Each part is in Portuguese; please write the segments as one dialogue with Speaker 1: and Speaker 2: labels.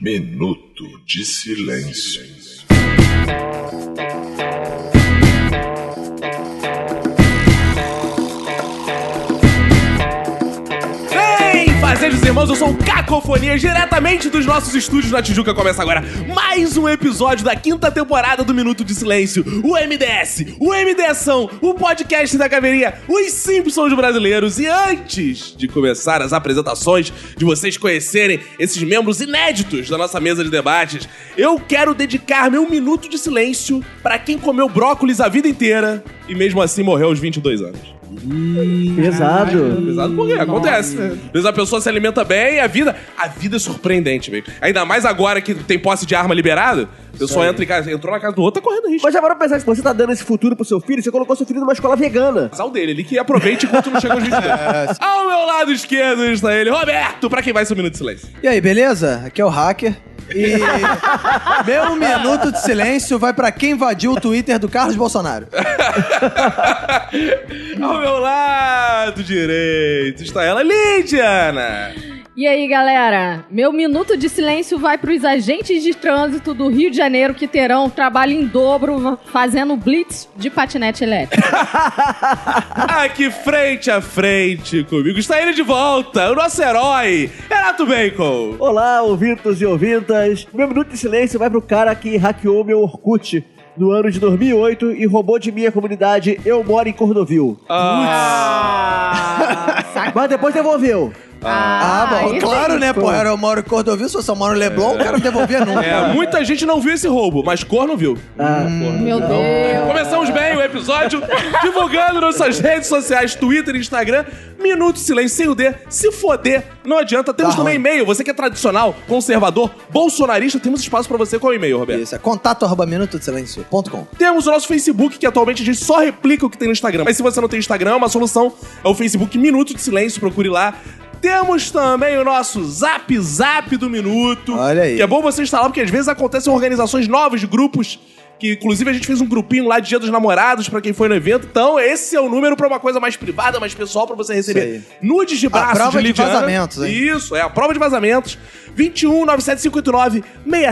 Speaker 1: Minuto de Silêncio.
Speaker 2: Bem, fazendo irmãos, eu sou o Cacofonia, diretamente dos nossos estúdios na Tijuca. Começa agora mais um episódio da quinta temporada do Minuto de Silêncio, o MDS, o MDSão, o podcast da caveirinha, os Simpsons brasileiros. E antes de começar as apresentações, de vocês conhecerem esses membros inéditos da nossa mesa de debates, eu quero dedicar meu minuto de silêncio para quem comeu brócolis a vida inteira e mesmo assim morreu aos 22 anos.
Speaker 3: Pesado.
Speaker 2: Pesado porque acontece. né? Às vezes a pessoa se alimenta bem, a vida. A vida é surpreendente, velho. Ainda mais agora que tem posse de arma liberada, a pessoa entra em casa, entrou na casa do outro, tá correndo risco.
Speaker 3: Mas já parou pra pensar que você tá dando esse futuro pro seu filho, você colocou seu filho numa escola vegana.
Speaker 2: Sal dele, ele que aproveite enquanto não chegou o juiz dele. Ao meu lado esquerdo está ele, Roberto, pra quem vai ser um minuto de silêncio.
Speaker 4: E aí, beleza? Aqui é o Hacker. E meu minuto de silêncio vai pra quem invadiu o Twitter do Carlos Bolsonaro.
Speaker 2: Ao meu lado direito está ela, Lidiana.
Speaker 5: E aí, galera? Meu minuto de silêncio vai para os agentes de trânsito do Rio de Janeiro que terão trabalho em dobro fazendo blitz de patinete elétrico.
Speaker 2: Aqui frente a frente comigo está ele de volta, o nosso herói, Renato Bacon.
Speaker 3: Olá, ouvintos e ouvintas. Meu minuto de silêncio vai pro cara que hackeou meu Orkut no ano de 2008 e roubou de minha comunidade Eu Moro em Cordovil.
Speaker 2: Ah.
Speaker 3: Mas depois devolveu. Tá
Speaker 4: Ah, bom,
Speaker 5: isso
Speaker 4: claro,
Speaker 5: aí.
Speaker 4: né, pô? Era o Mauro Cordovil, se eu só moro em Leblon, o cara não devolvia nunca.
Speaker 2: É, muita gente não viu esse roubo, mas cor não viu.
Speaker 4: Ah.
Speaker 3: Ah,
Speaker 4: Hum.
Speaker 5: Meu Deus.
Speaker 2: Começamos bem o episódio divulgando nossas redes sociais, Twitter e Instagram. Minuto Silêncio sem o D. Se foder, não adianta. Temos
Speaker 4: Tá
Speaker 2: também
Speaker 4: ruim.
Speaker 2: e-mail. Você que é tradicional, conservador, bolsonarista, temos espaço pra você com o e-mail, Roberto.
Speaker 4: Isso, é contato arroba minuto de silêncio.com.
Speaker 2: Temos o nosso Facebook, que atualmente a gente só replica o que tem no Instagram. Mas se você não tem Instagram, é uma solução. É o Facebook Minuto de Silêncio, procure lá. Temos também o nosso Zap Zap do Minuto.
Speaker 4: Olha aí.
Speaker 2: Que é bom você instalar, porque às vezes acontecem organizações novas de grupos. Que inclusive a gente fez um grupinho lá de Dia dos Namorados pra quem foi no evento. Então, esse é o número pra uma coisa mais privada, mais pessoal, pra você receber
Speaker 4: aí.
Speaker 2: nudes de braço
Speaker 4: prova de
Speaker 2: Lidiana.
Speaker 4: vazamentos, hein?
Speaker 2: Isso, é a prova de vazamentos. 21 97589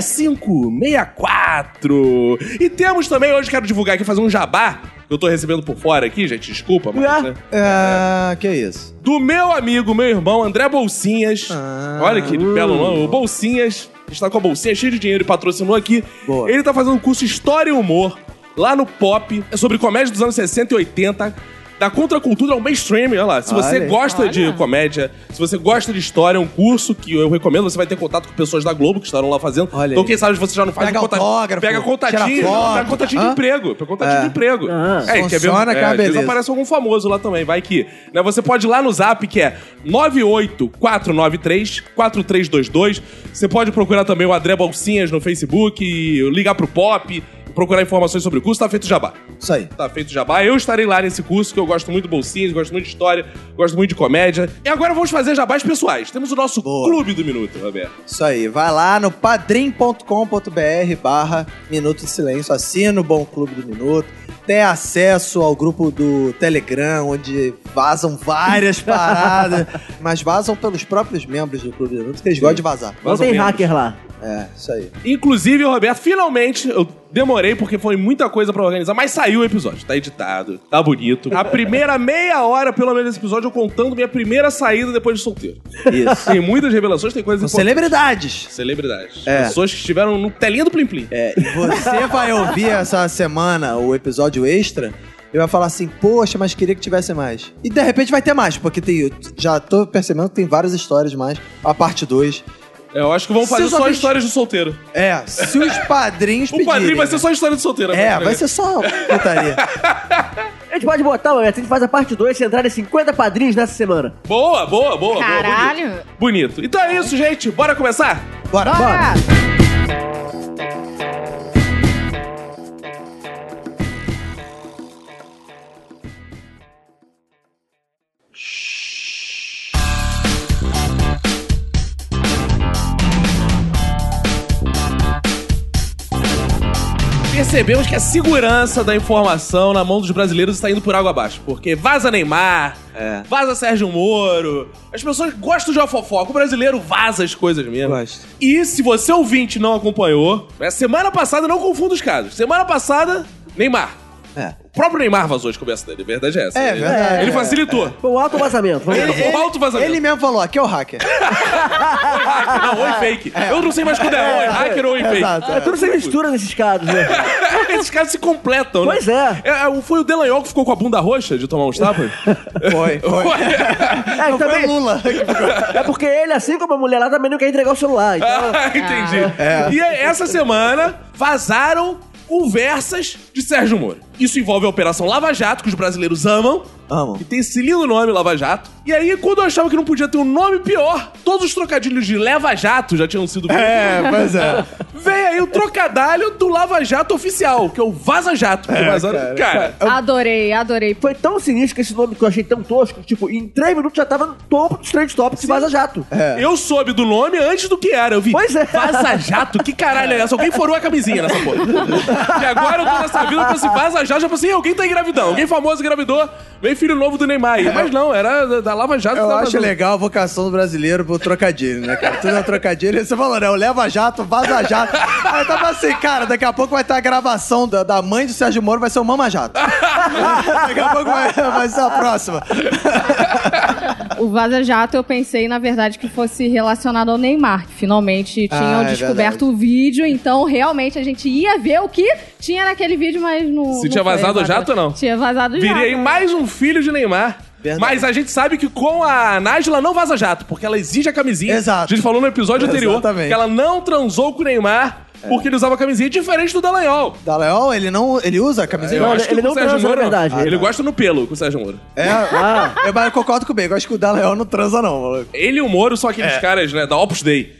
Speaker 2: 6564. E temos também, hoje quero divulgar aqui, fazer um jabá, que eu tô recebendo por fora aqui, gente, desculpa, mas.
Speaker 3: Ué?
Speaker 2: Né?
Speaker 4: Ah, que isso?
Speaker 2: Do meu amigo, meu irmão, André Bolsinhas.
Speaker 4: Ah.
Speaker 2: Olha que belo nome, o Bolsinhas. Está com a bolsinha cheia de dinheiro e patrocinou aqui.
Speaker 4: Boa.
Speaker 2: Ele tá fazendo um curso História e Humor lá no Pop, é sobre comédia dos anos 60 e 80. Da contracultura ao mainstream, olha lá. Se você
Speaker 4: Olha aí.
Speaker 2: gosta
Speaker 5: Olha.
Speaker 2: de comédia, se você gosta de história, é um curso que eu recomendo. Você vai ter contato com pessoas da Globo que estarão lá fazendo.
Speaker 4: Olha
Speaker 2: então,
Speaker 4: aí.
Speaker 2: quem sabe você já não faz
Speaker 4: Pega
Speaker 2: um conta-
Speaker 4: autógrafo,
Speaker 2: Pega contatinho,
Speaker 4: tira foto.
Speaker 2: pega contatinho de
Speaker 4: Hã?
Speaker 2: emprego. Pega contatinho de emprego.
Speaker 3: Ah.
Speaker 2: É, quer ver?
Speaker 4: Funciona,
Speaker 2: é,
Speaker 4: que é uma
Speaker 2: às vezes
Speaker 4: beleza.
Speaker 2: aparece aparece algum famoso lá também, vai que. Né, você pode ir lá no zap que é 98493-4322. Você pode procurar também o André Bolsinhas no Facebook, e ligar pro Pop, procurar informações sobre o curso. Tá feito o jabá.
Speaker 4: Isso aí.
Speaker 2: Tá feito o jabá. Eu estarei lá nesse curso, que eu gosto muito de bolsinhas, gosto muito de história, gosto muito de comédia. E agora vamos fazer jabás pessoais. Temos o nosso
Speaker 4: Boa.
Speaker 2: Clube do Minuto, Roberto.
Speaker 4: Isso aí, vai lá no padrim.com.br barra Minuto de Silêncio, assina o Bom Clube do Minuto, tem acesso ao grupo do Telegram, onde vazam várias paradas, mas vazam pelos próprios membros do Clube do Minuto, que eles gostam de vazar.
Speaker 3: Não
Speaker 2: Mais ou
Speaker 3: tem
Speaker 2: menos.
Speaker 3: hacker lá.
Speaker 4: É, isso aí.
Speaker 2: Inclusive, Roberto, finalmente, eu demorei porque foi muita coisa pra organizar, mas saiu o episódio. Tá editado, tá bonito. A primeira meia hora, pelo menos, desse episódio, eu contando minha primeira saída depois de solteiro.
Speaker 4: Isso.
Speaker 2: Tem muitas revelações, tem coisas
Speaker 4: Com
Speaker 2: importantes.
Speaker 4: celebridades!
Speaker 2: Celebridades.
Speaker 4: É.
Speaker 2: Pessoas que estiveram no telinha do Plim Plim.
Speaker 4: É, e você vai ouvir essa semana o episódio extra e vai falar assim, poxa, mas queria que tivesse mais. E de repente vai ter mais, porque tem, eu já tô percebendo que tem várias histórias mais, a parte 2.
Speaker 2: É, eu acho que vão
Speaker 4: Se
Speaker 2: fazer
Speaker 4: os
Speaker 2: só
Speaker 4: ouvintes-
Speaker 2: histórias do solteiro.
Speaker 4: É, se os padrinhos
Speaker 2: O
Speaker 4: pedirem.
Speaker 2: quadrinho vai ser
Speaker 4: né?
Speaker 2: só história do solteiro.
Speaker 4: É,
Speaker 2: agora. né?
Speaker 4: vai ser só putaria.
Speaker 3: A gente pode botar, Roberto, a gente faz a parte 2, se entrarem 50 padrinhos nessa semana.
Speaker 2: Boa, boa, boa. boa,
Speaker 5: Caralho.
Speaker 2: bonito. bonito. Então é isso, gente. Bora começar?
Speaker 4: Bora,
Speaker 5: Bora.
Speaker 2: percebemos que a segurança da informação na mão dos brasileiros está indo por água abaixo. Porque vaza Neymar,
Speaker 4: É.
Speaker 2: vaza Sérgio Moro. As pessoas gostam de uma fofoca. O brasileiro vaza as coisas mesmo.
Speaker 4: Gosto.
Speaker 2: E se você ouvinte não acompanhou, é, semana passada, não confunda os casos. Semana passada, Neymar.
Speaker 4: É.
Speaker 2: O próprio Neymar vazou as conversas dele, a verdade é essa.
Speaker 4: É
Speaker 2: Ele-
Speaker 4: verdade,
Speaker 2: Ele
Speaker 4: é.
Speaker 2: facilitou.
Speaker 3: Foi um alto vazamento. Vamos lá.
Speaker 2: Ele- Alto vazamento. Ah,
Speaker 4: Ele mesmo falou, aqui é o hacker.
Speaker 2: Não, oi fake. Eu não sei mais quando é, ou é hacker ou é fake.
Speaker 4: Exato.
Speaker 3: É tudo sem mistura nesses casos, né?
Speaker 2: Esses caras se completam, né?
Speaker 3: Pois é.
Speaker 2: é. Foi o Delanhol que ficou com a bunda roxa de tomar um uns tapas?
Speaker 4: Foi, foi.
Speaker 3: É,
Speaker 4: Não foi um o
Speaker 3: também,
Speaker 4: Lula.
Speaker 3: é porque ele, assim como a mulher lá, também não quer entregar o celular. Então,
Speaker 2: Ah, Entendi.
Speaker 4: É.
Speaker 2: E aí, essa semana vazaram conversas de Sérgio Moro. Isso envolve a Operação Lava Jato, que os brasileiros amam.
Speaker 4: Amam.
Speaker 2: Que tem esse lindo nome, Lava Jato. E aí, quando eu achava que não podia ter um nome pior, todos os trocadilhos de Leva Jato já tinham sido feitos.
Speaker 4: É, pois é.
Speaker 2: Vem aí o trocadilho do Lava Jato oficial, que é o Vaza Jato. que vazaram- cara,
Speaker 5: Adorei, adorei.
Speaker 3: foi tão sinistro que esse nome que eu achei tão tosco, tipo, em três minutos já tava no topo dos trend topics de Vaza Jato.
Speaker 4: É.
Speaker 2: eu soube do nome antes do que era. Eu vi.
Speaker 3: Pois é.
Speaker 2: Vaza Jato? Que caralho é essa? Alguém furou a camisinha nessa porra. e agora eu tô nessa vida pra se Vaza Jato. Já pensei, alguém tá engravidão. Alguém famoso engravidou. Vem filho novo do Neymar aí. Mas não, era da- da Lava Jato.
Speaker 4: Eu
Speaker 2: da
Speaker 4: acho
Speaker 2: Amazônia.
Speaker 4: legal a vocação do brasileiro pro trocadilho, né, cara? Tudo é um trocadilho. E Você falou, né? O Leva Jato, Vaza Jato. Aí eu tava assim, cara, daqui a pouco vai ter a gravação da, da mãe do Sérgio Moro, vai ser o Mama Jato. daqui a pouco vai, vai ser a próxima.
Speaker 5: O Vaza Jato eu pensei, na verdade, que fosse relacionado ao Neymar. Que finalmente tinham
Speaker 4: Ah, é
Speaker 5: descoberto
Speaker 4: verdade.
Speaker 5: o vídeo, então realmente a gente ia ver o que tinha naquele vídeo, mas não.
Speaker 2: Se
Speaker 5: não
Speaker 2: tinha
Speaker 5: foi
Speaker 2: vazado o
Speaker 5: vazado.
Speaker 2: jato ou não?
Speaker 5: Tinha vazado o jato.
Speaker 2: Viria aí mais um filho de Neymar.
Speaker 4: Verdade.
Speaker 2: Mas a gente sabe que com a Nájila não vaza jato, porque ela exige a camisinha.
Speaker 4: Exato.
Speaker 2: A gente falou no episódio anterior
Speaker 4: Exatamente.
Speaker 2: que ela não transou com o Neymar porque ele usava a camisinha, diferente do Dallagnol.
Speaker 4: Daleol, ele não. Ele usa a camisinha?
Speaker 3: Não,
Speaker 2: Eu
Speaker 3: ele-
Speaker 2: acho que
Speaker 3: ele
Speaker 2: com
Speaker 3: não
Speaker 2: o Sérgio
Speaker 3: transa,
Speaker 2: Moro,
Speaker 3: na
Speaker 2: não.
Speaker 3: verdade.
Speaker 2: Ele gosta no pelo com o Sérgio Moro.
Speaker 4: É. Eu, mas eu concordo com o Bacon. Eu acho que o Daleol não transa, não, maluco.
Speaker 2: Ele e o Moro são
Speaker 4: É.
Speaker 2: aqueles caras, né, da Opus Dei.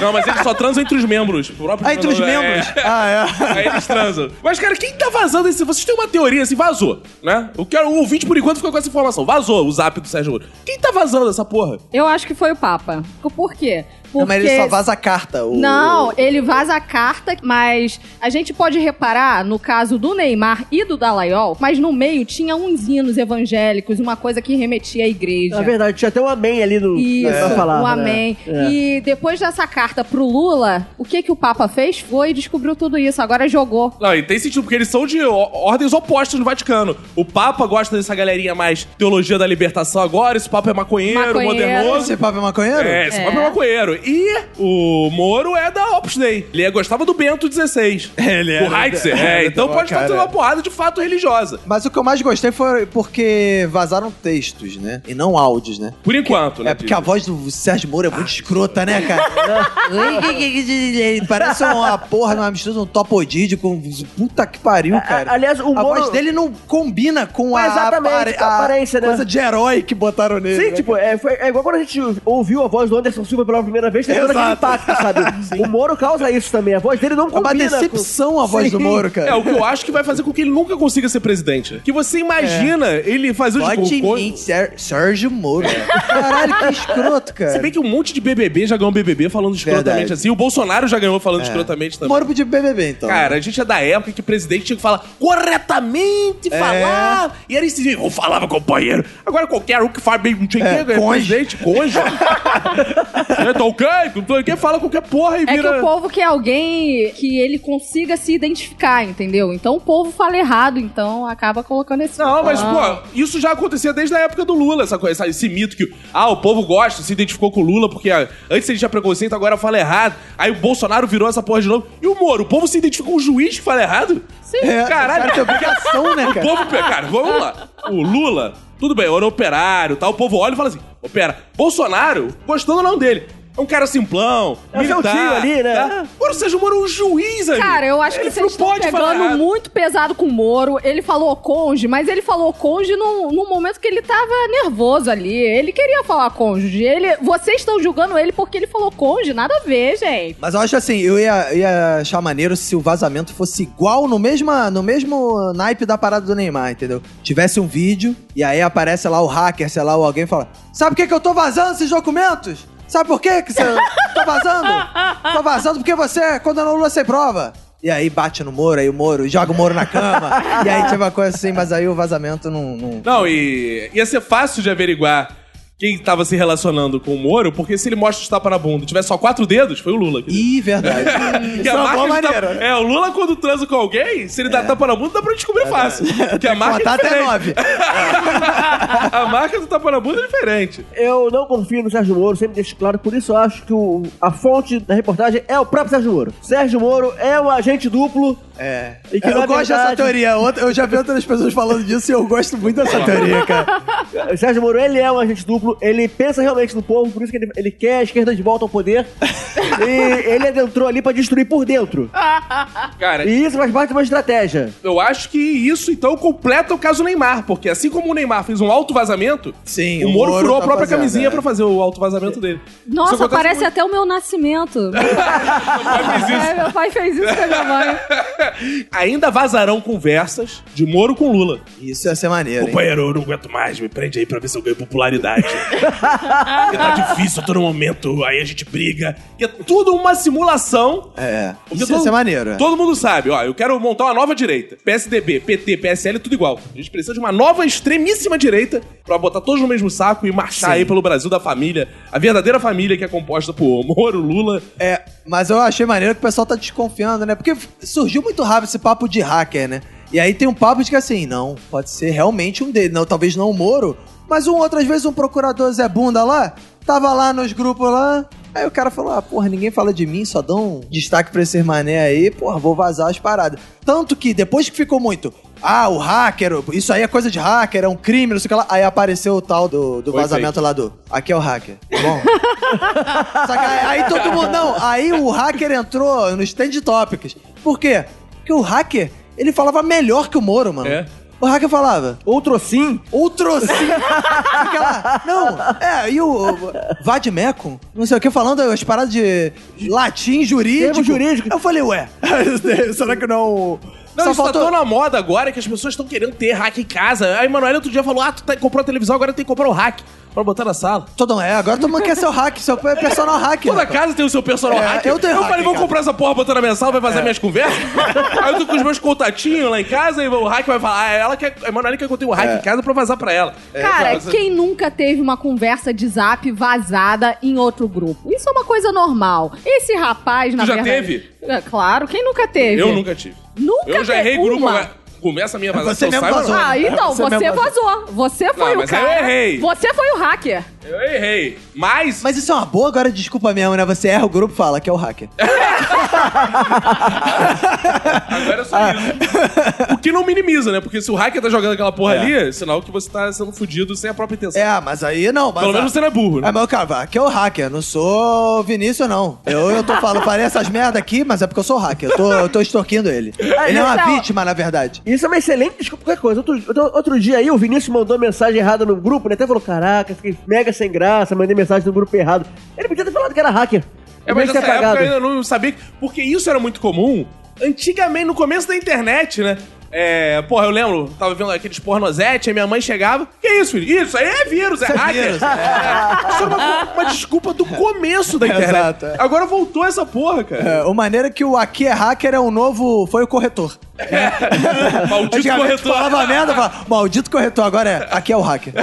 Speaker 2: não, mas eles só transam entre os membros. próprios
Speaker 4: Ah, entre os membros?
Speaker 2: É.
Speaker 4: Ah, é.
Speaker 2: Aí eles transam. Mas, cara, quem tá vazando esse... Vocês têm uma teoria, assim, vazou, né? Eu quero, o ouvinte, por enquanto, ficou com essa informação. Vazou o zap do Sérgio Moro. Quem tá vazando essa porra?
Speaker 5: Eu acho que foi o Papa. Por quê? Porque...
Speaker 4: Não, mas ele só vaza a carta. o-
Speaker 5: Não, ele vaza a carta, mas a gente pode reparar no caso do Neymar e do Dalaiol, mas no meio tinha uns hinos evangélicos, uma coisa que remetia à igreja.
Speaker 3: Na verdade, tinha até um amém ali no,
Speaker 5: Isso,
Speaker 3: na palavra.
Speaker 5: um
Speaker 3: né?
Speaker 5: amém.
Speaker 3: É.
Speaker 5: E depois dessa carta pro Lula, o que que o Papa fez? Foi e descobriu tudo isso, agora jogou.
Speaker 2: Não, e tem sentido, porque eles são de ó- ordens opostas no Vaticano. O Papa gosta dessa galerinha mais teologia da libertação agora, esse Papa é maconheiro,
Speaker 5: Maconheiro.
Speaker 2: modernoso.
Speaker 4: Esse papo é maconheiro?
Speaker 2: É, esse
Speaker 5: É.
Speaker 2: Papa é maconheiro. E o Moro é da Opus Dei. Ele é- gostava do Bento XVI.
Speaker 4: Ele
Speaker 2: O
Speaker 4: era-
Speaker 2: Heitzer.
Speaker 4: era
Speaker 2: É,
Speaker 4: muito
Speaker 2: então
Speaker 4: bom,
Speaker 2: pode estar
Speaker 4: cara.
Speaker 2: tendo uma porrada de fato religiosa.
Speaker 4: Mas o que eu mais gostei foi porque vazaram textos, né? E não áudios, né?
Speaker 2: Por enquanto, né?
Speaker 4: É porque a voz do Sérgio Moro é
Speaker 3: Ah,
Speaker 4: muito escrota, né, cara? Parece uma porra, uma mistura de um topodídeo com. Puta que pariu, cara.
Speaker 3: A- É, aliás, o
Speaker 4: a
Speaker 3: Moro-
Speaker 4: voz dele não combina com a,
Speaker 3: Exatamente,
Speaker 4: apare-
Speaker 3: com a aparência, né?
Speaker 4: coisa de herói que botaram nele.
Speaker 3: Sim,
Speaker 4: né,
Speaker 3: tipo, é, foi- é igual quando a gente ouviu a voz do Anderson Silva pela primeira vez, tem todo aquele
Speaker 4: Exato.
Speaker 3: impacto, sabe? o Moro causa isso também, a voz dele não
Speaker 4: É uma
Speaker 3: combina. com-
Speaker 4: decepção a voz
Speaker 3: Sim.
Speaker 4: do Moro, cara.
Speaker 2: É, o que eu acho que vai fazer com que ele nunca consiga ser presidente. Que você imagina
Speaker 4: É.
Speaker 2: ele tipo, fazer o
Speaker 4: Vote em mim, Sér- Sérgio Moro. Caralho, que escroto, cara.
Speaker 2: Se bem que um monte de BBB já ganhou BBB falando escrotamente
Speaker 4: Verdade. É.
Speaker 2: assim. O Bolsonaro já ganhou falando escrotamente também.
Speaker 4: Moro podia BBB, então.
Speaker 2: Cara, a gente é da época que o presidente tinha que falar corretamente,
Speaker 4: É.
Speaker 2: falar. E era esse. Eu falava, companheiro. Agora qualquer um que fala bem, não sei o
Speaker 4: É,
Speaker 2: que,
Speaker 4: conge.
Speaker 2: presidente, conge. é, tá ok, não tô ok, fala qualquer porra e
Speaker 5: É que
Speaker 2: vira.
Speaker 5: o povo quer alguém que ele consiga se identificar, entendeu? Então o povo fala errado, então acaba colocando esse.
Speaker 2: Não, mas,
Speaker 5: Ah.
Speaker 2: pô, isso já acontecia desde a época do Lula, essa coisa, essa- esse mito que, ah, o povo gosta, se identificou com o Lula, porque ah, antes ele tinha preconceito, agora fala errado. Aí o Bolsonaro virou essa porra de novo. E o Moro, o povo se identificou com o juiz que fala errado? Sim.
Speaker 4: É,
Speaker 2: Caralho,
Speaker 4: cara, tem obrigação, né,
Speaker 2: O
Speaker 4: cara?
Speaker 2: povo, cara, vamos lá. O Lula, tudo bem, era operário, tal. O povo olha e fala assim: opera. Bolsonaro, gostando ou não dele. É um cara simplão,
Speaker 3: É o seu
Speaker 2: militar,
Speaker 3: tio ali, né?
Speaker 2: Tá? Agora o Sérgio Moro é um juiz ali.
Speaker 5: Cara, eu acho que
Speaker 2: Ele
Speaker 5: vocês
Speaker 2: não
Speaker 5: estão
Speaker 2: pode falar
Speaker 5: tá pegando
Speaker 2: errado.
Speaker 5: muito pesado com o Moro. Ele falou conge, mas ele falou conge num, num momento que ele tava nervoso ali. Ele queria falar conge. Ele, vocês estão julgando ele porque ele falou conge. Nada a ver, gente.
Speaker 4: Mas eu acho assim, eu ia, ia achar maneiro se o vazamento fosse igual no, mesma, no mesmo naipe da parada do Neymar, entendeu? Tivesse um vídeo e aí aparece lá o hacker, sei lá, ou alguém fala: Sabe por que, que eu tô vazando esses documentos? Sabe por que que você tô vazando? Tô vazando porque você condenou o Lula sem prova. E E aí bate no Moro, aí o Moro joga o Moro na cama. e aí tinha uma coisa assim, mas aí o vazamento não. não-
Speaker 2: Não, e ia ser fácil de averiguar quem tava se relacionando com o Moro, porque se ele mostra os tapa na bunda e tiver só quatro dedos, foi o Lula. que-
Speaker 4: Ih, é verdade.
Speaker 2: Que a marca de tapa-
Speaker 4: né?
Speaker 2: É, o Lula quando transa com alguém, se ele
Speaker 4: É.
Speaker 2: dá tapa na bunda, dá pra descobrir fácil. Que a marca
Speaker 4: Contar
Speaker 2: é
Speaker 4: até
Speaker 2: diferente.
Speaker 4: nove.
Speaker 2: a marca do tapa na bunda é diferente.
Speaker 3: Eu não confio no Sérgio Moro, sempre deixo claro, por isso eu acho que o- a fonte da reportagem é o próprio Sérgio Moro. Sérgio Moro é um agente duplo.
Speaker 4: É.
Speaker 3: E que,
Speaker 4: eu
Speaker 3: na
Speaker 4: gosto
Speaker 3: verdade-
Speaker 4: dessa teoria. Outra- Eu já vi outras pessoas falando disso e eu gosto muito dessa teoria, cara.
Speaker 3: O Sérgio Moro, ele é um agente duplo, ele pensa realmente no povo, por isso que ele, ele quer a esquerda de volta ao poder. e ele adentrou ali pra destruir por dentro.
Speaker 2: Cara,
Speaker 3: E isso faz parte de uma estratégia.
Speaker 2: eu acho que isso então completa o caso Neymar, porque assim como o Neymar fez um alto vazamento,
Speaker 4: Sim,
Speaker 2: o Moro, furou a
Speaker 4: tá
Speaker 2: própria
Speaker 4: fazendo,
Speaker 2: camisinha
Speaker 4: é.
Speaker 2: pra fazer o alto vazamento dele. Isso
Speaker 5: Nossa,
Speaker 2: acontece
Speaker 5: parece até o meu nascimento.
Speaker 2: Mas isso-
Speaker 5: É, meu pai fez isso com a minha mãe.
Speaker 2: Ainda vazarão conversas de Moro com Lula.
Speaker 4: Isso ia ser maneiro. hein?
Speaker 2: Companheiro, eu não aguento mais, me prende aí pra ver se eu ganho popularidade. Porque tá difícil a todo momento, aí a gente briga. E é tudo uma simulação.
Speaker 4: É.
Speaker 2: Porque
Speaker 4: Isso ia ser maneiro. é.
Speaker 2: tá um Todo mundo sabe, ó, eu quero montar uma nova direita. PSDB, PT, PSL, tudo igual. A gente precisa de uma nova extremíssima direita pra botar todos no mesmo saco e marchar aí pelo Brasil da família, a verdadeira família que é composta por Moro, Lula.
Speaker 4: É, mas eu achei maneiro que o pessoal tá desconfiando, né? Porque surgiu muito rápido esse papo de hacker, né? E aí tem um papo de que assim, não, pode ser realmente um dele. Não, talvez não o Moro, mas um outras vezes um procurador Zé Bunda lá, tava lá nos grupos lá. Aí o cara falou, ah, porra, ninguém fala de mim, só dão um destaque pra esse mané aí, porra, vou vazar as paradas. Tanto que depois que ficou muito, ah, o hacker, isso aí é coisa de hacker, é um crime, não sei o que lá. Aí apareceu o tal do, do
Speaker 2: Foi
Speaker 4: vazamento lá do, aqui é o hacker, tá bom? Só que aí, aí todo mundo. Não, aí o hacker entrou nos Trend Topics. Por quê? Porque o hacker, ele falava melhor que o Moro, mano.
Speaker 2: É.
Speaker 4: O hacker falava.
Speaker 3: Outro sim,
Speaker 4: Ou trouxe. Fica lá. Não, é, e o, o Vadmecum, não sei o que, falando as paradas de latim jurídico.
Speaker 3: Termo jurídico.
Speaker 4: Eu falei, ué, será que não. é o-
Speaker 2: Não,
Speaker 4: Só
Speaker 2: isso
Speaker 4: faltou.
Speaker 2: tá tão na moda agora que as pessoas estão querendo ter hack em casa. Aí, Manoel outro dia falou: Ah, tu tá, comprou a televisão, agora tem que comprar o hack pra botar na sala.
Speaker 4: Todo, é, agora todo mundo quer ser o hack, seu personal hack.
Speaker 2: Toda
Speaker 4: rapaz.
Speaker 2: casa tem o seu personal
Speaker 4: É,
Speaker 2: hack.
Speaker 4: eu tenho hack
Speaker 2: falei,
Speaker 4: em
Speaker 2: vou
Speaker 4: casa. É.
Speaker 2: comprar essa porra, botar na minha sala, vai vazar minhas conversas. Aí eu tô com os meus contatinhos lá em casa e o hack vai falar, ah, ela quer, a Manoel quer que eu tenha o
Speaker 4: É.
Speaker 2: hack em casa pra vazar pra ela.
Speaker 5: Cara,
Speaker 2: Então,
Speaker 5: quem nunca teve uma conversa de zap vazada em outro grupo? Isso é uma coisa normal. Esse rapaz, na
Speaker 2: já
Speaker 5: verdade...
Speaker 2: teve?
Speaker 5: É, claro, quem nunca teve?
Speaker 2: Eu nunca tive.
Speaker 5: Nunca
Speaker 2: eu já
Speaker 5: teve
Speaker 2: errei grupo.
Speaker 5: uma.
Speaker 2: agora. Começa a minha
Speaker 4: É,
Speaker 2: vazação,
Speaker 4: Você mesmo
Speaker 2: sai,
Speaker 4: vazou.
Speaker 2: Manoel.
Speaker 5: Ah, então,
Speaker 4: Você
Speaker 5: você
Speaker 4: mesmo
Speaker 5: vazou. Você foi o
Speaker 2: mas eu
Speaker 5: cara.
Speaker 2: errei.
Speaker 5: Você foi o hacker.
Speaker 2: Eu errei. Mas,
Speaker 4: Mas isso é uma boa agora desculpa mesmo, né? Você erra o grupo e fala que é o hacker.
Speaker 2: agora eu sou
Speaker 4: Ah.
Speaker 2: isso. O que não minimiza, né? Porque se o hacker tá jogando aquela porra ali, é sinal que você tá sendo fudido sem a própria intenção.
Speaker 4: É, mas aí não. Mas
Speaker 2: Pelo menos você não é burro, né?
Speaker 4: É, mas o cara, fala, aqui é o hacker, não sou Vinícius, não. Eu, eu tô falando, falei essas merda aqui, mas é porque eu sou hacker. Eu tô, eu tô extorquindo ele. Ele é uma
Speaker 5: então-
Speaker 4: vítima, na verdade.
Speaker 3: Isso é uma excelente desculpa pra qualquer coisa. Outro, outro- outro dia aí, o Vinícius mandou mensagem errada no grupo, ele até falou: Caraca, fiquei mega sem graça, mandei mensagem no grupo errado. Ele podia ter falado que era hacker.
Speaker 2: É, mas nessa época eu ainda não sabia. que- Porque isso era muito comum antigamente, no começo da internet, né? É, porra, eu lembro, tava vendo aqueles pornozete, aí minha mãe chegava. Que isso, filho? Isso aí é vírus, é hacker.
Speaker 4: vírus, é.
Speaker 2: É. Isso era uma, uma desculpa do começo da internet.
Speaker 4: Exato, é.
Speaker 2: Agora voltou essa porra, cara.
Speaker 4: É, o maneira que o aqui é hacker é o novo. Foi o corretor.
Speaker 2: Maldito
Speaker 4: É. Antigamente
Speaker 2: corretor.
Speaker 4: falava merda, falava, maldito corretor, agora é, aqui é o hacker.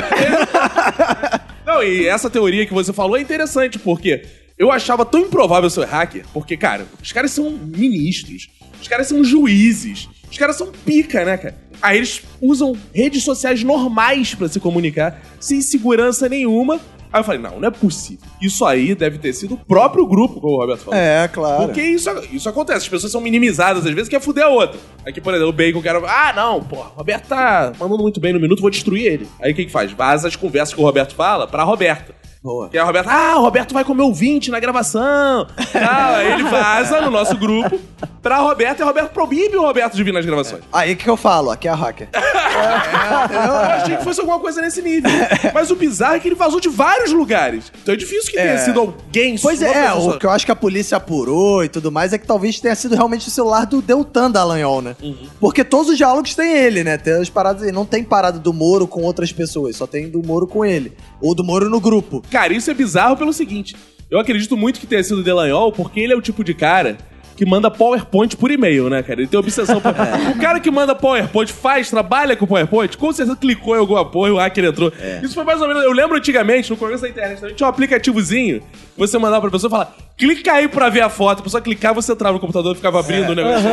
Speaker 2: Não, e essa teoria que você falou é interessante, porque eu achava tão improvável ser hacker, porque, cara, os caras são ministros, os caras são juízes, os caras são pica, né, cara? Aí eles usam redes sociais normais pra se comunicar, sem segurança nenhuma. Aí eu falei, não, não é possível. Isso aí deve ter sido o próprio grupo, como o Roberto falou.
Speaker 4: É, claro.
Speaker 2: Porque isso, isso acontece, as pessoas são minimizadas, às vezes quer fuder a outra. Aqui, por exemplo, o Bacon, o cara. Ah, não, porra, o Roberto tá mandando muito bem no minuto, vou destruir ele. Aí o que, que faz? Vaza as conversas que o Roberto fala pra Roberta.
Speaker 4: Boa.
Speaker 2: Que a Roberta, ah, o Roberto vai comer ouvinte na gravação. Ah, aí ele vaza no nosso grupo pra Roberta e o Roberto proíbe o Roberto de vir nas gravações.
Speaker 4: Aí o que, que eu falo? Aqui é o hacker.
Speaker 2: Eu achei que fosse alguma coisa nesse nível. Mas o bizarro é que ele vazou de vários lugares. Então é difícil que tenha sido alguém
Speaker 4: Pois
Speaker 2: uma
Speaker 4: é,
Speaker 2: pessoa.
Speaker 4: o que eu acho que a polícia apurou e tudo mais é que talvez tenha sido realmente o celular do Deltan da Dallagnol, né?
Speaker 2: Uhum.
Speaker 4: Porque todos os diálogos tem ele, né? Tem as paradas, não tem parada do Moro com outras pessoas, só tem do Moro com ele. Ou do Moro no grupo.
Speaker 2: Cara, isso é bizarro pelo seguinte. Eu acredito muito que tenha sido o Delanhol, porque ele é o tipo de cara que manda PowerPoint por e-mail, né, cara? Ele tem obsessão por. o cara que manda PowerPoint faz, trabalha com PowerPoint, com certeza clicou em alguma porra e o hacker entrou.
Speaker 4: É.
Speaker 2: Isso foi mais ou menos. Eu lembro antigamente, no começo da internet também, tinha um aplicativozinho que você mandava pra pessoa e falava: clica aí pra ver a foto. A pessoa clicava, você entrava no computador e ficava abrindo o negócio.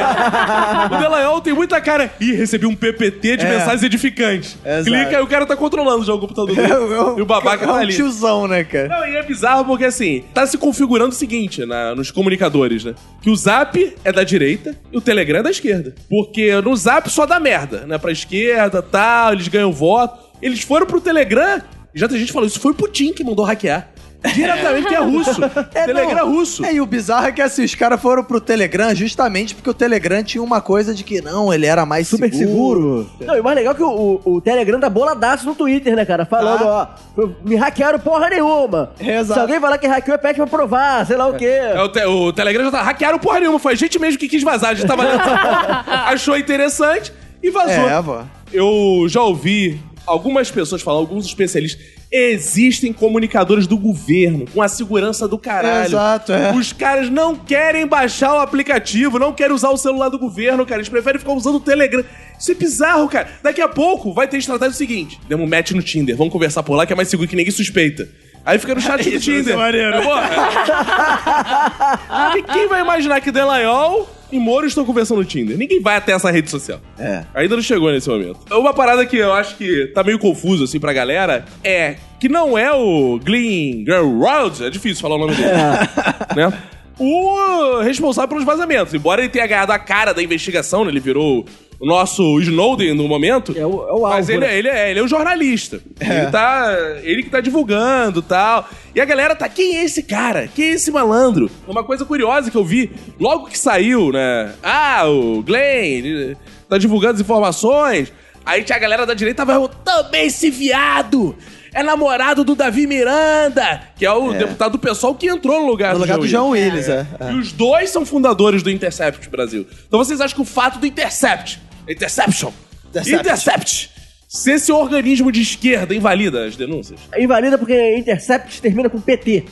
Speaker 2: É. o Delanhol tem muita cara. Ih, recebi um PPT de
Speaker 4: É.
Speaker 2: mensagens edificantes.
Speaker 4: Exato.
Speaker 2: Clica e o cara tá controlando já o computador. dele. e o babaca
Speaker 4: é um
Speaker 2: tá ali.
Speaker 4: tiozão, né, cara?
Speaker 2: Não, e é bizarro porque assim, tá se configurando o seguinte na- nos comunicadores, né? Que o zap é da direita e o Telegram é da esquerda. Porque no zap só dá merda, né? Pra esquerda tal, eles ganham voto. Eles foram pro Telegram e já tem gente falando, isso foi o Putin que mandou hackear. Diretamente que é russo. Telegram é
Speaker 4: não.
Speaker 2: russo.
Speaker 4: É, e o bizarro é que assim, os caras foram pro Telegram justamente porque o Telegram tinha uma coisa de que não, ele era mais
Speaker 3: Super seguro. Não, e o mais legal é que o, o- o Telegram tá boladaço no Twitter, né, cara? Falando, ó, me hackearam porra nenhuma.
Speaker 4: Ah. Exato.
Speaker 3: Se alguém falar que hackeou, pede pra provar, sei lá o quê.
Speaker 2: É, o, te- o Telegram já tá hackearam porra nenhuma. Foi a gente mesmo que quis vazar. A gente tava dentro dessa porra, achou interessante e vazou.
Speaker 4: É, vó.
Speaker 2: Eu já ouvi algumas pessoas falar, alguns especialistas, existem comunicadores do governo com a segurança do caralho.
Speaker 4: Exato, é.
Speaker 2: Os caras não querem baixar o aplicativo, não querem usar o celular do governo, cara. Eles preferem ficar usando o Telegram. Isso é bizarro, cara. Daqui a pouco vai ter estratégia o seguinte: demos um match no Tinder, vamos conversar por lá que é mais seguro que ninguém suspeita. Aí fica no chat do Tinder. É bom? E quem vai imaginar que Delayol e Moro estão conversando no Tinder? Ninguém vai até essa rede social.
Speaker 4: É.
Speaker 2: Ainda não chegou nesse momento. Uma parada que eu acho que tá meio confuso, assim, pra galera é que não é o Glenn Gerald, é difícil falar o nome dele, né? O responsável pelos vazamentos. Embora ele tenha ganhado a cara da investigação, né? ele virou o nosso Snowden no momento.
Speaker 3: É o- é o
Speaker 2: Mas
Speaker 3: alvo,
Speaker 2: ele,
Speaker 3: né?
Speaker 2: ele é, ele é um jornalista.
Speaker 4: É.
Speaker 2: Ele tá. Ele que tá divulgando e tal. E a galera tá. Quem é esse cara? Quem é esse malandro? Uma coisa curiosa que eu vi logo que saiu, né? Ah, o Glenn ele tá divulgando as informações. Aí tinha a galera da direita vai também esse viado! É namorado do Davi Miranda, que é o deputado do pessoal que entrou no lugar
Speaker 4: No lugar do
Speaker 2: Jean
Speaker 4: João Willis, é.
Speaker 2: e os dois são fundadores do Intercept Brasil. Então vocês acham que o fato do Intercept, Interception, Intercept,
Speaker 4: Intercept.
Speaker 2: se esse organismo de esquerda invalida as denúncias?
Speaker 4: É.
Speaker 3: Invalida porque Intercept termina com PT.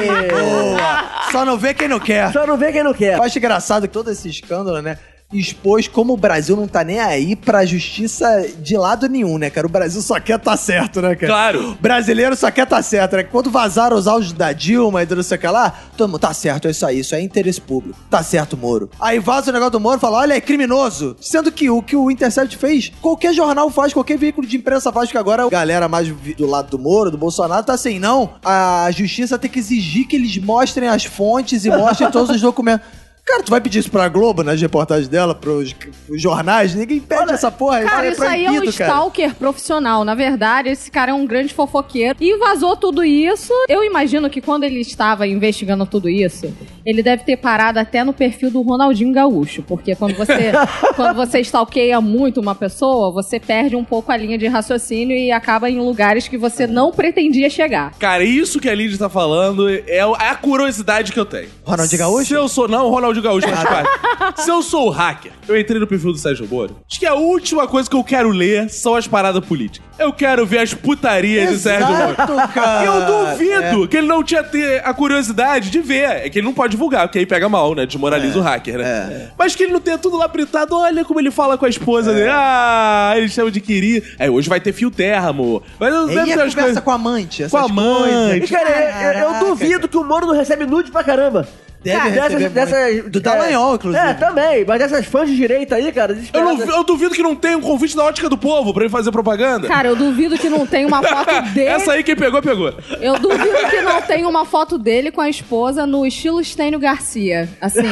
Speaker 4: Boa. Só não vê quem não quer.
Speaker 3: Só não vê quem não quer.
Speaker 4: Eu acho engraçado que todo esse escândalo, né? Expôs como o Brasil não tá nem aí pra justiça de lado nenhum, né, cara? O Brasil só quer tá certo, né, cara?
Speaker 2: Claro.
Speaker 4: Brasileiro só quer tá certo, né? Quando vazaram os áudios da Dilma e do não sei o que lá, todo mundo, tá certo, é isso aí, isso é interesse público. Tá certo, Moro. Aí vaza o negócio do Moro e fala, olha, é criminoso. Sendo que o que o Intercept fez, qualquer jornal faz, qualquer veículo de imprensa faz, que agora a galera mais vi- do lado do Moro, do Bolsonaro, tá assim, não, a justiça tem que exigir que eles mostrem as fontes e mostrem todos os documentos. Cara, tu vai pedir isso pra Globo, nas reportagens dela, pros, pros jornais? Ninguém pede essa porra.
Speaker 5: Cara, isso aí é um
Speaker 4: proibido, cara.
Speaker 5: stalker profissional. Na verdade, esse cara é um grande fofoqueiro. E vazou tudo isso. Eu imagino que quando ele estava investigando tudo isso, ele deve ter parado até no perfil do Ronaldinho Gaúcho. Porque quando você, quando você stalkeia muito uma pessoa, você perde um pouco a linha de raciocínio e acaba em lugares que você não pretendia chegar.
Speaker 2: Cara, isso que a Lidia tá falando é o- é a curiosidade que eu tenho.
Speaker 4: Ronaldinho Gaúcho? Ah, tá.
Speaker 2: Se eu sou. Não, Ronaldinho Gaúcho, mas quase. Se eu sou o hacker, eu entrei no perfil do Sérgio Moro. Acho que a última coisa que eu quero ler são as paradas políticas. Eu quero ver as putarias é de Sérgio Moro.
Speaker 4: Exato, cara. é.
Speaker 2: Eu duvido que ele não tinha ter a curiosidade de ver. É que ele não pode divulgar, porque aí pega mal, né? Desmoraliza
Speaker 4: É,
Speaker 2: o hacker, né? Mas que ele não tenha tudo lá printado. Olha como ele fala com a esposa
Speaker 4: É.
Speaker 2: dele. Ah, ele chama de querir. É, hoje vai ter fio terra, amor. Mas eu
Speaker 4: E aí
Speaker 2: deve
Speaker 4: a
Speaker 2: ter as
Speaker 4: conversa
Speaker 2: coisas...
Speaker 4: com a amante,
Speaker 2: Com a
Speaker 4: essas
Speaker 2: mãe.
Speaker 3: E, cara, eu- eu, eu
Speaker 4: Caraca,
Speaker 3: duvido que o Moro não recebe nude pra caramba.
Speaker 4: Deve receber muito. Do
Speaker 3: é,
Speaker 4: Dallagnol, inclusive.
Speaker 3: É, também. Mas dessas fãs de direita aí, cara,
Speaker 2: Eu, não-
Speaker 3: desesperadas.
Speaker 2: eu duvido que não tenha um convite da ótica do povo pra ele fazer propaganda. Ah,
Speaker 5: Cara, eu duvido que não tenha uma foto dele.
Speaker 2: Essa aí quem pegou, pegou.
Speaker 5: Eu duvido que não tenha uma foto dele com a esposa no estilo Estênio Garcia. Assim,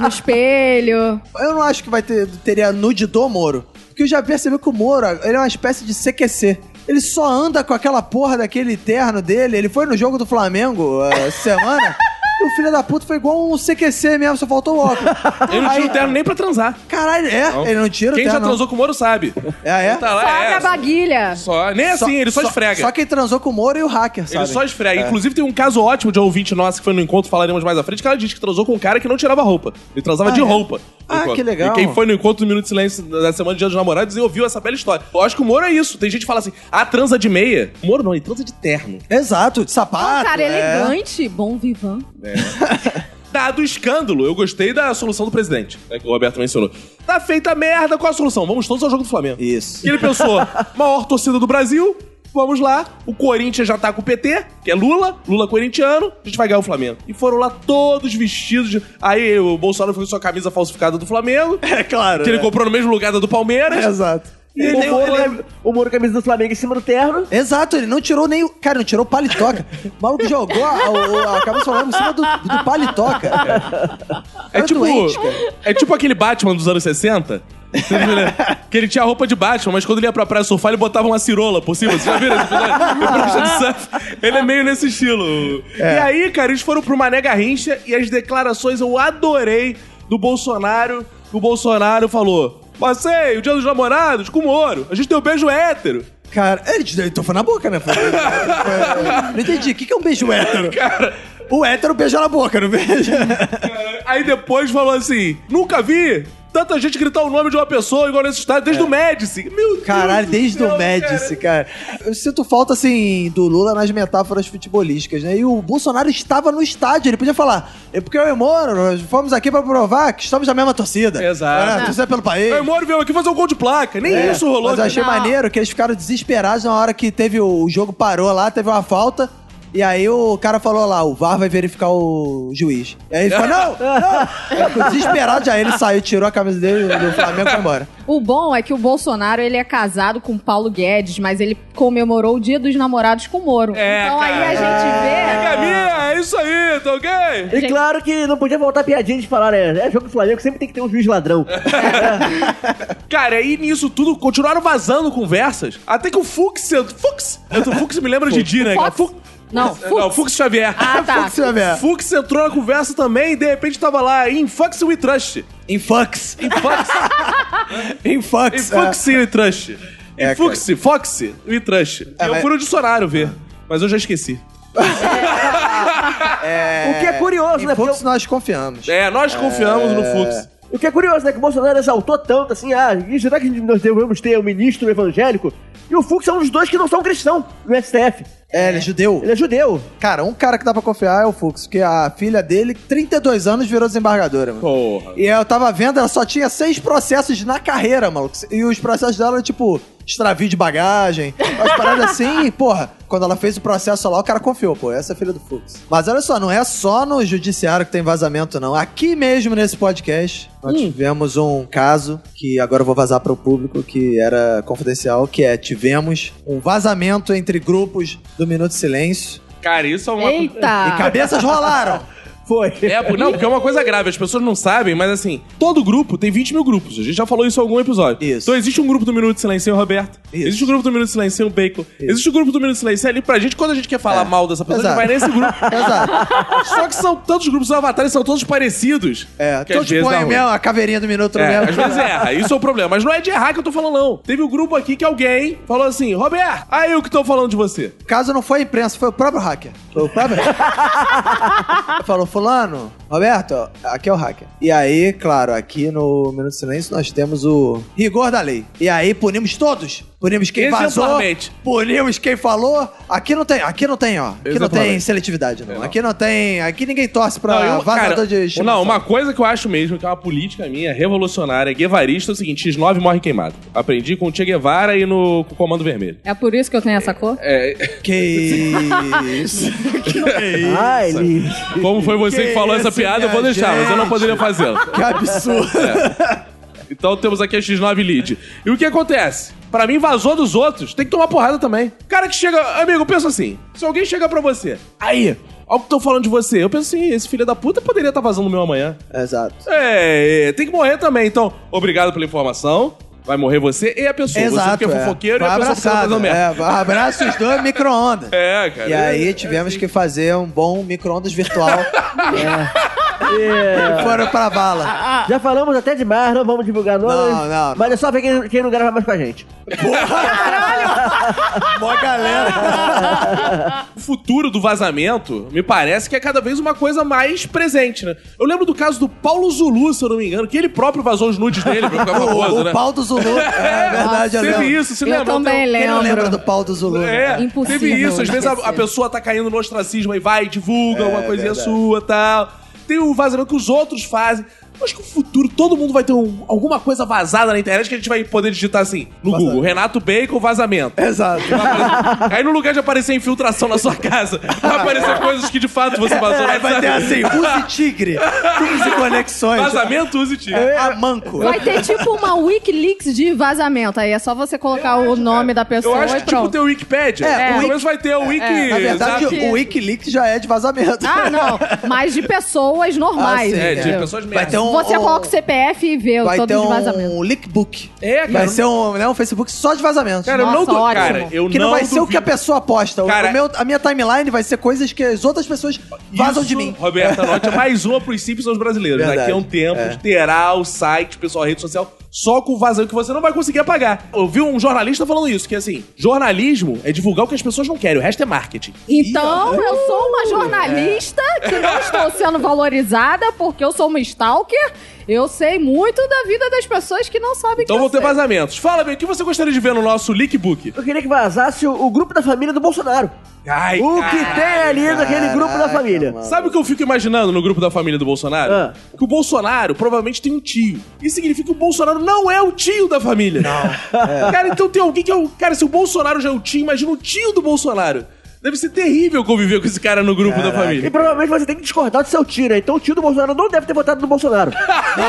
Speaker 5: no espelho.
Speaker 4: Eu não acho que vai ter teria nude do Moro. Porque eu já percebi que o Moro, ele é uma espécie de CQC. Ele só anda com aquela porra daquele terno dele. Ele foi no jogo do Flamengo eh, semana. e o filho da puta foi igual um CQC mesmo, só faltou o óculos.
Speaker 2: Ele não tira o terno nem pra transar.
Speaker 4: Caralho, é?
Speaker 2: Não.
Speaker 4: Ele não tira o
Speaker 2: Quem
Speaker 4: terno.
Speaker 2: já transou com o Moro sabe.
Speaker 4: não. É, é?
Speaker 2: Ele Tá lá,
Speaker 5: Só abre
Speaker 2: é,
Speaker 5: a baguilha.
Speaker 2: só- Nem assim, ele só, esfrega.
Speaker 4: Só quem transou com o Moro e o hacker,
Speaker 2: Ele
Speaker 4: sabe? É.
Speaker 2: só esfrega. Inclusive, tem um caso ótimo de um ouvinte nosso que foi no encontro, falaremos mais à frente, que ela disse que transou com um cara que não tirava roupa. Ele transava
Speaker 4: Ah,
Speaker 2: de
Speaker 4: é?
Speaker 2: roupa.
Speaker 4: Ah,
Speaker 2: Enquanto.
Speaker 4: que legal.
Speaker 2: E quem foi no encontro do Minuto de Silêncio da semana de Dia dos Namorados e ouviu essa bela história. Eu acho que o Moro é isso. Tem gente que fala assim, ah, transa de meia. O Moro não, ele transa de terno.
Speaker 4: Exato, de
Speaker 5: É um
Speaker 4: sapato.
Speaker 5: cara
Speaker 4: é.
Speaker 5: elegante, bom vivan.
Speaker 2: Dado o escândalo, eu gostei da solução do presidente, né, que o Roberto mencionou. Tá feita a merda, qual a solução? Vamos todos ao jogo do Flamengo.
Speaker 4: Isso.
Speaker 2: Que ele pensou, maior torcida do Brasil, vamos lá, o Corinthians já tá com o PT, que é Lula, Lula corintiano, a gente vai ganhar o Flamengo. E foram lá todos vestidos, de- aí o Bolsonaro foi com sua camisa falsificada do Flamengo,
Speaker 4: É claro.
Speaker 2: que ele
Speaker 4: né? É,
Speaker 2: comprou no mesmo lugar da do Palmeiras.
Speaker 4: Exato.
Speaker 3: E o, Moro, o Moro camisa do Flamengo em cima do terno.
Speaker 4: Exato, ele não tirou nem o. Cara, não tirou o palitoca. O maluco jogou a, a, a cabeça do Flamengo em cima do, do palitoca.
Speaker 2: É
Speaker 4: Era
Speaker 2: tipo,
Speaker 4: doente, cara.
Speaker 2: é tipo aquele Batman dos anos 60. Vocês viram? que ele tinha a roupa de Batman, mas quando ele ia pra praia surfar, ele botava uma cirola por cima. Vocês já viram esse episódio? O prancha de surf. Ele é meio nesse estilo.
Speaker 4: É.
Speaker 2: E aí, cara, eles foram pro Mané Garrincha e as declarações eu adorei do Bolsonaro. O Bolsonaro falou: Passei o dia dos namorados com o Moro. A gente tem um beijo hétero.
Speaker 4: Cara, ele, ele tofou na boca, né? Foi- foi- foi- não entendi. O que que é um beijo hétero?
Speaker 2: Cara,
Speaker 4: O hétero beija na boca, não beija?
Speaker 2: É, Aí depois falou assim: nunca vi tanta gente gritar o nome de uma pessoa igual nesse estado, desde o Médici. Meu Deus
Speaker 4: É. Caralho,
Speaker 2: do
Speaker 4: desde
Speaker 2: céu,
Speaker 4: o Médici, cara. Eu sinto falta, assim, do Lula nas metáforas futebolísticas, né? E o Bolsonaro estava no estádio, ele podia falar, é porque eu e o Moro, nós fomos aqui pra provar que estamos na mesma torcida.
Speaker 2: Exato.
Speaker 4: É, torcida pelo país.
Speaker 2: Aí o Moro veio aqui fazer um gol de placa. Nem
Speaker 4: É,
Speaker 2: isso rolou.
Speaker 4: Mas eu achei
Speaker 5: Não.
Speaker 4: maneiro que eles ficaram desesperados na hora que teve o, o jogo parou lá, teve uma falta. E aí o cara falou lá, o VAR vai verificar o juiz. E aí ele falou, não, não. Ele ficou desesperado, já ele saiu, tirou a camisa dele do Flamengo e foi embora.
Speaker 5: O bom é que o Bolsonaro ele é casado com o Paulo Guedes, mas ele comemorou o Dia dos Namorados com o Moro.
Speaker 2: É,
Speaker 5: então aí
Speaker 2: cara.
Speaker 5: a gente vê.
Speaker 2: Pega a minha, é isso aí, tá ok?
Speaker 3: E
Speaker 5: Gente.
Speaker 3: claro que não podia voltar a piadinha de falar, né? É jogo do Flamengo, sempre tem que ter um juiz ladrão.
Speaker 2: Cara, aí nisso tudo continuaram vazando conversas. Até que o Fux. Fux! O Fux me lembra de Didi, né? cara?
Speaker 5: Fox? Não,
Speaker 2: Fux. Não, Fux Xavier.
Speaker 5: Ah, tá.
Speaker 4: Fux, Xavier.
Speaker 2: Fux entrou na conversa também e de repente tava lá em Fux We Trust.
Speaker 4: Em Fux.
Speaker 2: Em Fux.
Speaker 4: Em
Speaker 2: E
Speaker 4: Fux. é.
Speaker 2: Foxy e Trush.
Speaker 4: É,
Speaker 2: E Foxy, Foxy e Trush.
Speaker 4: É,
Speaker 2: eu
Speaker 4: mas-
Speaker 2: fui no dicionário ver, mas eu já esqueci.
Speaker 3: O que é curioso, né?
Speaker 4: Em
Speaker 3: Porque
Speaker 4: Fux nós confiamos.
Speaker 2: É, nós confiamos no Fux.
Speaker 3: O que é curioso, né? Que o Bolsonaro exaltou tanto assim, ah, e será que nós devemos ter um ministro evangélico? E o Fux é um dos dois que não são cristão no STF.
Speaker 4: É, ele é judeu.
Speaker 3: Ele é judeu.
Speaker 4: Cara, um cara que dá pra confiar é o Fux, porque a filha dele, 32 anos, virou desembargadora, mano.
Speaker 2: Porra.
Speaker 4: E eu tava vendo, ela só tinha seis processos na carreira, maluco. E os processos dela eram tipo extravio de bagagem, umas paradas assim. E, porra, quando ela fez o processo lá, o cara confiou, pô, essa é a filha do Fux. Mas olha só, não é só no judiciário que tem vazamento, não. Aqui mesmo nesse podcast, nós
Speaker 2: Hum.
Speaker 4: tivemos um caso que agora eu vou vazar pro público, que era confidencial, que é: tivemos um vazamento entre grupos do Minuto de Silêncio
Speaker 2: Cara, isso é uma.
Speaker 4: e
Speaker 5: Eita!
Speaker 4: cabeças rolaram.
Speaker 3: Foi.
Speaker 2: É, pô, não, porque é uma coisa grave, as pessoas não sabem, mas assim, todo grupo tem 20 mil grupos. A gente já falou isso em algum episódio.
Speaker 4: Isso.
Speaker 2: Então existe um grupo do Minuto de Silêncio, o Roberto.
Speaker 4: Isso.
Speaker 2: Existe um grupo do Minuto de Silêncio, o Bacon. Existe um grupo do Minuto de Silêncio ali pra gente, quando a gente quer falar
Speaker 4: É.
Speaker 2: mal dessa pessoa,
Speaker 4: Exato.
Speaker 2: a gente vai nesse grupo.
Speaker 4: Exato.
Speaker 2: Só que são tantos grupos, são avatares, são todos parecidos.
Speaker 4: É,
Speaker 2: que
Speaker 4: tu
Speaker 2: às vezes dá
Speaker 4: põe
Speaker 2: ruim.
Speaker 4: mesmo a caveirinha do minuto
Speaker 2: É,
Speaker 4: mesmo.
Speaker 2: às vezes erra, isso é o problema. Mas não é de errar que eu tô falando, não. Teve um grupo aqui que alguém falou assim: Roberto, aí eu que tô falando de você.
Speaker 4: O caso não foi a imprensa, foi o próprio hacker. Foi o próprio hacker. Falou, fulano, Roberto, aqui é o hacker. E aí, claro, aqui no Minuto de Silêncio nós temos o rigor da lei. E aí punimos todos. Punimos quem vazou,
Speaker 2: Exemplarmente.
Speaker 4: punimos quem falou. Aqui não tem, aqui não tem, ó. Aqui não tem
Speaker 2: Exemplarmente.
Speaker 4: seletividade, não.
Speaker 2: É, não.
Speaker 4: Aqui não tem, aqui ninguém torce pra
Speaker 2: eu-
Speaker 4: vazador de estimação.
Speaker 2: não, uma coisa que eu acho mesmo, que é uma política minha, revolucionária, guevarista, é o seguinte: X9 morre queimado. Aprendi com o Che Guevara e no com o Comando Vermelho.
Speaker 5: É por isso que eu tenho essa cor?
Speaker 2: É,
Speaker 4: Que isso.
Speaker 3: Ai, ele...
Speaker 2: como foi você que,
Speaker 4: Que
Speaker 2: falou essa
Speaker 4: isso,
Speaker 2: piada, eu vou
Speaker 4: minha
Speaker 2: deixar, mas eu não
Speaker 4: gente.
Speaker 2: poderia fazê-la.
Speaker 4: que absurdo.
Speaker 2: Então temos aqui a X9 Lead. E o que acontece? Pra mim, vazou dos outros, tem que tomar porrada também. Cara que chega. Amigo, pensa assim: se alguém chega pra você, aí, olha o que tô falando de você, eu penso assim, esse filho da puta poderia estar vazando meu amanhã.
Speaker 4: Exato.
Speaker 2: É, é, tem que morrer também. Então, obrigado pela informação. Vai morrer você e a pessoa. você porque é fofoqueiro e a
Speaker 4: Vai
Speaker 2: pessoa porque tá
Speaker 4: abraçado,
Speaker 2: fazendo merda.
Speaker 4: é, vai- abraça os dois micro-ondas.
Speaker 2: É, assim. cara.
Speaker 4: E aí tivemos que fazer um bom micro-ondas virtual.
Speaker 3: É.
Speaker 4: e foram pra bala.
Speaker 3: Já falamos até demais, não vamos divulgar nomes.
Speaker 4: Não, não.
Speaker 3: Mas é só ver quem, quem não grava mais com a gente.
Speaker 4: Mó galera.
Speaker 2: o futuro do vazamento me parece que é cada vez uma coisa mais presente, né? Eu lembro do caso do Paulo Zulu, se eu não me engano, que ele próprio vazou os nudes dele pra ficar famoso,
Speaker 4: O,
Speaker 2: né?
Speaker 4: o pau do Zulu. É verdade, eu
Speaker 2: Teve
Speaker 4: lembro.
Speaker 2: isso, se
Speaker 5: Eu
Speaker 2: lembra?
Speaker 5: também
Speaker 2: Tem-
Speaker 4: Quem não lembra
Speaker 5: lembro.
Speaker 4: do pau do Zulu? né?
Speaker 2: É,
Speaker 5: Impossível
Speaker 2: teve isso. Às vezes a,
Speaker 5: esquecer.
Speaker 4: É,
Speaker 2: a pessoa tá caindo no ostracismo e vai, divulga uma coisinha sua e tal. tem o vazamento que os outros fazem. Eu acho que no futuro todo mundo vai ter um- alguma coisa vazada na internet que a gente vai poder digitar assim, no
Speaker 4: Vazamento.
Speaker 2: Google, Renato Bacon vazamento.
Speaker 4: Exato.
Speaker 2: Aí no lugar de aparecer infiltração na sua casa, vai aparecer coisas que de fato você vazou.
Speaker 4: Aí vai ter assim, use tigre, 15 conexões. É,
Speaker 2: Vazamento, use tiro.
Speaker 5: É,
Speaker 4: A manco.
Speaker 5: Vai ter tipo uma Wikileaks de vazamento. Aí é só você colocar o nome da
Speaker 2: Eu
Speaker 5: pessoa
Speaker 2: acho
Speaker 5: e
Speaker 2: que tipo
Speaker 5: é pronto.
Speaker 2: tem o Wikipedia.
Speaker 4: É,
Speaker 2: Pelo
Speaker 4: o
Speaker 2: menos vai ter o Wiki.
Speaker 4: Na verdade,
Speaker 2: sabe?
Speaker 4: o Wikileaks já é de vazamento.
Speaker 5: Ah, não. Mas de pessoas normais.
Speaker 4: Ah, sim,
Speaker 2: é, de
Speaker 5: entendeu?
Speaker 2: pessoas
Speaker 4: Vai ter
Speaker 2: merda.
Speaker 4: um,
Speaker 5: Você é
Speaker 4: um-
Speaker 5: coloca o CPF e vê
Speaker 4: vai
Speaker 5: todo
Speaker 4: ter
Speaker 5: o vazamento.
Speaker 4: um leakbook.
Speaker 2: É, cara.
Speaker 4: Vai
Speaker 2: não-
Speaker 4: ser um, né, um Facebook só de vazamento.
Speaker 2: Cara, eu
Speaker 5: Nossa,
Speaker 2: não dou.
Speaker 5: ótimo.
Speaker 2: Cara, eu
Speaker 4: que não, vai ser o que a
Speaker 2: duvido.
Speaker 4: pessoa posta. O-
Speaker 2: Cara-
Speaker 4: o meu- a minha timeline vai ser coisas que as outras pessoas vazam
Speaker 2: Isso,
Speaker 4: de mim.
Speaker 2: Roberta Norte, é mais uma pros Simpsons brasileiros.
Speaker 4: Verdade. É.
Speaker 2: Daqui a um tempo terá o site, pessoal, a rede social, só com vazão que você não vai conseguir apagar. Eu vi um jornalista falando isso, que assim, jornalismo é divulgar o que as pessoas não querem, o resto é marketing.
Speaker 5: Então, eu sou uma jornalista
Speaker 4: é.
Speaker 5: que não estou sendo valorizada porque eu sou uma stalker. Eu sei muito da vida das pessoas que não sabem
Speaker 2: Então
Speaker 5: que
Speaker 2: vão
Speaker 5: eu
Speaker 2: ter
Speaker 5: sei.
Speaker 2: vazamentos. Fala, bem, o que você gostaria de ver no nosso Leakbook?
Speaker 3: Eu queria que vazasse o, o grupo da família do Bolsonaro.
Speaker 2: Ai,
Speaker 3: O que
Speaker 2: cara.
Speaker 3: tem ali naquele grupo da
Speaker 4: Caraca,
Speaker 3: família.
Speaker 4: mano.
Speaker 2: Sabe o que eu fico imaginando no grupo da família do Bolsonaro?
Speaker 3: Ah.
Speaker 2: Que o Bolsonaro provavelmente tem um tio. Isso significa que o Bolsonaro não é o tio da família. Não. Cara, então tem alguém que é o. Cara, se o Bolsonaro já é o tio, imagina o tio do Bolsonaro. Deve ser terrível conviver com esse cara no grupo da
Speaker 3: E
Speaker 2: família.
Speaker 3: provavelmente você tem que discordar do seu tio, né? Então o tio do Bolsonaro não deve ter votado no Bolsonaro.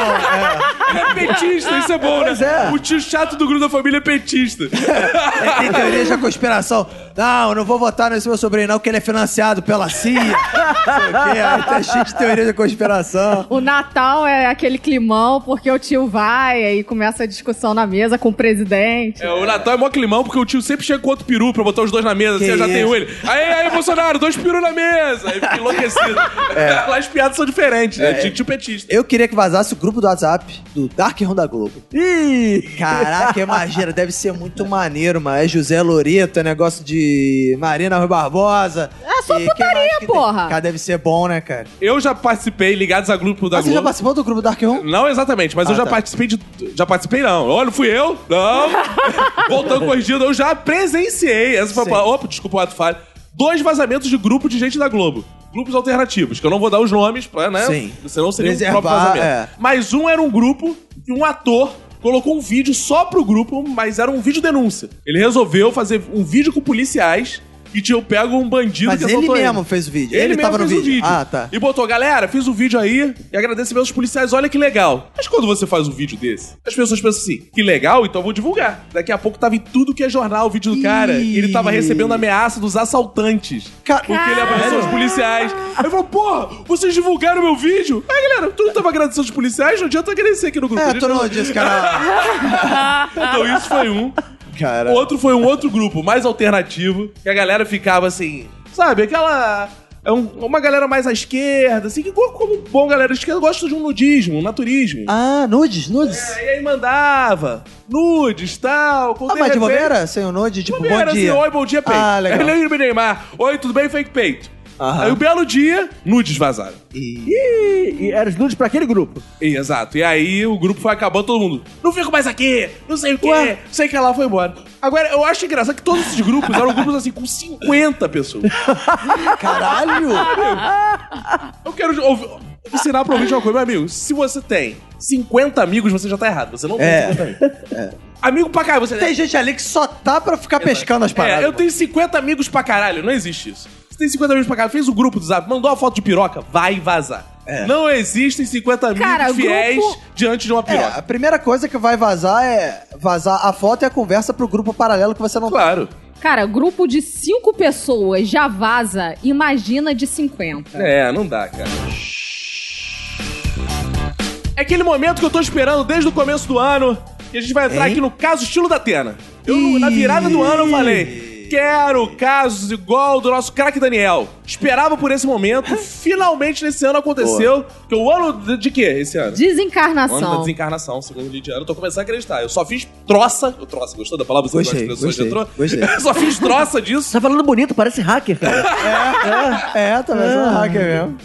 Speaker 2: Ele é petista, isso é bom, né?
Speaker 3: Pois é.
Speaker 2: O tio chato do grupo da família é petista.
Speaker 4: É, tem teoria da conspiração. Não, eu não vou votar nesse meu sobrinho, não, porque ele é financiado pela CIA. Não sei o quê. Aí tá cheio de teoria da conspiração.
Speaker 5: O Natal é aquele climão porque o tio vai aí começa a discussão na mesa com o presidente.
Speaker 2: É, o Natal é mó climão porque o tio sempre chega com outro peru pra botar os dois na mesa.
Speaker 4: Que
Speaker 2: Você já
Speaker 4: isso?
Speaker 2: tem um ele. Aí, aí, Bolsonaro, dois peru na mesa. Aí fica enlouquecido.
Speaker 4: É.
Speaker 2: Lá as piadas são diferentes, né? Tio, tio petista.
Speaker 4: Eu queria que vazasse o grupo do WhatsApp do Dark Room da Globo.
Speaker 3: Ih!
Speaker 4: Caraca, imagina, deve ser muito maneiro, mano. É José Loreto, é negócio de Marina Rui Barbosa.
Speaker 5: É só
Speaker 4: E quem mais
Speaker 5: putaria,
Speaker 4: que tem?
Speaker 5: porra.
Speaker 4: Cara, deve ser bom, né, cara?
Speaker 2: Eu já participei, ligados a grupo da
Speaker 4: Ah, você já
Speaker 2: Globo.
Speaker 4: participou do grupo Dark Room?
Speaker 2: Não exatamente, mas
Speaker 4: Ah,
Speaker 2: eu já
Speaker 4: tá.
Speaker 2: participei de. Já participei, não. Olha, não fui eu. Não. Voltando corrigido, eu já presenciei. Essa foi a
Speaker 4: Sim.
Speaker 2: palavra- Opa, desculpa o ato falho. Dois vazamentos de grupo de gente da Globo. Grupos alternativos, que eu não vou dar os nomes, pra, né?
Speaker 4: Sim.
Speaker 2: Senão seria um
Speaker 4: Preservar,
Speaker 2: próprio vazamento.
Speaker 4: é.
Speaker 2: Mas um era um grupo e um ator colocou um vídeo só pro grupo, mas era um vídeo denúncia. Ele resolveu fazer um vídeo com policiais e tinha eu pego um bandido
Speaker 4: Mas
Speaker 2: que
Speaker 4: ele
Speaker 2: assaltou
Speaker 4: mesmo fez o vídeo.
Speaker 2: ele,
Speaker 4: Ele,
Speaker 2: mesmo
Speaker 4: tava no
Speaker 2: fez
Speaker 4: vídeo.
Speaker 2: o vídeo.
Speaker 4: Ah, tá.
Speaker 2: E botou, galera, fiz o vídeo aí e agradecimento aos policiais, olha que legal. Mas quando você faz um vídeo desse, as pessoas pensam assim, que legal, então eu vou divulgar. Daqui a pouco tava em tudo que é jornal o vídeo do cara.
Speaker 4: Ih.
Speaker 2: E ele tava recebendo ameaça dos assaltantes.
Speaker 4: Ca-
Speaker 2: Porque ele abraçou os policiais. Aí ele falou, porra, vocês divulgaram meu vídeo? Aí, galera, tu não tava agradecendo os policiais? Não adianta agradecer aqui no grupo. A
Speaker 4: É,
Speaker 2: gente
Speaker 4: tu
Speaker 2: não-
Speaker 4: não disse, cara.
Speaker 2: Então isso foi um.
Speaker 4: cara.
Speaker 2: Outro foi um outro grupo mais alternativo, que a galera ficava assim, sabe, aquela. É um- uma galera mais à esquerda, assim, que igual como bom galera de esquerda gosta de um nudismo, um naturismo.
Speaker 4: Ah, nudes, nudes.
Speaker 2: É, e aí mandava nudes, tal. Quando
Speaker 4: Ah, mas de
Speaker 2: repente-
Speaker 4: bobeira? Sem o nude? Tipo,
Speaker 2: Bobeira,
Speaker 4: bom
Speaker 2: assim,
Speaker 4: dia.
Speaker 2: oi, bom dia, peito.
Speaker 4: Ah, legal.
Speaker 2: Aí lembra do Neymar, oi, tudo bem, fake peito.
Speaker 4: Aham.
Speaker 2: Aí um belo dia, nudes vazaram.
Speaker 4: Ih,
Speaker 3: E, e eram os nudes pra aquele grupo.
Speaker 2: E- Exato. E aí o grupo foi acabando, todo mundo. Não fico mais aqui, não sei o quê,
Speaker 4: Ué.
Speaker 2: não sei o que lá, foi embora. Agora, eu acho engraçado que todos esses grupos eram grupos assim com 50 pessoas.
Speaker 4: Caralho!
Speaker 2: Eu quero ouvir- ensinar pra ouvinte uma coisa, meu amigo. Se você tem 50 amigos, você já tá errado. Você não tem
Speaker 4: É.
Speaker 2: 50 amigos. Amigo pra caralho, você
Speaker 4: Tem gente ali que só tá pra ficar pescando as paradas.
Speaker 2: É, eu tenho 50 amigos pra caralho. Não existe isso. Você tem 50 amigos pra caralho, fez o grupo do zap, mandou uma foto de piroca, vai vazar.
Speaker 4: É.
Speaker 2: Não existem 50 amigos
Speaker 5: Cara,
Speaker 2: fiéis
Speaker 5: grupo-
Speaker 2: diante de uma
Speaker 4: É,
Speaker 2: piroca.
Speaker 4: a primeira coisa que vai vazar é vazar a foto e a conversa pro grupo paralelo que você não tá.
Speaker 2: Claro.
Speaker 5: Cara, grupo de cinco pessoas já vaza, imagina de 50.
Speaker 2: É, não dá, cara. É aquele momento que eu tô esperando desde o começo do ano, que a gente vai entrar
Speaker 4: Hein?
Speaker 2: aqui no caso estilo da Atena. Eu, no- na virada do ano, eu falei: quero casos igual ao do nosso craque Daniel. Esperava por esse momento, finalmente nesse ano aconteceu. Que o ano de, de quê esse ano? O ano da
Speaker 5: Desencarnação.
Speaker 2: desencarnação, segundo o Lidiano. Eu tô começando a acreditar. Eu só fiz troça. Eu troça, gostou da palavra? Você gosta
Speaker 4: Gostei,
Speaker 2: de pessoas de
Speaker 4: gostei,
Speaker 2: troça?
Speaker 4: gostei.
Speaker 2: Eu só fiz troça disso.
Speaker 3: Você tá falando bonito, parece hacker, cara.
Speaker 4: É, também sou um
Speaker 2: Ah.
Speaker 4: hacker mesmo.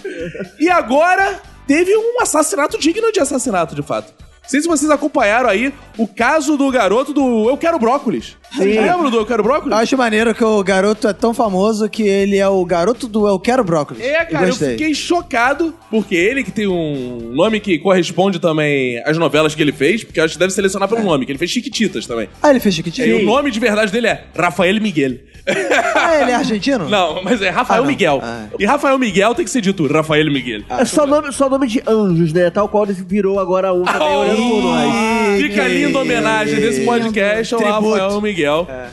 Speaker 2: E agora teve um assassinato digno de assassinato, de fato. Não sei se vocês acompanharam aí o caso do garoto do Eu Quero Brócolis. Vocês lembram do Eu Quero Brócolis?
Speaker 4: Eu acho maneiro que o garoto é tão famoso que ele é o garoto do Eu Quero Brócolis.
Speaker 2: É, cara, eu,
Speaker 4: gostei.
Speaker 2: fiquei chocado, porque ele que tem um nome que corresponde também às novelas que ele fez, porque eu acho que deve selecionar
Speaker 4: É.
Speaker 2: pelo nome, que ele fez Chiquititas também.
Speaker 4: Ah, ele fez
Speaker 2: E o
Speaker 4: Chiquititas?
Speaker 2: nome de verdade dele é Rafael Miguel.
Speaker 4: Ah, ele é argentino?
Speaker 2: Não, mas é Rafael
Speaker 4: Ah, não.
Speaker 2: Miguel.
Speaker 4: Ah.
Speaker 2: E Rafael Miguel tem que ser dito Rafael Miguel.
Speaker 3: É só nome, só nome de anjos, né? Tal qual ele virou agora um também olhando por nós.
Speaker 4: nós.
Speaker 2: Fica a linda homenagem desse podcast ao
Speaker 4: Tributo.
Speaker 2: Rafael Miguel. Né?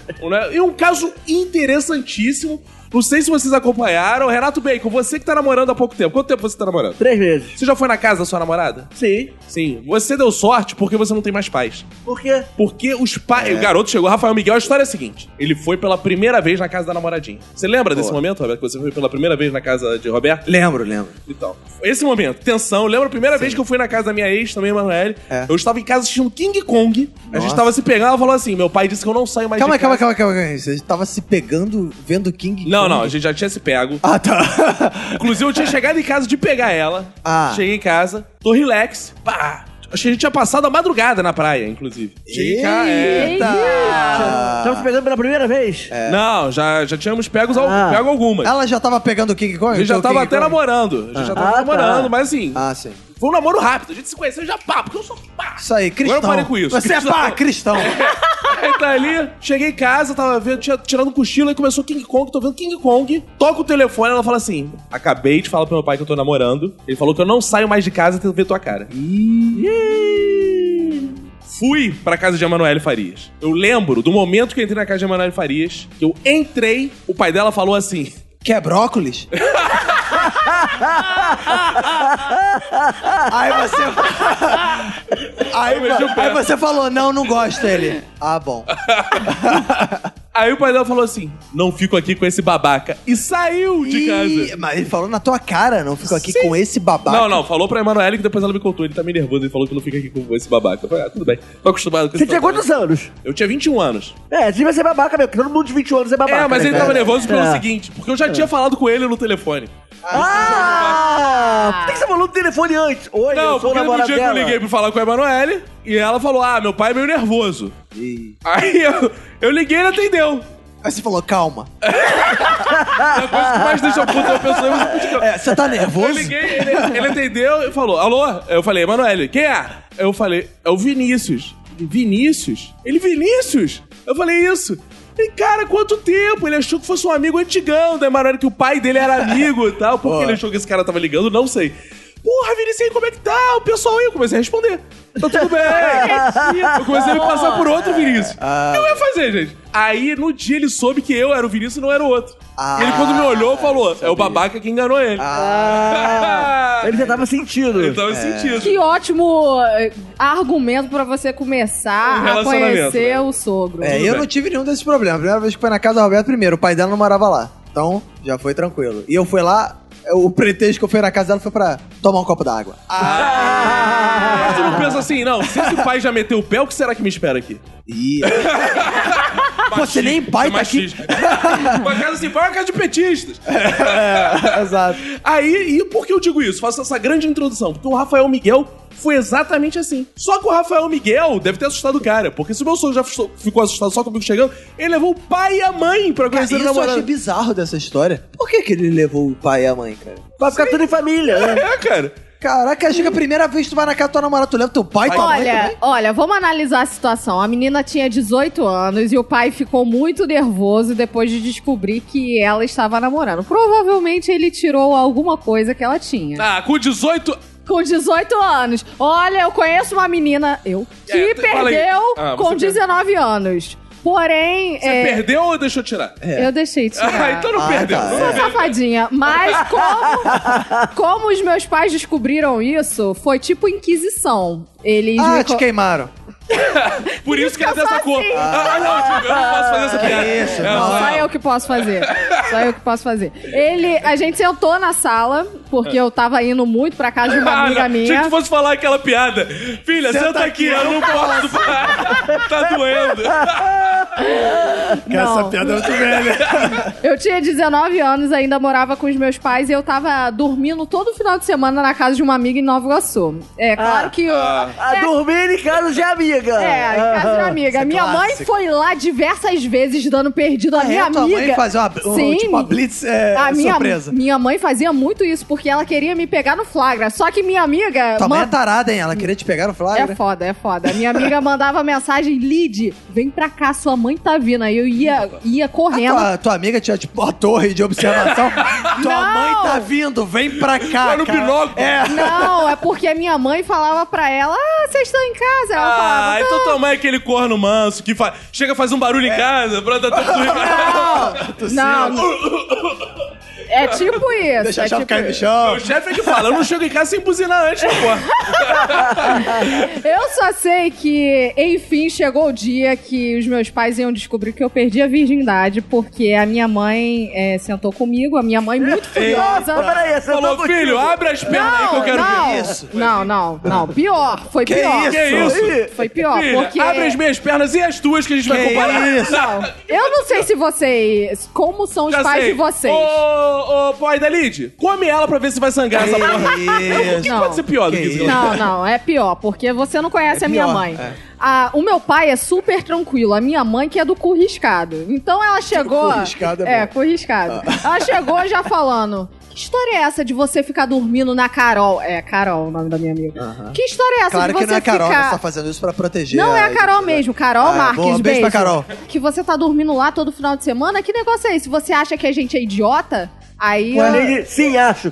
Speaker 2: E um caso interessantíssimo. Não sei se vocês acompanharam. Renato Bacon, você que tá namorando há pouco tempo. Quanto tempo você tá namorando?
Speaker 3: Três vezes.
Speaker 2: Você já foi na casa da sua namorada?
Speaker 3: Sim.
Speaker 2: Sim. Você deu sorte porque você não tem mais pais.
Speaker 3: Por quê?
Speaker 2: Porque os pais. O garoto chegou, Rafael Miguel, a história é a seguinte: ele foi pela primeira vez na casa da namoradinha. Você lembra desse momento, Roberto? Que você foi pela primeira vez na casa de Roberto?
Speaker 4: Lembro, lembro.
Speaker 2: Então, esse momento, tensão. Eu lembro a primeira vez que eu fui na casa da minha ex, também, Emanuele.
Speaker 4: É.
Speaker 2: Eu estava em casa assistindo King Kong. A gente
Speaker 4: Nossa.
Speaker 2: tava se pegando, ela falou assim: meu pai disse que eu não saio mais
Speaker 4: Calma,
Speaker 2: de casa.
Speaker 4: calma, calma, calma, calma. Você tava se pegando vendo King
Speaker 2: Não,
Speaker 4: Kong?
Speaker 2: não, a gente já tinha se pego.
Speaker 4: Ah, tá.
Speaker 2: Inclusive, eu tinha chegado em casa de pegar ela.
Speaker 4: Ah.
Speaker 2: Cheguei em casa, tô relax, pá. Acho que a gente tinha passado a madrugada na praia, inclusive. Cheguei em casa. É.
Speaker 3: Estamos Tava se pegando pela primeira vez?
Speaker 2: Não, já, já tínhamos pegos al-
Speaker 3: Ah.
Speaker 2: pego algumas.
Speaker 4: Ela já tava pegando o King Kong?
Speaker 2: a gente já
Speaker 4: Então,
Speaker 2: tava
Speaker 4: King
Speaker 2: até
Speaker 4: Kong-
Speaker 2: namorando. A gente já tava
Speaker 3: Ah, tá.
Speaker 2: namorando, mas assim,
Speaker 4: Ah, sim.
Speaker 2: foi um namoro rápido. A gente se conheceu já pá, porque eu sou pá.
Speaker 4: Isso aí, cristão.
Speaker 2: parei com isso.
Speaker 4: Você
Speaker 2: Cristão.
Speaker 4: é pá, cristão.
Speaker 2: Aí tá ali, cheguei em casa, tava vendo, tinha- tirando um cochilo, aí começou King Kong, tô vendo King Kong. Toca o telefone, ela fala assim: Acabei de falar pro meu pai que eu tô namorando. Ele falou que eu não saio mais de casa tento ver tua cara. Fui pra casa de Emanuele Farias. Eu lembro do momento que eu entrei na casa de Emanuele Farias, que eu entrei, o pai dela falou assim.
Speaker 4: Quer brócolis? aí você. aí,
Speaker 2: meti o pé.
Speaker 4: aí você falou, não, não gosto ele. Ah, bom.
Speaker 2: Aí o pai dela falou assim: Não fico aqui com esse babaca. E saiu de
Speaker 4: Ih,
Speaker 2: casa.
Speaker 4: mas ele falou na tua cara, não ficou aqui com esse babaca.
Speaker 2: Não, não, falou pra Emanuele que depois ela me contou. Ele tá meio nervoso, ele falou que não fica aqui com esse babaca. Eu falei, ah, tudo bem. Tô acostumado com
Speaker 3: Você
Speaker 2: esse
Speaker 3: tinha
Speaker 2: babaca."
Speaker 3: quantos anos?
Speaker 2: Eu tinha 21 anos.
Speaker 3: É, você devia ser babaca mesmo, que todo mundo de 20 anos é babaca.
Speaker 2: é, mas
Speaker 3: né,
Speaker 2: ele
Speaker 3: cara?
Speaker 2: tava nervoso pelo
Speaker 3: É.
Speaker 2: seguinte, porque eu já tinha falado com ele no telefone.
Speaker 3: Ah! Por que que você falou no telefone antes? Oi,
Speaker 2: Não,
Speaker 3: eu sou o
Speaker 2: porque no
Speaker 3: namorado
Speaker 2: dia
Speaker 3: dela.
Speaker 2: que eu liguei pra falar com a Emanuele, e ela falou, ah, meu pai é meio nervoso.
Speaker 4: Ih.
Speaker 2: Aí eu, eu liguei e ele atendeu.
Speaker 4: Aí você falou, calma.
Speaker 2: É a coisa que mais deixa puto uma pessoa. mas eu fico-
Speaker 4: É, você tá nervoso?
Speaker 2: Eu liguei, ele, ele atendeu e falou, alô? Eu falei, Emanuele, quem é? Eu falei, é o Vinícius. Ele, Vinícius? Ele, Vinícius? Eu falei, isso. E, cara, quanto tempo? Ele achou que fosse um amigo antigão da Emanuele, que o pai dele era amigo e tal. Por que ele achou que esse cara tava ligando? Não sei. Porra, Vinícius, e aí, como é que tá? O pessoal aí, eu comecei a responder. Tá tudo bem. eu comecei a me passar por outro Vinícius.
Speaker 4: Ah.
Speaker 2: Eu ia fazer, gente. Aí, no dia, ele soube que eu era o Vinícius e não era o outro.
Speaker 4: Ah,
Speaker 2: ele, quando me olhou, falou, é o babaca que enganou ele.
Speaker 3: Ah, ele já tava sentindo.
Speaker 2: Então é sentido.
Speaker 5: Que ótimo eh, argumento pra você
Speaker 2: Um
Speaker 5: começar a
Speaker 2: relacionamento,
Speaker 5: conhecer
Speaker 2: né?
Speaker 5: o sogro.
Speaker 4: É,
Speaker 2: Tudo
Speaker 4: eu
Speaker 2: bem.
Speaker 4: não tive nenhum desses problemas. A primeira vez que foi na casa do Roberto, primeiro, o pai dela não morava lá. Então, já foi tranquilo. E eu fui lá, é, o pretexto que eu fui na casa dela foi pra tomar um copo d'água.
Speaker 2: Mas tu não pensa assim, não. Se esse pai já meteu o pé, o que será que me espera aqui?
Speaker 4: Ih. Ah, Pô, você nem pai
Speaker 2: é
Speaker 4: tá aqui.
Speaker 2: machista. uma casa assim, vai uma casa de petistas.
Speaker 4: É, exato.
Speaker 2: Aí, e por que eu digo isso? Faço essa grande introdução. Porque o Rafael Miguel foi exatamente assim. Só que o Rafael Miguel deve ter assustado o cara. Porque se o meu sogro já ficou ficou assustado só comigo chegando, ele levou o pai e a mãe pra
Speaker 4: Cara,
Speaker 2: conhecer
Speaker 4: isso
Speaker 2: o
Speaker 4: eu achei
Speaker 2: namorado.
Speaker 4: bizarro dessa história. Por que, que ele levou o pai e a mãe, cara?
Speaker 3: Vai ficar tudo em família, né?
Speaker 2: É, cara.
Speaker 4: Caraca, acho que a primeira vez que tu vai na casa do teu namorado, tu leva teu pai e tua mãe
Speaker 5: Olha,
Speaker 4: também?
Speaker 5: olha, vamos analisar a situação. A menina tinha 18 anos e o pai ficou muito nervoso depois de descobrir que ela estava namorando. Provavelmente ele tirou alguma coisa que ela tinha.
Speaker 2: Ah, com 18.
Speaker 5: Com 18 anos. Olha, eu conheço uma menina, eu, que
Speaker 2: É, tu- fala aí.
Speaker 5: perdeu
Speaker 2: Ah, você
Speaker 5: com
Speaker 2: perdeu.
Speaker 5: 19 anos. Porém,
Speaker 2: Você
Speaker 5: é,
Speaker 2: perdeu ou deixou tirar?
Speaker 5: eu deixei tirar.
Speaker 2: Ah, então não
Speaker 4: É, Ah,
Speaker 2: perdeu.
Speaker 4: tá.
Speaker 2: Não
Speaker 5: Sou
Speaker 2: perdeu.
Speaker 5: safadinha, mas como, como os meus pais descobriram isso, foi tipo Inquisição. Eles
Speaker 4: Ah,
Speaker 5: me
Speaker 4: te
Speaker 5: co-
Speaker 4: queimaram.
Speaker 2: Por isso que ela tem essa
Speaker 5: Descansar
Speaker 2: cor.
Speaker 5: assim.
Speaker 2: Ah, não, Diego, eu não posso fazer essa
Speaker 4: Que
Speaker 2: piada.
Speaker 4: isso,
Speaker 2: É,
Speaker 4: não.
Speaker 2: só-
Speaker 5: Só eu que posso fazer. Só eu que posso fazer. Ele, a gente sentou na sala, porque eu tava indo muito pra casa de
Speaker 2: Ah,
Speaker 5: uma amiga
Speaker 2: não. Tinha que
Speaker 5: minha.
Speaker 2: fosse falar aquela piada. Filha, senta,
Speaker 4: Senta
Speaker 2: aqui,
Speaker 4: aqui,
Speaker 2: eu não posso. tá doendo.
Speaker 1: Cara, essa piada é muito velha.
Speaker 5: Eu tinha 19 anos, ainda morava com os meus pais e eu tava dormindo todo final de semana na casa de uma amiga em Nova Iguaçu. É, claro que. eu-
Speaker 3: Ah,
Speaker 5: É.
Speaker 3: dormir em casa de amiga.
Speaker 5: É, em casa de uma amiga.
Speaker 4: Isso é
Speaker 5: minha mãe
Speaker 4: clássico. Ah, é?
Speaker 5: foi lá diversas vezes dando perdido a minha
Speaker 4: tua
Speaker 5: amiga.
Speaker 4: mãe fazer uma, um-
Speaker 5: Sim. Ah,
Speaker 4: tipo, uma blitz é,
Speaker 5: A minha,
Speaker 4: surpresa.
Speaker 5: minha mãe fazia muito isso, porque ela queria me pegar no flagra. Só que minha amiga.
Speaker 4: Tua mãe é né?
Speaker 5: manda-
Speaker 4: tarada, hein? Ela queria te pegar no
Speaker 5: É
Speaker 4: flagra.
Speaker 5: foda, é foda. Minha amiga mandava mensagem, Lid, vem pra cá, sua mãe tá vindo. Aí eu ia, ia
Speaker 4: A
Speaker 5: correndo.
Speaker 4: tua, tua amiga tinha, tipo, a torre de observação. tua
Speaker 5: Não!
Speaker 4: mãe tá vindo, vem pra cá.
Speaker 2: Tá no
Speaker 4: cara.
Speaker 2: binóculo.
Speaker 4: É.
Speaker 5: Não, é porque a minha mãe falava pra ela, ah, vocês estão em casa. Ela
Speaker 2: Ah,
Speaker 5: falava,
Speaker 2: então tua mãe é aquele corno manso que fa- chega a fazer um barulho em casa, brota tudo.
Speaker 5: não, não. É tipo isso.
Speaker 4: Deixa
Speaker 5: é
Speaker 4: a chave
Speaker 5: tipo
Speaker 4: cair no
Speaker 5: isso.
Speaker 4: chão.
Speaker 2: O chefe é que fala, eu não chego em casa sem buzinar antes, pô.
Speaker 5: Eu só sei que, enfim, chegou o dia que os meus pais iam descobrir que eu perdi a virgindade, porque a minha mãe eh, sentou comigo, a minha mãe muito furiosa.
Speaker 3: Ah. Mas peraí, você
Speaker 2: Falou, filho, abre as pernas aí que eu quero
Speaker 5: não,
Speaker 2: ver.
Speaker 4: isso.
Speaker 5: Não, não, não. Pior, foi
Speaker 4: Que
Speaker 5: pior.
Speaker 2: Que
Speaker 4: isso?
Speaker 2: isso?
Speaker 5: Foi é pior,
Speaker 2: Filha,
Speaker 5: porque.
Speaker 2: abre as minhas pernas e as tuas que a gente vai
Speaker 4: Que
Speaker 2: comparar. Tá.
Speaker 4: isso?
Speaker 2: Não,
Speaker 5: Eu não sei se vocês. Como são os
Speaker 2: já
Speaker 5: pais
Speaker 2: sei.
Speaker 5: de vocês.
Speaker 2: Ô, ô, boy da Lid, come ela pra ver se vai sangrar essa porra. O que
Speaker 4: Isso.
Speaker 5: Não.
Speaker 2: pode ser pior do que
Speaker 4: Que
Speaker 2: isso?
Speaker 4: isso?
Speaker 5: Não, não, é pior, porque você não conhece
Speaker 4: É
Speaker 5: a minha
Speaker 4: pior,
Speaker 5: mãe.
Speaker 4: é.
Speaker 5: Ah, o meu pai é super tranquilo, a minha mãe que é do cu riscado. Então ela chegou.
Speaker 4: Tipo, cu riscado é
Speaker 5: É,
Speaker 4: bom. Ah.
Speaker 5: cu riscado. Ela chegou já falando. Que história é essa de você ficar dormindo na Carol? É, Carol, o nome da minha amiga. Que história é essa
Speaker 4: Claro
Speaker 5: de
Speaker 4: que
Speaker 5: você
Speaker 4: não é a Carol,
Speaker 5: ficar...
Speaker 4: ela tá fazendo isso pra proteger.
Speaker 5: Não é a Carol mesmo, Carol
Speaker 4: Ah,
Speaker 5: Marques.
Speaker 4: boa, beijo pra Carol.
Speaker 5: Que você tá dormindo lá todo final de semana. Que negócio é esse? Você acha que a gente é idiota? Aí eu,
Speaker 3: Sim, acho.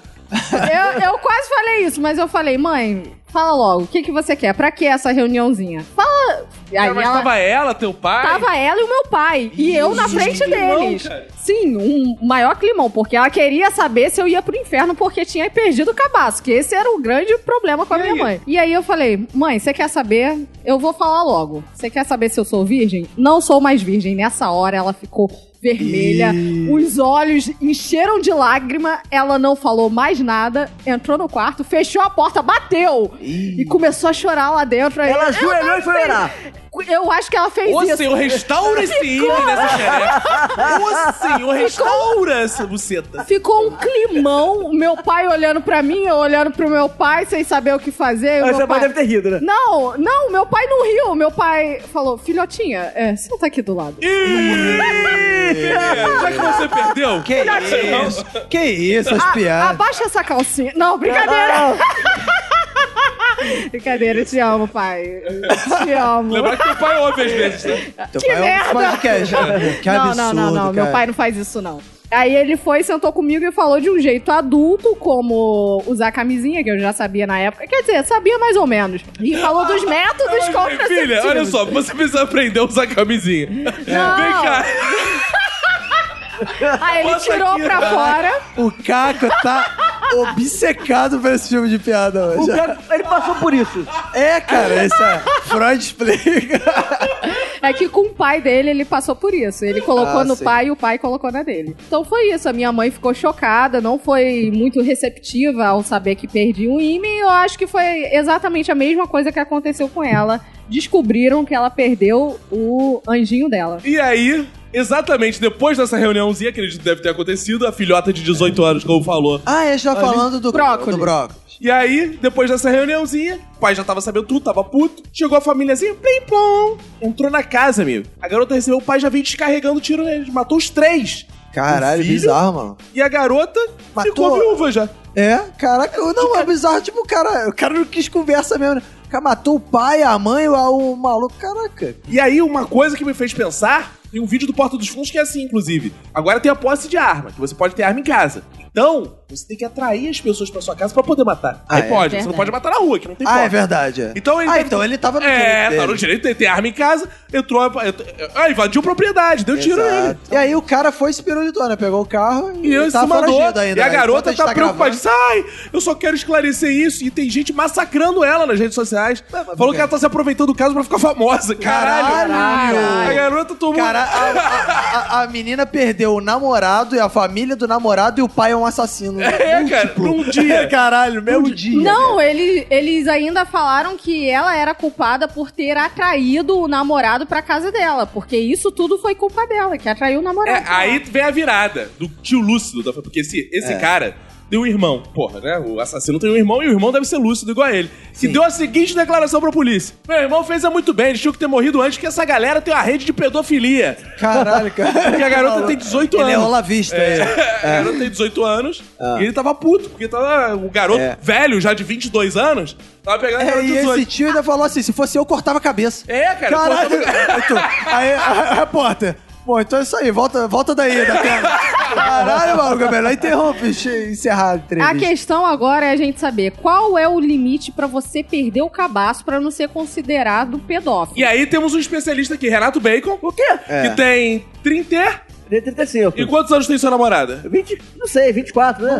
Speaker 5: eu, eu quase falei isso, mas eu falei, mãe, fala logo, o que, que você quer? Pra que essa reuniãozinha? Fala. E Aí
Speaker 2: Cara, mas tá
Speaker 5: ela, tava...
Speaker 2: tava ela, teu pai?
Speaker 5: ela e o meu pai. E eu na
Speaker 2: Jesus,
Speaker 5: frente
Speaker 2: que climão,
Speaker 5: deles.
Speaker 2: cara.
Speaker 5: Sim, um maior climão, porque ela queria saber se eu ia pro inferno porque tinha perdido o cabaço, que esse era o grande problema com a
Speaker 2: E
Speaker 5: minha
Speaker 2: aí?
Speaker 5: mãe. E aí eu falei, mãe, você quer saber? Eu vou falar logo. Você quer saber se eu sou virgem? Não sou mais virgem. Nessa hora ela ficou vermelha, os olhos encheram de lágrima, ela não falou mais nada, entrou no quarto, fechou a porta, bateu e começou a chorar lá dentro. Aí
Speaker 3: Ela
Speaker 5: eu-
Speaker 3: ajoelhou e foi orar.
Speaker 5: Eu acho que ela fez
Speaker 2: Ô
Speaker 5: isso.
Speaker 2: senhor, restaura esse ímã dessa xereca. Ô senhor, restaura essa buceta.
Speaker 5: Ficou um climão, o meu pai olhando pra mim, eu olhando pro meu pai, sem saber o que fazer. e o
Speaker 3: Mas
Speaker 5: meu
Speaker 3: seu pai
Speaker 5: pai-
Speaker 3: deve ter rido, né?
Speaker 5: Não, não, meu pai não riu. Meu pai falou, filhotinha, é, senta aqui do lado.
Speaker 2: Já que você perdeu,
Speaker 4: Que isso? Que isso, as
Speaker 5: A-
Speaker 4: piadas.
Speaker 5: abaixa essa calcinha. Não, brincadeira. Brincadeira, eu te amo, pai. Eu Te amo.
Speaker 2: lembrar que teu pai ouve às vezes, né?
Speaker 4: Teu
Speaker 5: que
Speaker 4: pai é um
Speaker 5: merda!
Speaker 4: podcast, né? Que
Speaker 5: não,
Speaker 4: absurdo,
Speaker 5: não, não, não. Meu
Speaker 4: cara.
Speaker 5: pai não faz isso, não. Aí ele foi, sentou comigo e falou de um jeito adulto, como usar camisinha, que eu já sabia na época. Quer dizer, sabia mais ou menos. E falou dos métodos
Speaker 2: Mas,
Speaker 5: contraceptivos.
Speaker 2: Então, Filha, olha só, você precisa aprender a usar camisinha. Vem cá.
Speaker 5: Aí ele
Speaker 2: Passa
Speaker 5: tirou
Speaker 2: aqui,
Speaker 5: pra
Speaker 2: né?
Speaker 5: fora.
Speaker 4: O Caco tá obcecado por esse tipo de piada
Speaker 3: O
Speaker 4: hoje.
Speaker 3: cara, ele passou por isso.
Speaker 4: É, cara, isso é. Freud explica.
Speaker 5: É que com o pai dele, ele passou por isso. Ele colocou
Speaker 4: Ah,
Speaker 5: no
Speaker 4: sim.
Speaker 5: pai e o pai colocou na dele. Então foi isso. A minha mãe ficou chocada, não foi muito receptiva ao saber que perdi um IME. E eu acho que foi exatamente a mesma coisa que aconteceu com ela. Descobriram que ela perdeu o anjinho dela.
Speaker 2: E aí, exatamente depois dessa reuniãozinha, que acredito que deve ter acontecido, a filhota de 18 anos, como falou.
Speaker 4: Ah, a gente tá falando do
Speaker 5: Brócolis.
Speaker 4: Do brócolis.
Speaker 2: E aí, depois dessa reuniãozinha, o pai já tava sabendo tudo, tava puto. Chegou a famíliazinha, plim plom. Entrou na casa, amigo. A garota recebeu o pai já veio descarregando o tiro neles. Matou os três.
Speaker 4: Caralho,
Speaker 2: filho?
Speaker 4: bizarro, mano.
Speaker 2: E a garota
Speaker 4: Matou-
Speaker 2: ficou viúva já.
Speaker 4: É, caraca, não, é bizarro, tipo, o cara, o cara não quis conversa mesmo, né? O cara matou o pai, a mãe, o, o maluco, caraca.
Speaker 2: E aí, uma coisa que me fez pensar, tem um vídeo do Porta dos Fundos que é assim, inclusive. Agora tem a posse de arma, que você pode ter arma em casa. Então, você tem que atrair as pessoas pra sua casa pra poder matar.
Speaker 4: Ah,
Speaker 2: aí
Speaker 4: é?
Speaker 2: pode, você não
Speaker 5: Verdade.
Speaker 2: pode matar na rua, que não tem
Speaker 4: Ah, é
Speaker 2: posse.
Speaker 4: verdade, é.
Speaker 2: Então ele
Speaker 4: ah,
Speaker 2: deve-
Speaker 4: então ele tava no
Speaker 2: É, tá
Speaker 4: direito
Speaker 2: no
Speaker 4: dele.
Speaker 2: direito, tem- tem arma em casa, entrou, entrou ah, invadiu propriedade, deu tiro nele.
Speaker 4: Exato. E aí o cara foi e se pirulitou, né? Pegou o carro e,
Speaker 2: E eu
Speaker 4: tá
Speaker 2: se mandou,
Speaker 4: foragido ainda.
Speaker 2: e a
Speaker 4: né? Enquanto
Speaker 2: garota
Speaker 4: gente
Speaker 2: tá preocupada.
Speaker 4: gravando-
Speaker 2: Diz, ai, eu só quero esclarecer isso. E tem gente massacrando ela nas redes sociais.
Speaker 4: mas
Speaker 2: Falou
Speaker 4: por
Speaker 2: que
Speaker 4: quê?
Speaker 2: ela tá se aproveitando do caso pra ficar famosa. Caralho!
Speaker 4: Caralho!
Speaker 2: A garota tomou.
Speaker 4: Cara, a, a- a- a menina perdeu o namorado e a família do namorado e o pai é um assassino.
Speaker 2: É, cara, num dia.
Speaker 4: Caralho, mesmo dia.
Speaker 5: Não, ele- eles ainda falaram que ela era culpada por ter atraído o namorado pra casa dela, porque isso tudo foi culpa dela, que atraiu o
Speaker 2: É,
Speaker 5: namorado.
Speaker 2: aí vem a virada do tio Lúcido, da- porque esse, esse
Speaker 4: É.
Speaker 2: cara deu um irmão, porra, né? O assassino tem um irmão e o irmão deve ser lúcido igual a ele. Que deu a seguinte declaração pra polícia: Meu irmão fez é muito bem, eles tinham que ter morrido antes que essa galera tem uma rede de pedofilia.
Speaker 4: Caralho, cara.
Speaker 2: Porque a garota tem 18
Speaker 4: Ele é
Speaker 2: anos.
Speaker 4: rola vista. ele.
Speaker 2: É, o garoto tem 18 anos e ele tava puto, porque tava o garoto
Speaker 4: É.
Speaker 2: velho, já de 22 anos, tava pegando a
Speaker 4: É,
Speaker 2: garota de
Speaker 4: e
Speaker 2: 18.
Speaker 4: esse tio ainda falou assim: se fosse eu, cortava a cabeça.
Speaker 2: É, cara,
Speaker 4: Caralho.
Speaker 2: cortava-
Speaker 4: Aí tu- Aí a, a repórter. Bom, então é isso aí, volta, volta daí, da tela. Caralho, maluco, é melhor interrompe, che- encerrar a entrevista.
Speaker 5: A questão agora é a gente saber qual é o limite pra você perder o cabaço pra não ser considerado pedófilo.
Speaker 2: E aí temos um especialista aqui, Renato Bacon. O quê?
Speaker 4: É.
Speaker 2: Que tem 30.
Speaker 3: Tem 35.
Speaker 2: E quantos anos tem sua namorada? Ah,
Speaker 3: 20, não sei, 24, né?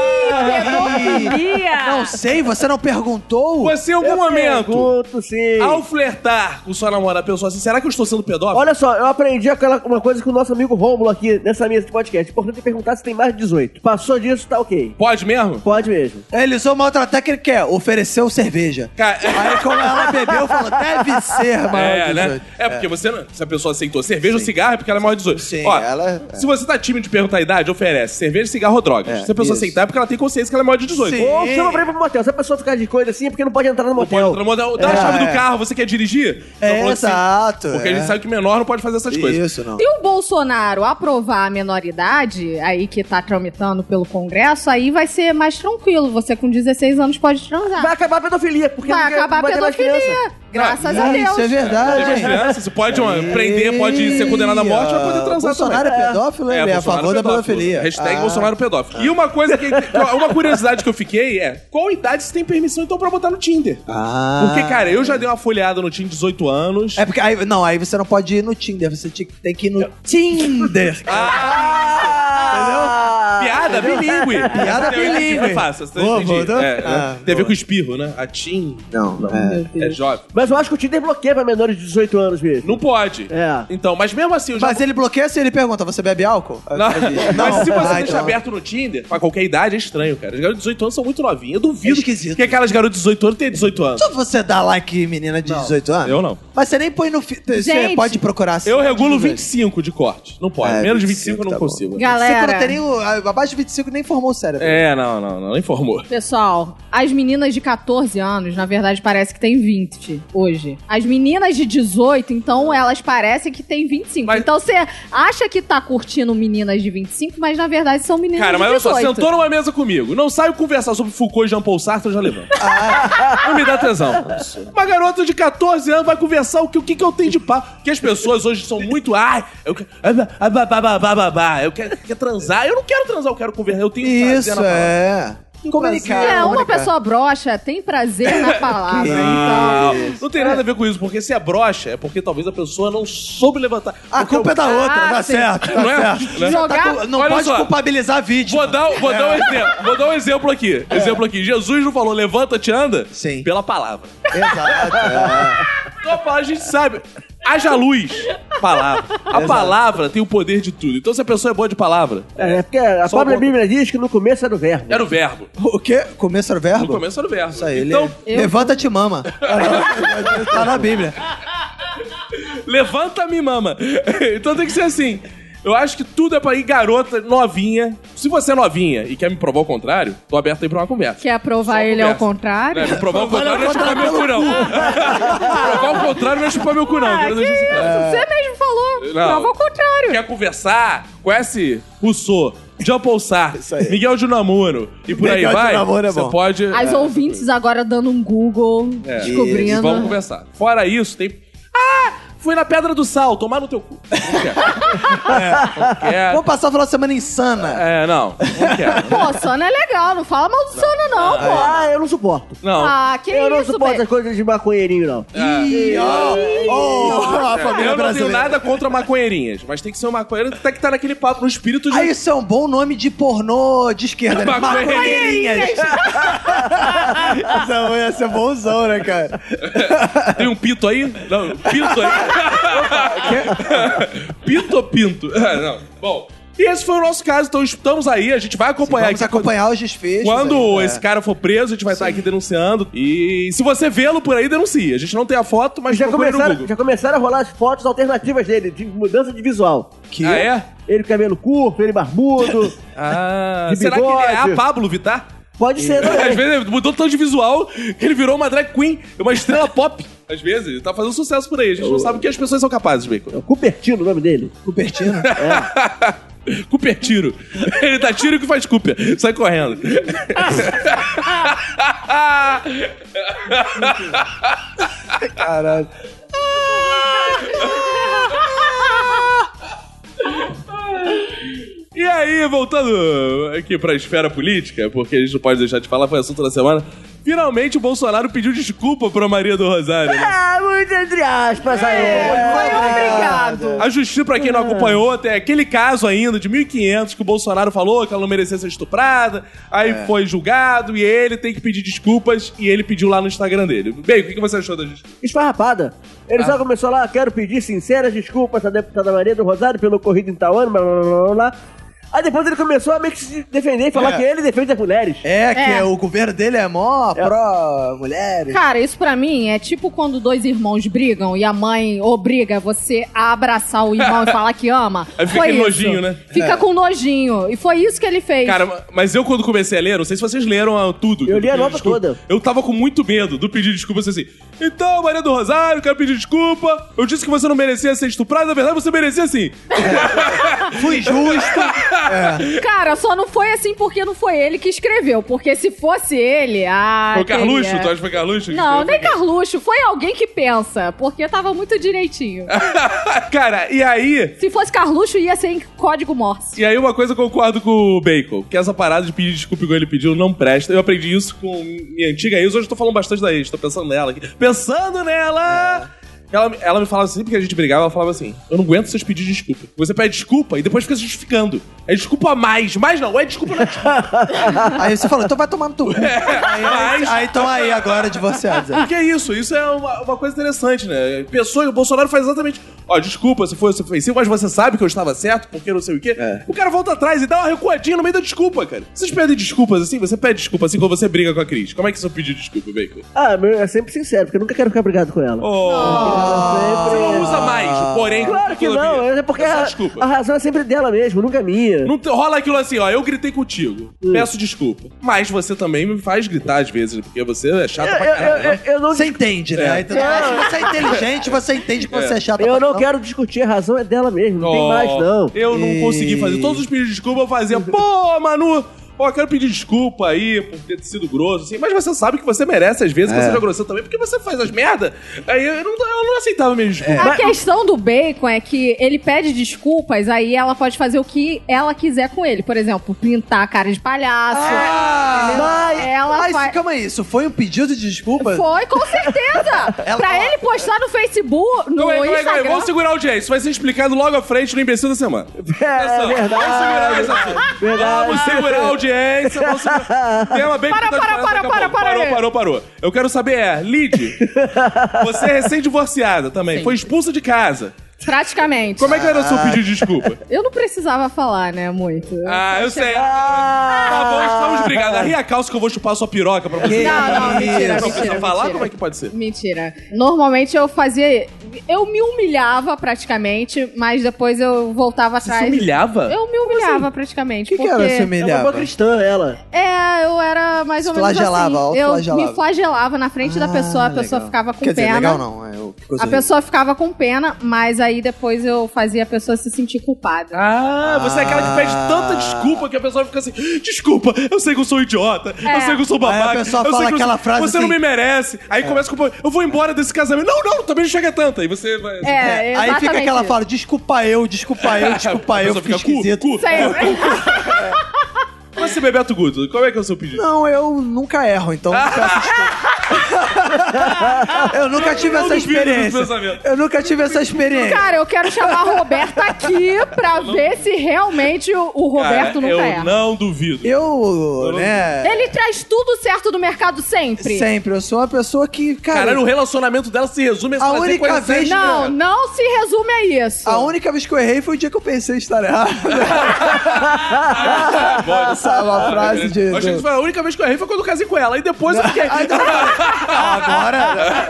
Speaker 5: Ah,
Speaker 4: Sei. Não sei, você não perguntou?
Speaker 2: Você em algum
Speaker 3: Eu
Speaker 2: Um momento,
Speaker 3: Pergunto, sim.
Speaker 2: ao flertar com sua namorada, pensou assim, será que eu estou sendo pedófilo?
Speaker 3: Olha só, eu aprendi aquela, uma coisa com o nosso amigo Rômulo aqui nessa mesa de podcast. Importante é perguntar se tem mais de 18. Passou disso, tá ok.
Speaker 2: Pode mesmo?
Speaker 3: Pode mesmo.
Speaker 4: Ele usou uma outra técnica que é, ofereceu cerveja.
Speaker 2: Cara,
Speaker 4: Aí como ela bebeu, falou, deve ser, mano.
Speaker 2: é, né? É porque você, não- se a pessoa aceitou cerveja ou cigarro, é porque ela é maior de 18.
Speaker 4: Sim,
Speaker 2: Ó,
Speaker 4: ela-
Speaker 2: Se você tá tímido de perguntar a idade, oferece cerveja, cigarro ou drogas.
Speaker 4: É,
Speaker 2: se a pessoa
Speaker 4: isso.
Speaker 2: aceitar, é porque ela tem consciência que ela é maior de 18.
Speaker 4: Sim.
Speaker 3: Ou chama pra ir pro motel. Se a pessoa ficar de coisa assim, é porque não pode entrar no
Speaker 2: Não pode
Speaker 3: motel.
Speaker 2: entrar no motel. Dá a chave
Speaker 4: É,
Speaker 2: do
Speaker 4: é.
Speaker 2: carro, você quer dirigir? Então
Speaker 4: É,
Speaker 2: falou assim,
Speaker 4: exato,
Speaker 2: Porque a gente
Speaker 4: é.
Speaker 2: sabe que menor não pode fazer essas coisas.
Speaker 4: Isso, não.
Speaker 5: Se o Bolsonaro aprovar a menoridade, aí que tá tramitando pelo Congresso, aí vai ser mais tranquilo. Você com 16 anos pode transar.
Speaker 3: Vai acabar a pedofilia, porque
Speaker 5: Vai
Speaker 3: não quer-
Speaker 5: acabar a
Speaker 3: vai ter mais criança.
Speaker 5: pedofilia. Graças a
Speaker 4: Ah,
Speaker 5: Deus.
Speaker 4: Isso é
Speaker 2: Tem mais
Speaker 4: verdade.
Speaker 2: criança, você pode ó, prender, pode ser condenado à morte, vai poder transar também.
Speaker 4: Bolsonaro é pedófilo, ele é, a
Speaker 2: Bolsonaro
Speaker 4: favor da
Speaker 2: pedófilo. né?
Speaker 4: pedofilia.
Speaker 2: Hashtag
Speaker 4: Ah.
Speaker 2: Bolsonaro pedófilo. E uma coisa que. Uma curiosidade que eu fiquei é: qual idade você tem permissão então pra botar no Tinder?
Speaker 4: Ah.
Speaker 2: Porque, cara, eu já dei uma folheada no Tinder 18 anos.
Speaker 4: É porque aí, não, aí você não pode ir no Tinder, você ti- tem que ir no Tinder.
Speaker 2: Ah! Piada bilíngue.
Speaker 4: Piada
Speaker 2: Essa teoria
Speaker 4: bilíngue.
Speaker 2: Foi fácil. essa eu
Speaker 4: Boa,
Speaker 2: entendi.
Speaker 4: boa, tá?
Speaker 2: É,
Speaker 4: Ah,
Speaker 2: Tem a ver
Speaker 4: boa.
Speaker 2: com espirro, né? A Tim
Speaker 4: Não, não.
Speaker 5: Meu
Speaker 2: é
Speaker 5: Deus.
Speaker 2: jovem.
Speaker 3: Mas eu acho que o Tinder bloqueia pra menores de 18 anos mesmo.
Speaker 2: Não pode.
Speaker 3: É.
Speaker 2: Então, mas mesmo assim, eu já.
Speaker 4: Mas é- ele bloqueia se ele pergunta, você bebe álcool?
Speaker 2: Não, mas se você
Speaker 4: Ah,
Speaker 2: deixar
Speaker 4: então.
Speaker 2: aberto no Tinder, pra qualquer idade é estranho, cara. As garotas de 18 anos são muito novinhas. Eu duvido
Speaker 4: É esquisito.
Speaker 2: que aquelas garotas de 18 anos tenham 18 anos.
Speaker 4: Só você dá like em menina de 18 anos?
Speaker 2: eu não.
Speaker 4: Mas você nem põe no... fi- Você
Speaker 5: Gente,
Speaker 4: pode procurar... assim,
Speaker 2: Eu regulo
Speaker 4: tudo bem.
Speaker 2: 25 de corte. Não pode.
Speaker 4: É,
Speaker 2: Menos de 25 eu
Speaker 4: 25
Speaker 2: não
Speaker 4: tá bom.
Speaker 2: consigo.
Speaker 4: Você não tem nem
Speaker 5: Galera,
Speaker 4: o- abaixo de 25 nem formou o cérebro.
Speaker 2: É, não, não, não. Informou.
Speaker 5: pessoal, as meninas de 14 anos, na verdade, parece que tem 20 hoje. As meninas de 18, então, elas parecem que têm 25.
Speaker 2: Mas-
Speaker 5: Então, você acha que tá curtindo meninas de 25, mas na verdade são meninas
Speaker 2: Cara,
Speaker 5: de 18.
Speaker 2: mas olha só, sentou numa mesa comigo, não saio conversar sobre Foucault e Jean Paul Sartre, eu já levanto.
Speaker 4: Ah.
Speaker 2: não me dá tesão. Uma garota de 14 anos vai conversar o que, o que, que eu tenho de papo. Porque as pessoas hoje são muito. Ai, eu quero. ah, bah, bah, bah, bah, bah, bah, Eu quero, quero transar. Eu não quero transar, eu quero conversar. Eu tenho prazer
Speaker 4: Isso,
Speaker 2: na palavra.
Speaker 4: é. Comunicar.
Speaker 5: É, uma
Speaker 4: comunicar.
Speaker 5: pessoa broxa tem prazer na palavra.
Speaker 4: Ah,
Speaker 5: Então,
Speaker 2: Não, Então, não tem nada a ver com isso, porque se é brocha, é porque talvez a pessoa não soube levantar.
Speaker 4: A
Speaker 2: Porque
Speaker 4: culpa é da outra,
Speaker 5: Ah,
Speaker 4: dá
Speaker 5: sim.
Speaker 4: certo, dá
Speaker 2: Não é?
Speaker 4: tá certo.
Speaker 2: Né?
Speaker 4: Só
Speaker 5: Jogar-
Speaker 4: cu- não
Speaker 2: Olha
Speaker 4: pode
Speaker 2: só.
Speaker 4: culpabilizar a vítima.
Speaker 2: Vou dar, vou
Speaker 4: É.
Speaker 2: dar um exemplo. Vou dar um exemplo aqui. Exemplo aqui. Jesus não falou levanta-te anda?
Speaker 4: Sim.
Speaker 2: Pela palavra.
Speaker 4: Exato. é.
Speaker 2: Pela palavra a gente sabe. Haja luz. Palavra. A palavra tem o poder de tudo. Então se a pessoa é boa de palavra,
Speaker 3: É, é porque a
Speaker 2: Só
Speaker 3: própria
Speaker 2: um
Speaker 3: Bíblia diz que no começo era o verbo.
Speaker 2: era o verbo.
Speaker 4: O quê? Começo era o verbo?
Speaker 2: No começo era o verbo.
Speaker 4: Tá Isso aí,
Speaker 2: então,
Speaker 4: le- levanta-te mama. tá na Bíblia. é-
Speaker 2: levanta-me, mama. então tem que ser assim. Eu acho que tudo é pra ir garota, novinha. Se você é novinha e quer me provar o contrário, tô aberto aí pra uma conversa.
Speaker 5: Quer
Speaker 2: Só
Speaker 5: aprovar ele
Speaker 2: conversa.
Speaker 5: ao contrário?
Speaker 2: Né, me provar o contrário não é chupar meu cu, não. Me provar o contrário não é chupar meu cu, não.
Speaker 5: Ah,
Speaker 2: Quero
Speaker 5: que
Speaker 2: deixar isso claro.
Speaker 5: isso? Você mesmo falou.
Speaker 2: Não.
Speaker 5: Prova ao contrário.
Speaker 2: quer conversar, conhece Rousseau, Jean Paul Sartre,
Speaker 4: Isso aí.
Speaker 2: Miguel de Namoro e por aí
Speaker 4: Miguel de
Speaker 2: vai,
Speaker 4: Namoro é
Speaker 2: você
Speaker 4: bom.
Speaker 2: pode...
Speaker 5: As
Speaker 2: é,
Speaker 5: ouvintes agora dando um Google,
Speaker 2: é,
Speaker 5: descobrindo. né?
Speaker 2: e Vamos conversar. Fora isso, tem... Ah, fui na Pedra do Sal, tomar no teu cu. Não quero. É, Não quero.
Speaker 4: Vamos passar o final de semana insana.
Speaker 2: É, não. Não quero.
Speaker 5: Pô, sono é legal, não fala mal do sono, não, pô.
Speaker 3: Ah, eu não suporto.
Speaker 2: Não.
Speaker 5: Ah, que
Speaker 3: eu não
Speaker 5: isso,
Speaker 3: suporto
Speaker 5: velho.
Speaker 3: essas coisas de maconheirinho, não.
Speaker 2: É,
Speaker 4: Ih, ó. Ó, a família
Speaker 2: Eu não tenho
Speaker 4: brasileira.
Speaker 2: nada contra maconheirinhas, mas tem que ser uma maconheira que tem que estar naquele papo, no espírito de
Speaker 4: Ah, isso é um bom nome de pornô de esquerda. né?
Speaker 2: Maconheirinhas.
Speaker 4: Essa ia ser bonzão, né, cara?
Speaker 2: Tem um pito aí? Não, pinto aí. Pinto ou pinto? Ah, não. Bom, e esse foi o nosso caso, então estamos aí, a gente vai acompanhar
Speaker 4: Vamos
Speaker 2: aqui.
Speaker 4: acompanhar os desfechos.
Speaker 2: Quando
Speaker 3: é.
Speaker 4: aí, né?
Speaker 2: esse cara for preso, a gente vai estar aqui denunciando. E se você vê-lo por aí, denuncie. A gente não tem a foto, mas
Speaker 3: Já
Speaker 2: procure no
Speaker 3: começaram,
Speaker 2: Google.
Speaker 3: já começaram a rolar as fotos alternativas dele, de mudança de visual.
Speaker 4: Que...
Speaker 2: Ah, é?
Speaker 3: Ele com cabelo curto, ele barbudo.
Speaker 2: Ah,
Speaker 3: De
Speaker 2: será que ele é a
Speaker 3: bigode.
Speaker 2: Pablo Vittar?
Speaker 3: Pode ser, não
Speaker 2: Às
Speaker 3: é?
Speaker 2: vezes ele mudou tanto de visual que ele virou uma drag queen, uma estrela pop. Às vezes, ele tá fazendo sucesso por aí. A gente não sabe o que as pessoas são capazes, Bacon.
Speaker 3: É o Cupertino o nome dele.
Speaker 4: Cupertino.
Speaker 2: Cooper é tiro. Ele dá tiro que faz Cooper. Sai correndo.
Speaker 4: Caralho.
Speaker 2: E aí, voltando aqui pra esfera política, porque a gente não pode deixar de falar, foi assunto da semana. Finalmente o Bolsonaro pediu desculpa pra Maria do Rosário. né?
Speaker 3: Ah, muito entre aspas aí.
Speaker 5: obrigado.
Speaker 2: A justiça, pra quem não acompanhou, tem aquele caso ainda de 1500 que o Bolsonaro falou que ela não merecia ser estuprada, aí foi julgado e ele tem que pedir desculpas e ele pediu lá no Instagram dele. Bem, o que que você achou da justiça?
Speaker 3: Esfarrapada.
Speaker 2: Ah.
Speaker 3: Ele só começou lá, quero pedir sinceras desculpas à deputada Maria do Rosário pelo ocorrido em Tauano, blá, blá, blá, blá, blá. Aí depois ele começou a meio que se defender e falar
Speaker 4: É.
Speaker 3: que ele defende as mulheres.
Speaker 4: É, que
Speaker 5: É.
Speaker 4: o governo dele é mó
Speaker 3: É.
Speaker 4: pró-mulheres.
Speaker 5: Cara, isso pra mim é tipo quando dois irmãos brigam e a mãe obriga você a abraçar o irmão e falar que ama.
Speaker 2: Aí fica
Speaker 5: Foi
Speaker 2: aquele
Speaker 5: isso.
Speaker 2: nojinho, né?
Speaker 5: Fica com nojinho. E foi isso que ele fez.
Speaker 2: Cara, mas eu quando comecei a ler, não sei se vocês leram ah, tudo.
Speaker 3: Eu li a
Speaker 2: pedi
Speaker 3: nota
Speaker 2: desculpa.
Speaker 3: toda.
Speaker 2: Eu tava com muito medo do pedir desculpa, assim, assim. Então, Maria do Rosário, quero pedir desculpa. Eu disse que você não merecia ser estuprada, na verdade você merecia sim.
Speaker 4: Fui justo.
Speaker 5: Cara, só não foi assim porque não foi ele que escreveu. Porque se fosse ele, ah.
Speaker 2: Foi o Carluxo?
Speaker 5: teria.
Speaker 2: Tu acha que foi Carluxo?
Speaker 5: Não, nem
Speaker 2: Carluxo.
Speaker 5: Carluxo. Foi alguém que pensa. Porque tava muito direitinho.
Speaker 2: É. Cara, e aí...
Speaker 5: Se fosse Carluxo, ia ser em código Morse.
Speaker 2: E aí uma coisa eu concordo com o Bacon, que essa parada de pedir desculpa igual ele pediu não presta. Eu aprendi isso com minha antiga ex, hoje eu tô falando bastante da ex, tô pensando nela aqui. Pensando nela! Ela, ela me falava assim, sempre que a gente brigava, ela falava assim, eu não aguento vocês pedirem desculpa. Você pede desculpa e depois fica se justificando. É desculpa a mais, mas não, é desculpa é, não é desculpa.
Speaker 4: Aí você fala, então vai tomar no teu cu. Aí, aí, aí, então aí, agora divorciados.
Speaker 2: Que é isso, isso é uma, uma coisa interessante, né? Pessoa, o Bolsonaro faz exatamente. Ó, desculpa se foi ofensivo, mas você sabe que eu estava certo, porque não sei o quê.
Speaker 4: É.
Speaker 2: O cara volta atrás e dá uma recuadinha no meio da desculpa, cara. Vocês pedem desculpas assim? Você pede desculpa assim quando você briga com a Cris. Como é que você pediu desculpa, Bacon?
Speaker 3: Ah, meu, é sempre sincero, porque eu nunca quero ficar brigado com ela.
Speaker 2: Oh,
Speaker 3: Ela
Speaker 5: Ah.
Speaker 2: você
Speaker 3: sempre-
Speaker 2: não usa mais, porém.
Speaker 3: Claro que
Speaker 2: todavia.
Speaker 3: não, é porque
Speaker 2: só
Speaker 3: a,
Speaker 2: desculpa.
Speaker 3: a razão é sempre dela mesmo, nunca é minha.
Speaker 2: Não te- rola aquilo assim, ó, eu gritei contigo,
Speaker 3: Hum.
Speaker 2: peço desculpa. Mas você também me faz gritar às vezes, porque você é chato
Speaker 3: Eu,
Speaker 2: pra
Speaker 3: eu-
Speaker 2: caralho.
Speaker 3: eu- eu- eu não,
Speaker 4: Você entende, né?
Speaker 2: É.
Speaker 4: Aí, então, se você é inteligente, você entende que você é chato.
Speaker 3: eu
Speaker 4: pra
Speaker 3: não
Speaker 4: caramba.
Speaker 3: quero discutir, a razão é dela mesmo, não tem
Speaker 2: Ó,
Speaker 3: mais não.
Speaker 2: Eu não
Speaker 4: Ih.
Speaker 2: consegui fazer. Todos os pedidos de desculpa eu fazia, pô, Manu. Ó, eu quero pedir desculpa aí por ter sido grosso, assim, mas você sabe que você merece, às
Speaker 3: É.
Speaker 2: vezes, que você já grossou também, porque você faz as merda. Aí eu não, eu não aceitava minha
Speaker 3: É.
Speaker 2: desculpa.
Speaker 5: A questão do bacon é que ele pede desculpas, aí ela pode fazer o que ela quiser com ele. Por exemplo, pintar a cara de palhaço.
Speaker 4: Ah, mas,
Speaker 5: Ela
Speaker 4: mas
Speaker 5: faz-
Speaker 4: calma aí, isso foi um pedido de desculpa?
Speaker 5: Foi, com certeza!
Speaker 4: Ela-
Speaker 5: pra ele postar no Facebook, no
Speaker 2: Calma aí, calma aí, calma aí.
Speaker 5: Instagram.
Speaker 2: é, Vamos segurar a audiência. Isso vai ser explicado logo à frente no Imbecil da Semana. Vamos
Speaker 3: É,
Speaker 2: segurar
Speaker 3: verdade.
Speaker 2: esse assunto.
Speaker 3: Verdade.
Speaker 2: Vamos segurar a audiência. Vamos segurar... Tema bem
Speaker 5: Para,
Speaker 2: importante pra
Speaker 5: para,
Speaker 2: essa,
Speaker 5: para, para,
Speaker 2: acabou.
Speaker 5: para.
Speaker 2: Parou, parou, parou. Eu quero saber, é, Lid, você é recém-divorciada também,
Speaker 5: Sim.
Speaker 2: foi expulsa de casa.
Speaker 5: Praticamente.
Speaker 2: Como é que era o seu pedido de desculpa?
Speaker 5: Eu não precisava falar, né, muito.
Speaker 2: Ah, eu sei. Tá bom,
Speaker 3: Ah,
Speaker 2: estamos brigados. Arria a calça que eu vou chupar sua piroca pra você.
Speaker 5: Não, não, mentira,
Speaker 2: Não
Speaker 5: mentira,
Speaker 2: precisa falar?
Speaker 5: mentira.
Speaker 2: Como é que pode ser?
Speaker 5: Mentira. Normalmente eu fazia. Eu me humilhava praticamente, mas depois eu voltava atrás.
Speaker 2: humilhava?
Speaker 5: Eu me humilhava praticamente.
Speaker 4: O que, que era
Speaker 5: porque-
Speaker 4: se
Speaker 3: é uma
Speaker 4: humilhava?
Speaker 3: boa cristã, ela.
Speaker 5: É, eu era mais ou menos
Speaker 4: Flagelava,
Speaker 5: assim. Eu
Speaker 4: autoflagelava.
Speaker 5: me flagelava na frente da
Speaker 4: Ah,
Speaker 5: pessoa, a pessoa
Speaker 4: legal.
Speaker 5: ficava com
Speaker 4: Quer dizer,
Speaker 5: pena.
Speaker 4: legal não. É, eu- ficou
Speaker 5: A
Speaker 4: assim.
Speaker 5: pessoa ficava com pena, mas aí depois eu fazia a pessoa se sentir culpada.
Speaker 2: Ah, você é aquela que pede tanta desculpa que a pessoa fica assim: desculpa, eu sei que eu sou um idiota, eu
Speaker 5: É.
Speaker 2: sei que eu sou
Speaker 4: Aí a
Speaker 2: babaca.
Speaker 4: pessoa
Speaker 2: eu
Speaker 4: fala
Speaker 2: sei que eu
Speaker 4: aquela
Speaker 2: sou-
Speaker 4: frase
Speaker 2: Você não
Speaker 4: assim.
Speaker 2: me merece. Aí começa com: eu vou embora desse casamento. Não, não, também não chega tanta. Aí você vai. assim,
Speaker 5: É,
Speaker 4: Aí fica
Speaker 5: exatamente
Speaker 4: aquela
Speaker 5: isso.
Speaker 4: fala, desculpa eu, desculpa eu,
Speaker 2: A
Speaker 4: desculpa eu,
Speaker 2: pessoa
Speaker 4: fica
Speaker 2: fica, cu,
Speaker 4: esquisito.
Speaker 2: cu.
Speaker 5: Isso aí.
Speaker 2: Você, Bebeto Guto, como é que é o seu pedido?
Speaker 4: Não, eu nunca erro, então nunca peço desculpa. Eu nunca tive
Speaker 2: não
Speaker 4: essa
Speaker 2: duvido dos
Speaker 4: experiência.
Speaker 2: pensamentos.
Speaker 4: Eu nunca tive essa experiência.
Speaker 5: Cara, eu quero chamar a Roberta aqui pra ver se realmente o, o
Speaker 2: Cara,
Speaker 5: Roberto tá nunca
Speaker 2: eu
Speaker 5: erra.
Speaker 2: não duvido.
Speaker 4: Eu,
Speaker 2: não
Speaker 4: né,
Speaker 5: Ele traz tudo certo do mercado sempre.
Speaker 4: sempre, eu sou uma pessoa que, cara,
Speaker 2: Caralho, o relacionamento dela se resume a
Speaker 4: A
Speaker 2: fazer
Speaker 4: única
Speaker 2: coisa
Speaker 4: vez-
Speaker 2: certa.
Speaker 5: Não, não se resume a isso.
Speaker 4: né? a única vez que eu errei foi o dia que eu pensei em estar errado.
Speaker 2: Olha,
Speaker 4: Essa é uma frase de-
Speaker 2: Eu achei que
Speaker 4: do-
Speaker 2: foi a única vez que eu errei foi quando eu casei com ela. E depois eu fiquei.
Speaker 4: Agora.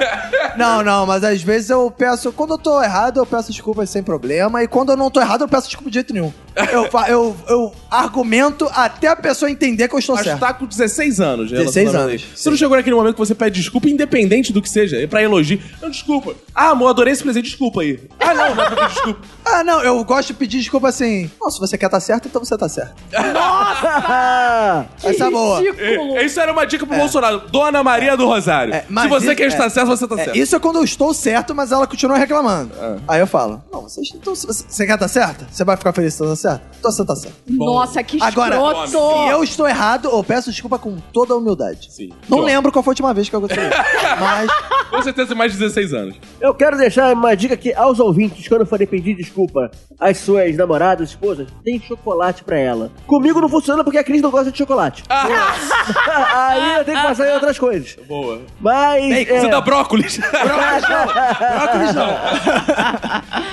Speaker 4: Não, não, mas às vezes eu peço. Quando eu tô errado, eu peço desculpas sem problema. E quando eu não tô errado, eu peço desculpa de jeito nenhum. Eu, fa- eu, eu argumento até a pessoa entender que eu estou
Speaker 2: Acho que
Speaker 4: certo.
Speaker 2: tá com 16 anos. de
Speaker 4: 16
Speaker 2: relacionamento.
Speaker 4: anos.
Speaker 2: Você não chegou naquele momento que você pede desculpa, independente do que seja, é pra elogio. Não, desculpa. Ah, amor, adorei esse presente, desculpa aí. Ah, não, não é pra pedir desculpa.
Speaker 4: Ah, não, eu gosto de pedir desculpa assim. Nossa, você quer tá certo, então você tá certo. Essa é boa.
Speaker 5: Ridículo.
Speaker 2: É, Isso era uma dica pro Bolsonaro. Dona Maria do Rosário.
Speaker 4: É,
Speaker 2: Se
Speaker 4: mas
Speaker 2: você
Speaker 4: isso-
Speaker 2: quer estar
Speaker 4: é.
Speaker 2: certo, você tá
Speaker 4: É,
Speaker 2: certo.
Speaker 4: isso é quando eu estou certo, mas ela continua reclamando.
Speaker 2: Ah.
Speaker 4: Aí eu falo: Não, vocês, então, se você, você quer tá certo? Você vai ficar feliz se tá certo? Então você tá certo.
Speaker 5: Nossa, que
Speaker 4: Agora,
Speaker 5: escroto.
Speaker 4: se eu estou errado, eu peço desculpa com toda a humildade.
Speaker 2: Sim.
Speaker 4: Não
Speaker 2: Bom.
Speaker 4: lembro qual foi a última vez que eu gostei. mas.
Speaker 2: Com certeza, mais de 16 anos.
Speaker 3: Eu quero deixar uma dica aqui aos ouvintes, quando forem pedir desculpa às suas namoradas, esposas, tem chocolate pra ela. Comigo não funciona porque a Cris não gosta de chocolate.
Speaker 4: Ah!
Speaker 3: Aí eu tenho que passar em outras coisas.
Speaker 2: Boa.
Speaker 3: Mas. é,
Speaker 2: Você tá dá brócolis?
Speaker 4: Brócolis não.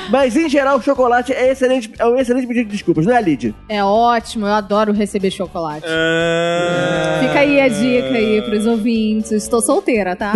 Speaker 3: Mas em geral, o chocolate é, excelente, é um excelente pedido de desculpas, não é, Lid?
Speaker 5: É ótimo, eu adoro receber chocolate.
Speaker 2: Ah.
Speaker 5: Fica aí a dica aí pros ouvintes. Estou solteira, tá?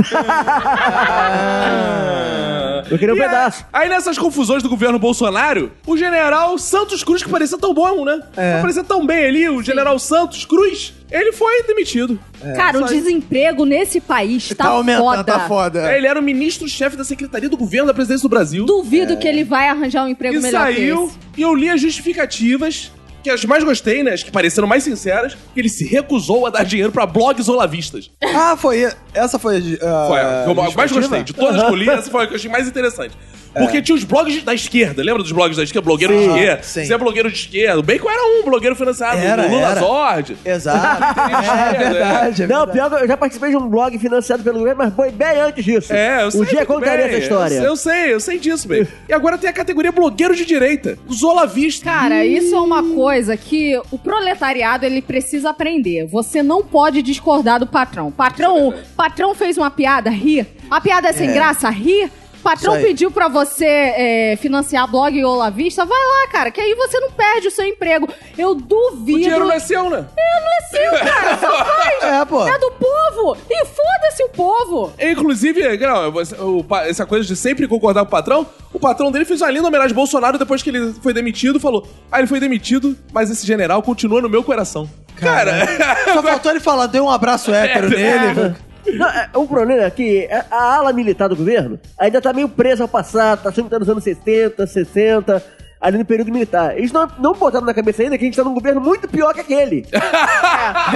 Speaker 2: Ah.
Speaker 3: Eu queria um
Speaker 4: é
Speaker 2: E aí-
Speaker 3: pedaço.
Speaker 2: Aí nessas confusões do governo Bolsonaro, o general Santos Cruz, que parecia tão bom, né?
Speaker 4: É.
Speaker 2: Que Parecia tão bem ali, o general Santos Cruz, ele foi demitido.
Speaker 5: Cara, o desemprego nesse país É. tá, foda.
Speaker 3: É.
Speaker 4: foda.
Speaker 2: É, Ele era o ministro-chefe da Secretaria do Governo da Presidência do Brasil.
Speaker 5: Duvido que ele vai arranjar um emprego
Speaker 2: e
Speaker 5: melhor
Speaker 2: saiu,
Speaker 5: que esse.
Speaker 2: e eu li as justificativas, que as mais gostei, né? As que pareceram mais sinceras, que ele se recusou a dar dinheiro pra blogs olavistas.
Speaker 5: É.
Speaker 4: Ah, foi. Essa foi. ah,
Speaker 2: Foi a que é? eu mais
Speaker 4: justificativa?
Speaker 2: gostei. De todas que eu li, essa foi a que eu achei mais interessante. Porque tinha os blogs da esquerda, lembra dos blogs da esquerda? Blogueiro de
Speaker 4: É. Sim.
Speaker 2: esquerda.
Speaker 4: Sim.
Speaker 2: Você é blogueiro de esquerda. O Bacon era um blogueiro financiado.
Speaker 4: Era,
Speaker 2: o Lula
Speaker 4: era.
Speaker 2: Zord. né?
Speaker 4: Exato. é, verdade. É
Speaker 3: Não,
Speaker 4: verdade.
Speaker 3: pior que eu já participei de um blog financiado pelo governo, mas foi bem antes disso.
Speaker 2: É, eu sei.
Speaker 3: Um dia
Speaker 2: muito
Speaker 3: contaria
Speaker 2: bem.
Speaker 3: essa história.
Speaker 2: Eu, eu sei, um eu sei disso, bem. E agora tem a categoria blogueiro de direita. Os olavistas.
Speaker 5: Cara, isso é uma coisa que o proletariado ele precisa aprender. Você não pode discordar do patrão. Patrão, patrão fez uma piada, ri. A piada é sem graça, ri. Patrão
Speaker 4: Isso aí.
Speaker 5: pediu pra você é, financiar blog ou vista, vai lá, cara, que aí você não perde o seu emprego. Eu duvido.
Speaker 2: O dinheiro não é seu, né?
Speaker 4: É, pô.
Speaker 5: É do povo! E foda-se o povo!
Speaker 2: Inclusive, não, você- o pa- essa coisa de sempre concordar com o patrão, o patrão dele fez uma linda homenagem ao Bolsonaro depois que ele foi demitido, falou: Ah, ele foi demitido, mas esse general continua no meu coração. Cara, É,
Speaker 4: Só faltou ele falar, deu um abraço
Speaker 5: É,
Speaker 4: hétero
Speaker 5: um
Speaker 4: nele.
Speaker 3: Não, é, o problema é que a- a ala militar do governo ainda tá meio presa ao passado, tá achando que tá nos anos 70, 60, ali no período militar. Eles não, não botaram na cabeça ainda que a gente tá num governo muito pior que aquele.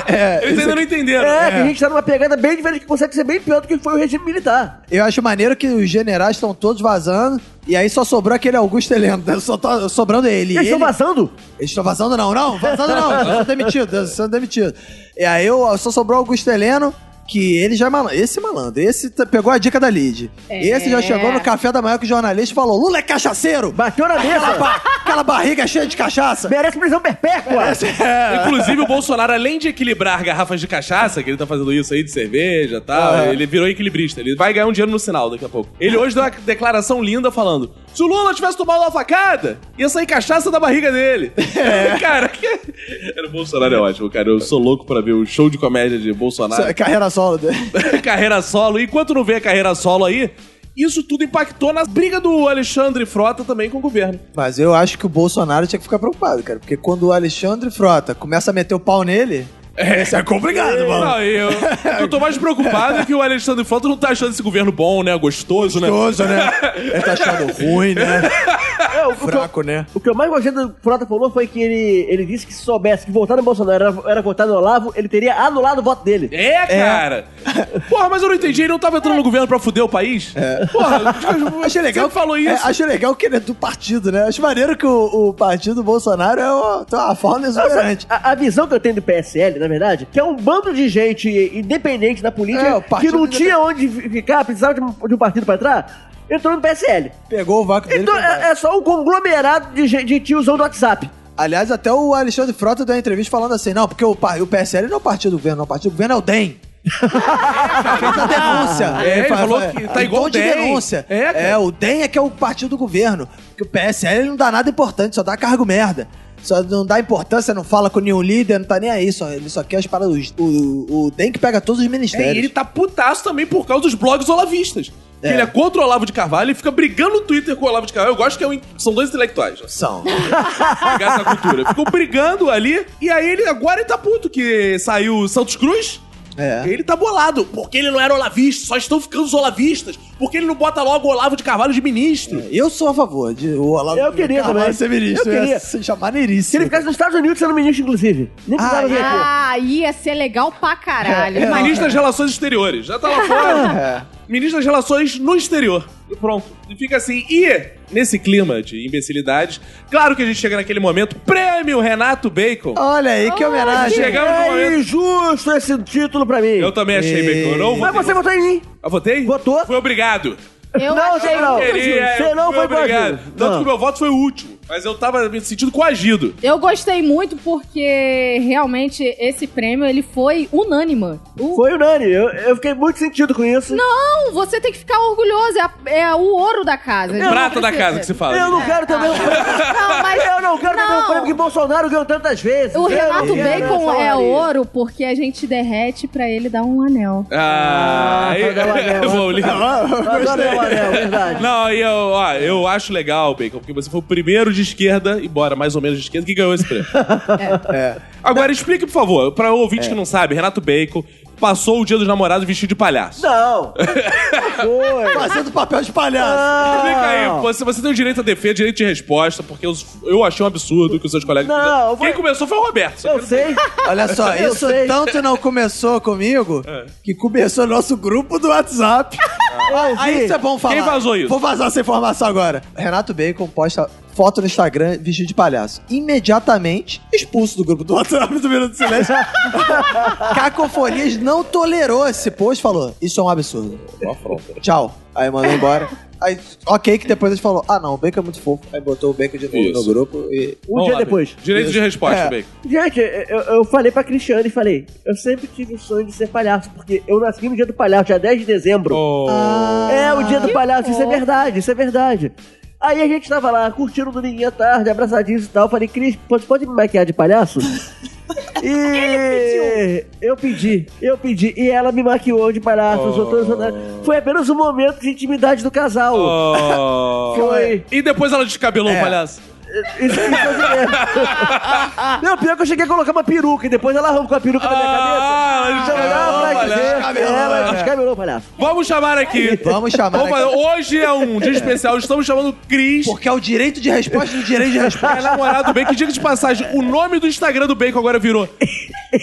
Speaker 2: é, eles ainda não entenderam.
Speaker 3: É, que a gente tá numa pegada bem diferente que consegue ser bem pior do que foi o regime militar.
Speaker 4: Eu acho maneiro que os generais estão todos vazando. E aí só sobrou aquele Augusto Heleno. né? Só tá sobrando ele.
Speaker 3: Eles estão
Speaker 4: Ele-
Speaker 3: vazando?
Speaker 4: Eles estão vazando não, não, vazando não, eles são demitidos, eles são demitidos. E aí eu, só sobrou o Augusto Heleno, que ele já é malandro, esse é malandro, esse t- pegou a dica da Lid. Esse já chegou no café da manhã com o jornalista e falou, Lula é cachaceiro,
Speaker 3: Bateu na
Speaker 4: aquela,
Speaker 3: mesa!
Speaker 4: ba- aquela barriga cheia de cachaça.
Speaker 3: Merece prisão perpétua!
Speaker 2: Inclusive, o Bolsonaro, além de equilibrar garrafas de cachaça, que ele tá fazendo isso aí de cerveja e tal,
Speaker 4: Ah, é.
Speaker 2: ele virou equilibrista. Ele vai ganhar um dinheiro no sinal daqui a pouco. Ele hoje deu uma declaração linda falando: se o Lula tivesse tomado uma facada, ia sair cachaça da barriga dele. cara, que... Era o Bolsonaro é ótimo, cara. Eu sou louco pra ver o show de comédia de Bolsonaro.
Speaker 4: Isso é Carreira solo dele.
Speaker 2: carreira solo. Enquanto não vê a carreira solo aí, isso tudo impactou na briga do Alexandre Frota também com o governo.
Speaker 4: Mas eu acho que o Bolsonaro tinha que ficar preocupado, cara, porque quando o Alexandre Frota começa a meter o pau nele, isso é complicado,
Speaker 2: Não, eu, eu tô mais preocupado é que o Alexandre Frota não tá achando esse governo bom, né? Gostoso, né?
Speaker 4: Gostoso, né? Ele tá achando ruim, né?
Speaker 3: É, o, o que eu-
Speaker 4: Fraco, né?
Speaker 3: o que eu mais gostei do Frota falou foi que ele, ele disse que se soubesse que votar no Bolsonaro era, era votar no Olavo, ele teria anulado o voto dele.
Speaker 2: É, cara. Porra, mas eu não entendi. Ele não tava entrando no governo pra fuder o país? É. Porra,
Speaker 4: Achei legal.
Speaker 2: Você falou isso.
Speaker 4: É, achei legal que ele é do partido, né? Acho maneiro que o, o partido Bolsonaro é uma, tem uma fauna exuberante.
Speaker 3: A, a visão que eu tenho do PSL, na verdade, que é um bando de gente independente da política
Speaker 4: É, o
Speaker 3: que
Speaker 4: partido
Speaker 3: não
Speaker 4: independente.
Speaker 3: tinha onde vi- ficar, precisava de um, de um partido pra entrar, entrou no PSL.
Speaker 4: Pegou o vácuo dele.
Speaker 3: Então
Speaker 4: e foi embora.
Speaker 3: é, é só um conglomerado de, gen- de tiozão do WhatsApp.
Speaker 4: Aliás, até o Alexandre Frota deu uma entrevista falando assim: não, porque o, pa- o PSL não é o partido do governo, não. O partido do governo é o DEM. Fez a denúncia.
Speaker 2: É, ele
Speaker 4: fa-
Speaker 2: falou
Speaker 4: fa-
Speaker 2: que tá
Speaker 4: em
Speaker 2: igual
Speaker 4: tom
Speaker 2: o
Speaker 4: de
Speaker 2: DEM.
Speaker 4: denúncia.
Speaker 2: É, cara.
Speaker 4: É, o DEM é que é o partido do governo. Porque o PSL não dá nada importante, só dá cargo merda. Só não dá importância, não fala com nenhum líder, não tá nem aí. Só, ele só quer as paradas. O, o, o DEM que pega todos os
Speaker 2: É,
Speaker 4: ministérios.
Speaker 2: e ele tá putaço também por causa dos blogs olavistas. Que
Speaker 4: É.
Speaker 2: ele é contra o Olavo de Carvalho e fica brigando no Twitter com o Olavo de Carvalho. Eu gosto que é um in- são dois intelectuais. assim,
Speaker 4: São.
Speaker 2: ligados na cultura. Ficou brigando ali e aí ele agora ele tá puto que saiu o Santos Cruz.
Speaker 4: É.
Speaker 2: Ele tá bolado, porque ele não era olavista, só estão ficando os olavistas, porque ele não bota logo o Olavo de Carvalho de ministro.
Speaker 4: Eu sou a favor de o Olavo
Speaker 3: Eu queria
Speaker 4: Carvalho
Speaker 3: também.
Speaker 4: ser ministro.
Speaker 3: Eu
Speaker 4: ia
Speaker 3: queria.
Speaker 4: ser- achar
Speaker 3: Se
Speaker 4: maneiríssimo.
Speaker 3: ele ficasse nos Estados Unidos sendo ministro, inclusive. Nem precisava
Speaker 4: Ah,
Speaker 3: vir aqui.
Speaker 5: Ah, ia ser legal pra caralho.
Speaker 2: é Ministro
Speaker 5: Imagina.
Speaker 2: das Relações Exteriores, já tá lá fora. Ministro das Relações no exterior. E pronto. E fica assim. E, nesse clima de imbecilidades, claro que a gente chega naquele momento, prêmio Renato Bacon.
Speaker 4: Olha aí, que homenagem.
Speaker 2: Chegamos no
Speaker 3: É
Speaker 2: momento.
Speaker 3: injusto esse título pra mim.
Speaker 2: Eu também achei
Speaker 4: Ei.
Speaker 2: Bacon. Eu não
Speaker 3: Mas
Speaker 2: votei.
Speaker 3: você votou em mim.
Speaker 2: Eu votei?
Speaker 3: Votou?
Speaker 2: Foi obrigado.
Speaker 5: Eu
Speaker 3: Não,
Speaker 5: achei
Speaker 3: General.
Speaker 5: muito
Speaker 3: Ele-
Speaker 5: justo.
Speaker 2: Queria,
Speaker 3: Você não foi
Speaker 2: obrigado. Então,
Speaker 3: coagido.
Speaker 2: Tanto
Speaker 3: Não.
Speaker 2: que o meu voto foi o último. Mas eu tava me sentindo coagido.
Speaker 5: Eu gostei muito porque realmente esse prêmio ele foi unânime. O-
Speaker 3: Foi o Nani. Eu, eu fiquei muito sentido com isso.
Speaker 5: Não, você tem que ficar orgulhoso. É, a- é o ouro da casa. Não
Speaker 2: Prata da
Speaker 5: precisa.
Speaker 2: casa que se fala.
Speaker 3: Eu não quero também um prêmio.
Speaker 5: é, Não, mas
Speaker 3: Eu não quero também um
Speaker 5: Não.
Speaker 3: prêmio que Bolsonaro ganhou tantas vezes. Eu
Speaker 5: O Renato
Speaker 3: não quero
Speaker 5: Bacon
Speaker 3: essa
Speaker 5: é
Speaker 3: honraria.
Speaker 5: ouro porque a gente derrete pra ele dar um anel.
Speaker 2: Ah, aí,
Speaker 3: foi né? Ah. pela dela.
Speaker 2: Bom, Lino.
Speaker 3: Eu Adoro o anel, verdade.
Speaker 2: Não, aí eu, ó, eu acho legal, Bacon, porque você foi o primeiro de esquerda, embora mais ou menos de esquerda, que ganhou esse prêmio.
Speaker 4: É.
Speaker 2: Agora, explique, por favor, pra
Speaker 3: É.
Speaker 2: ouvinte que não sabe, Renato Bacon passou o dia dos namorados vestido de palhaço.
Speaker 3: Não. Foi.
Speaker 4: Fazendo papel de palhaço.
Speaker 2: Explica aí, você, você tem o direito a defesa, direito de resposta, porque os- eu achei um absurdo que os seus colegas.
Speaker 3: Não,
Speaker 2: fizeram.
Speaker 3: eu vou-
Speaker 2: Quem começou foi o Roberto.
Speaker 3: Eu sei.
Speaker 4: Olha só,
Speaker 3: Eu
Speaker 4: isso
Speaker 3: sei.
Speaker 4: tanto não começou comigo
Speaker 2: É.
Speaker 4: que começou nosso grupo do WhatsApp.
Speaker 3: Eu
Speaker 4: Aí
Speaker 3: vi.
Speaker 4: isso é bom falar.
Speaker 2: Quem vazou isso?
Speaker 4: Vou vazar essa informação agora. Renato Bacon posta foto no Instagram vestido de palhaço. Imediatamente expulso do grupo do WhatsApp do Minuto do Silêncio. Cacofonias não tolerou esse post, falou: Isso é um absurdo.
Speaker 3: Um
Speaker 4: Tchau. Aí mandou embora. Aí, ok, que depois a gente falou: Ah, não, o Bacon é muito fofo. Aí botou o Bacon de novo
Speaker 2: Isso.
Speaker 4: no grupo e.
Speaker 3: Um dia depois.
Speaker 2: Direito de resposta,
Speaker 4: É.
Speaker 2: Bacon.
Speaker 3: Gente, eu, eu falei pra Cristiane e falei, eu sempre tive o sonho de ser palhaço, porque eu nasci no dia do palhaço, dia 10 de dezembro.
Speaker 2: Oh.
Speaker 4: Ah,
Speaker 3: É, o dia do
Speaker 5: Que
Speaker 3: palhaço, isso é
Speaker 5: fofo.
Speaker 3: verdade, isso é verdade. Aí a gente tava lá, curtindo o dominguinho à tarde, abraçadinhos e tal. Eu Falei, Cris, pode, pode me maquiar de palhaço? E eu pedi, eu pedi, e ela me maquiou de palhaço. eu sou todo- sou- Foi apenas um momento de intimidade do casal.
Speaker 2: Oh.
Speaker 3: Foi.
Speaker 2: E depois ela descabelou
Speaker 4: É.
Speaker 2: o palhaço.
Speaker 3: Isso que foi assim mesmo. Não, pior que eu cheguei a colocar uma peruca e depois ela arrancou a peruca da minha cabeça.
Speaker 2: Ah, ela
Speaker 3: Então,
Speaker 2: descabelou
Speaker 3: dá
Speaker 2: o
Speaker 3: pra dizer
Speaker 2: palhaço.
Speaker 3: que
Speaker 4: Descabelou,
Speaker 3: ela
Speaker 4: né?
Speaker 3: descabelou, palhaço.
Speaker 2: Vamos chamar aqui.
Speaker 4: Vamos chamar
Speaker 2: Vamos
Speaker 4: aqui.
Speaker 2: fazer- Hoje é um dia especial, estamos chamando o Cris.
Speaker 4: Porque é o direito de resposta do direito de
Speaker 2: É
Speaker 4: resposta.
Speaker 2: namorado do Bacon. Diga de passagem, o nome do Instagram do Bacon agora virou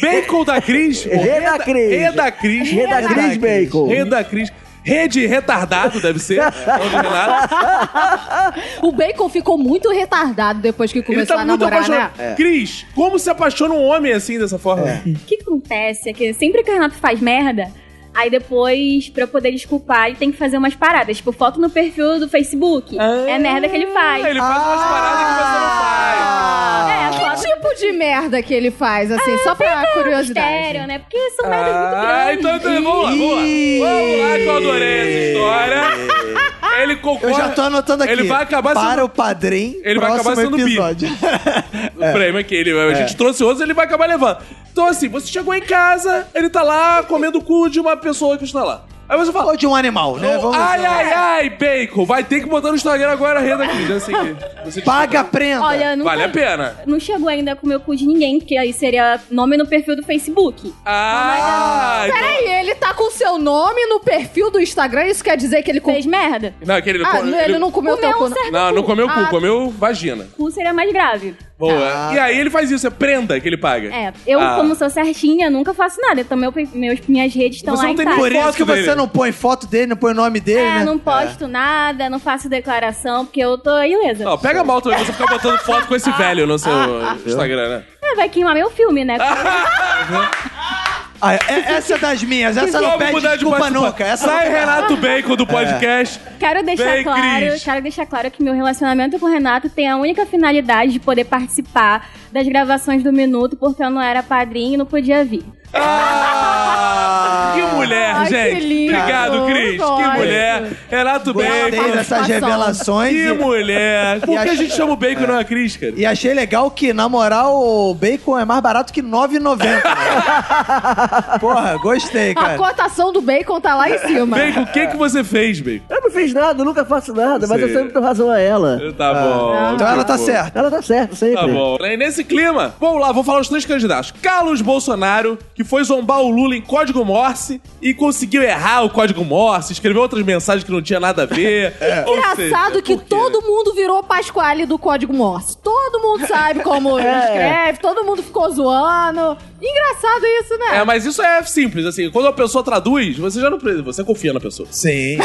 Speaker 2: Bacon da Cris. ou
Speaker 3: Reda Cris.
Speaker 2: Reda Cris.
Speaker 3: Reda Cris Bacon.
Speaker 2: Reda Cris. Rede retardado, deve ser. nome do Renato.
Speaker 5: O Bacon ficou muito retardado depois que
Speaker 2: Ele
Speaker 5: começou
Speaker 2: tá
Speaker 5: a
Speaker 2: muito
Speaker 5: namorar,
Speaker 2: apaixonado.
Speaker 5: né?
Speaker 4: É.
Speaker 2: Cris, como se apaixona um homem assim, dessa forma?
Speaker 1: O que acontece é que sempre que o Renato faz merda, aí depois, pra poder desculpar, ele tem que fazer umas paradas. Tipo, foto no perfil do Facebook. é merda que ele
Speaker 2: Ah,
Speaker 1: faz.
Speaker 2: Ele
Speaker 5: Ah!
Speaker 2: faz umas paradas que você não faz.
Speaker 1: É,
Speaker 5: Que
Speaker 1: foto Ah,
Speaker 5: tipo de merda que ele faz, assim, só pra curiosidade?
Speaker 1: estéreo, né? Porque são merdas muito
Speaker 2: é Ah,
Speaker 1: grandes.
Speaker 2: então, então vamos lá, vamos lá. Vamos lá que eu adorei essa história. Ele concorda.
Speaker 4: Eu já tô anotando aqui.
Speaker 2: Ele vai acabar
Speaker 4: Para
Speaker 2: sendo-
Speaker 4: o padrinho.
Speaker 2: Ele vai acabar
Speaker 4: próximo
Speaker 2: sendo bi.
Speaker 4: episódio.
Speaker 2: O prêmio é que ele, a gente trouxe outros, ele vai acabar levando. Então, assim, você chegou em casa, ele tá lá comendo o cu de uma pessoa que está lá. Aí você fala.
Speaker 4: Ou de um animal, né?
Speaker 2: "Oh,
Speaker 4: Vamos
Speaker 2: ai,
Speaker 4: lá.
Speaker 2: ai, ai, bacon, vai ter que botar no Instagram agora a renda aqui. Assim, que você
Speaker 4: Paga a prenda.
Speaker 1: Olha, eu nunca-
Speaker 2: Vale a pena.
Speaker 1: Não chegou ainda com o meu cu de ninguém, porque aí seria nome no perfil do Facebook.
Speaker 2: Ah! então-
Speaker 5: Peraí, ele tá com seu nome no perfil do Instagram, isso quer dizer que ele... Com...
Speaker 1: Fez merda.
Speaker 2: Não, aquele,
Speaker 5: Ah, ele não comeu teu
Speaker 1: Comeu um
Speaker 5: cu, não.
Speaker 1: certo
Speaker 2: Não, não comeu cu,
Speaker 5: Ah.
Speaker 2: comeu vagina.
Speaker 1: Cu seria mais grave.
Speaker 2: Boa.
Speaker 4: Tá.
Speaker 2: E aí ele faz isso, é prenda que ele paga.
Speaker 1: É, eu,
Speaker 2: Ah.
Speaker 1: como sou certinha, nunca faço nada. Então, meu, meus, minhas redes estão
Speaker 2: Você
Speaker 1: lá
Speaker 2: não
Speaker 1: em
Speaker 2: tem
Speaker 1: casa.
Speaker 4: Por isso
Speaker 2: Foto
Speaker 4: que você
Speaker 2: dele.
Speaker 4: não põe foto dele, não põe o nome dele,
Speaker 1: É,
Speaker 4: né?
Speaker 1: não posto nada, não faço declaração, porque eu tô ilesa.
Speaker 2: Não, pega mal também você ficar botando foto com esse
Speaker 4: Ah.
Speaker 2: velho no seu Instagram, né?
Speaker 1: É, vai queimar meu filme, né?
Speaker 4: Ah, é- essa é das minhas, essa não
Speaker 2: Vamos
Speaker 4: pede
Speaker 2: mudar de
Speaker 4: desculpa
Speaker 2: participante.
Speaker 4: nunca. Essa
Speaker 2: Sai
Speaker 4: não... É.
Speaker 2: Renato Bacon do podcast.
Speaker 1: Quero deixar
Speaker 2: Vem,
Speaker 1: claro,
Speaker 2: Cris.
Speaker 1: quero deixar claro que meu relacionamento com o Renato tem a única finalidade de poder participar das gravações do minuto, porque eu não era padrinho e não podia vir.
Speaker 4: Ah!
Speaker 2: Que mulher,
Speaker 5: Ai, que
Speaker 2: gente.
Speaker 5: lindo.
Speaker 2: Obrigado, Cris. Que
Speaker 5: Olha.
Speaker 2: mulher. Renato
Speaker 4: Gostei
Speaker 2: Bacon.
Speaker 4: dessas revelações.
Speaker 2: Que
Speaker 4: E,
Speaker 2: mulher. Por
Speaker 4: E
Speaker 2: que a
Speaker 4: acho- É.
Speaker 2: gente chama o Bacon e não é a Cris, cara?
Speaker 4: e achei legal que, na moral, o bacon é mais barato que R$ 9,90. né? Porra, gostei,
Speaker 5: A
Speaker 4: cara.
Speaker 5: cotação do bacon tá lá em cima.
Speaker 2: Bacon, o que, que você fez, Bacon?
Speaker 3: Eu não fiz nada, eu nunca faço nada, mas eu
Speaker 2: Sim.
Speaker 3: sempre dou razão a ela.
Speaker 2: Tá bom.
Speaker 4: Ah.
Speaker 2: tipo,
Speaker 4: Então ela tá
Speaker 2: Bom.
Speaker 4: certa.
Speaker 3: Ela tá certa sempre.
Speaker 2: Tá bom. E nesse clima, vamos lá, vou falar os três candidatos. Carlos Bolsonaro, que foi zombar o Lula em código Morse e conseguiu errar o código Morse, escreveu outras mensagens que não tinha nada a ver. Ou
Speaker 5: Engraçado
Speaker 2: seja,
Speaker 5: que
Speaker 2: por quê?
Speaker 5: todo mundo virou Pasquale do Código Morse. Todo mundo sabe como
Speaker 2: É.
Speaker 5: escreve, todo mundo ficou zoando. Engraçado isso, né?
Speaker 2: É, mas isso é simples, assim. Quando a pessoa traduz, você já não. pre- Você confia na pessoa.
Speaker 4: Sim.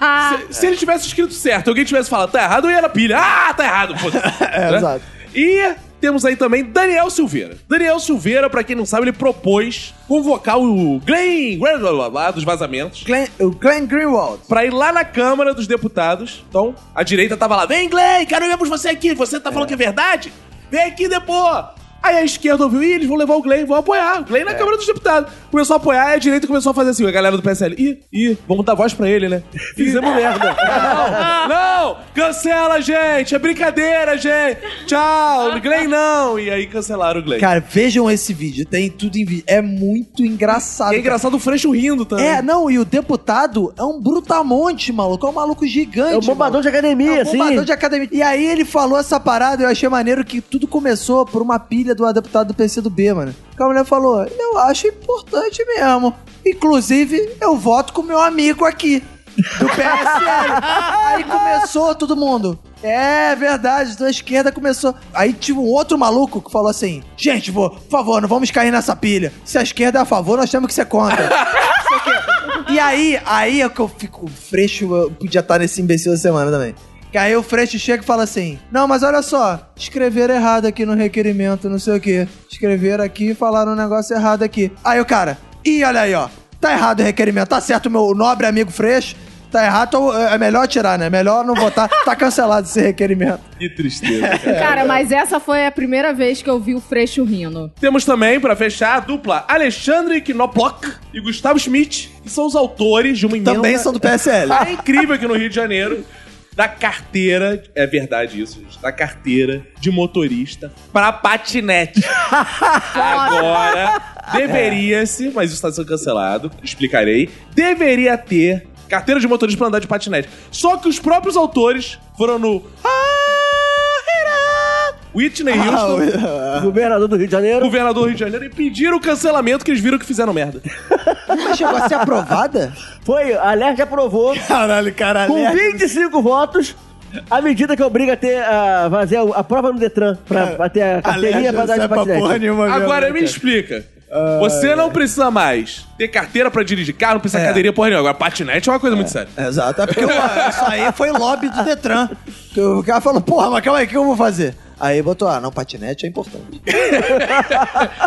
Speaker 2: Ah, se, se ele tivesse escrito certo, alguém tivesse falado, tá errado, eu ia na pilha. Ah, tá errado, pô.
Speaker 4: É, exato.
Speaker 2: E temos aí também Daniel Silveira. Daniel Silveira, pra quem não sabe, ele propôs convocar o Glenn Greenwald lá dos vazamentos.
Speaker 4: Glenn- o Glenn Greenwald.
Speaker 2: pra ir lá na Câmara dos Deputados. Então, a direita tava lá, vem, Glenn, quero ver você aqui, você tá falando que é verdade? Vem aqui depois! Aí a esquerda ouviu, ih, eles vão levar o Glenn, vão apoiar. O
Speaker 4: É.
Speaker 2: Glenn na Câmara dos Deputados. Começou a apoiar e a direita começou a fazer assim, a galera do PSL. Ih, ih, vamos dar voz pra ele, né? Fizemos merda. Não, não, cancela, gente, é brincadeira, gente. Tchau, Glenn não. E aí cancelaram o Glenn.
Speaker 4: Cara, vejam esse vídeo, tem tudo em vídeo. É muito engraçado.
Speaker 2: E é
Speaker 4: cara.
Speaker 2: engraçado o Freixo rindo também.
Speaker 4: É, não, e o deputado é um brutamonte, maluco. É um maluco gigante.
Speaker 3: É um bombador de academia,
Speaker 4: É um
Speaker 3: assim.
Speaker 4: bombador de academia. E aí ele falou essa parada, eu achei maneiro que tudo começou por uma pilha do deputado do PCdoB, mano. Que a mulher falou, eu acho importante mesmo. Inclusive, eu voto com meu amigo aqui. Do PSL. aí começou todo mundo. É verdade, da esquerda começou. Aí tinha um outro maluco que falou assim: Gente, vou, por favor, não vamos cair nessa pilha. Se a esquerda é a favor, nós temos que ser contra. E aí, aí é que eu fico. O Freixo eu podia estar nesse imbecil da semana também. Que aí o Freixo chega e fala assim: Não, mas olha só, escreveram errado aqui no requerimento, não sei o quê. Escreveram aqui e falaram um negócio errado aqui. Aí o cara, ih, olha aí, ó. Tá errado o requerimento, tá certo, meu nobre amigo Freixo. Tá errado, então é melhor tirar, né? Melhor não votar. Tá cancelado esse requerimento.
Speaker 2: Que tristeza, cara.
Speaker 5: Cara, mas essa foi a primeira vez que eu vi o Freixo rindo.
Speaker 2: Temos também, pra fechar, a dupla Alexandre Knobloch e Gustavo Schmidt, que são os autores de uma emenda
Speaker 4: Também são do PSL.
Speaker 2: é incrível aqui no Rio de Janeiro, da carteira, é verdade isso, gente, da carteira de motorista pra patinete. Agora, deveria-se, mas isso está sendo cancelado, explicarei, deveria ter carteira de motorista pra andar de patinete. Só que os próprios autores foram no... Ah,
Speaker 4: Ah,
Speaker 2: Whitney Houston,
Speaker 3: Governador do Rio de Janeiro.
Speaker 2: governador do Rio de Janeiro e pediram o cancelamento que eles viram que fizeram merda.
Speaker 4: Mas chegou a ser aprovada?
Speaker 3: Foi, a Lerge aprovou
Speaker 4: Caralho, caralho.
Speaker 3: com 25 votos. A medida que obriga a ter a fazer a prova no Detran pra, pra ter a carteirinha pra dar de patinete.
Speaker 4: é nenhuma
Speaker 2: Agora me explica. Você não precisa mais ter carteira pra dirigir carro, não precisa
Speaker 4: É.
Speaker 2: cadeirinha porra nenhuma. Agora, patinete é uma coisa muito séria.
Speaker 4: Exato, é porque ó, isso aí foi lobby do Detran. Que O cara falou, porra, mas calma aí, o que eu vou fazer? Aí botou, ah, não, patinete é importante.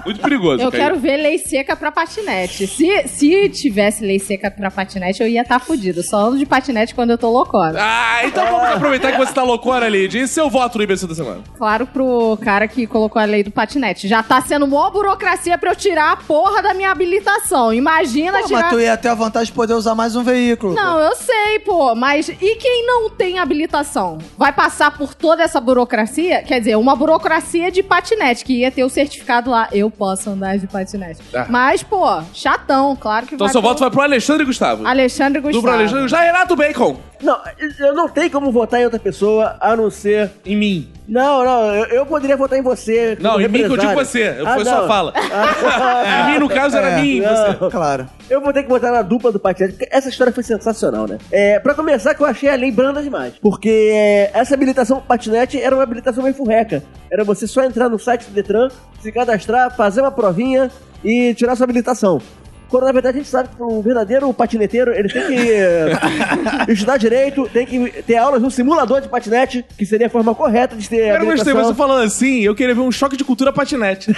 Speaker 2: Muito perigoso.
Speaker 5: Eu
Speaker 2: cara.
Speaker 5: quero ver lei seca pra patinete. Se, se tivesse lei seca pra patinete, eu ia estar tá fudido. Só ando de patinete quando eu tô loucona.
Speaker 2: Ah, então vamos aproveitar que você tá loucona, Lid. E seu voto no IBC da semana?
Speaker 5: Claro pro cara que colocou a lei do patinete. Já tá sendo mó burocracia pra eu tirar a porra da minha habilitação. Imagina
Speaker 4: Pô,
Speaker 5: tirar...
Speaker 4: mas tu ia ter a vantagem de poder usar mais um veículo.
Speaker 5: Não, eu sei, pô, mas e quem não tem habilitação? Vai passar por toda essa burocracia? Quer dizer, uma burocracia de patinete, que ia ter o certificado lá, eu posso andar de patinete.
Speaker 4: É.
Speaker 2: Ah.
Speaker 5: Mas, pô, chatão, claro que
Speaker 2: Então
Speaker 5: vai.
Speaker 2: seu
Speaker 5: pro
Speaker 2: voto vai pro Alexandre Gustavo.
Speaker 5: Alexandre Gustavo.
Speaker 2: Dupla Alexandre Gustavo. Já Renato Bacon.
Speaker 3: Não, eu não tenho como votar em outra pessoa a não ser.
Speaker 2: Em mim.
Speaker 3: Não, não, eu, eu poderia votar em você. como
Speaker 2: Não, em mim que eu digo
Speaker 3: represário.
Speaker 2: você. Eu-
Speaker 3: Ah,
Speaker 2: Foi sua
Speaker 3: não.
Speaker 2: fala.
Speaker 3: Ah,
Speaker 2: Em mim, no caso, era
Speaker 4: É.
Speaker 2: mim e você.
Speaker 3: não.
Speaker 4: Claro.
Speaker 3: Eu vou ter que botar na dupla do Patinete, porque essa história foi sensacional, né? É, pra começar, que eu achei a lei branda demais. Porque é, essa habilitação patinete era uma habilitação meio furreca. Era você só entrar no site do Detran, se cadastrar, fazer uma provinha e tirar sua habilitação. Quando na verdade a gente sabe que um verdadeiro patineteiro ele tem que é, estudar direito, tem que ter aulas no simulador de patinete, que seria a forma correta de ter.
Speaker 2: Eu não gostei,
Speaker 3: habilitação.
Speaker 2: você falando assim, eu queria ver um choque de cultura patinete.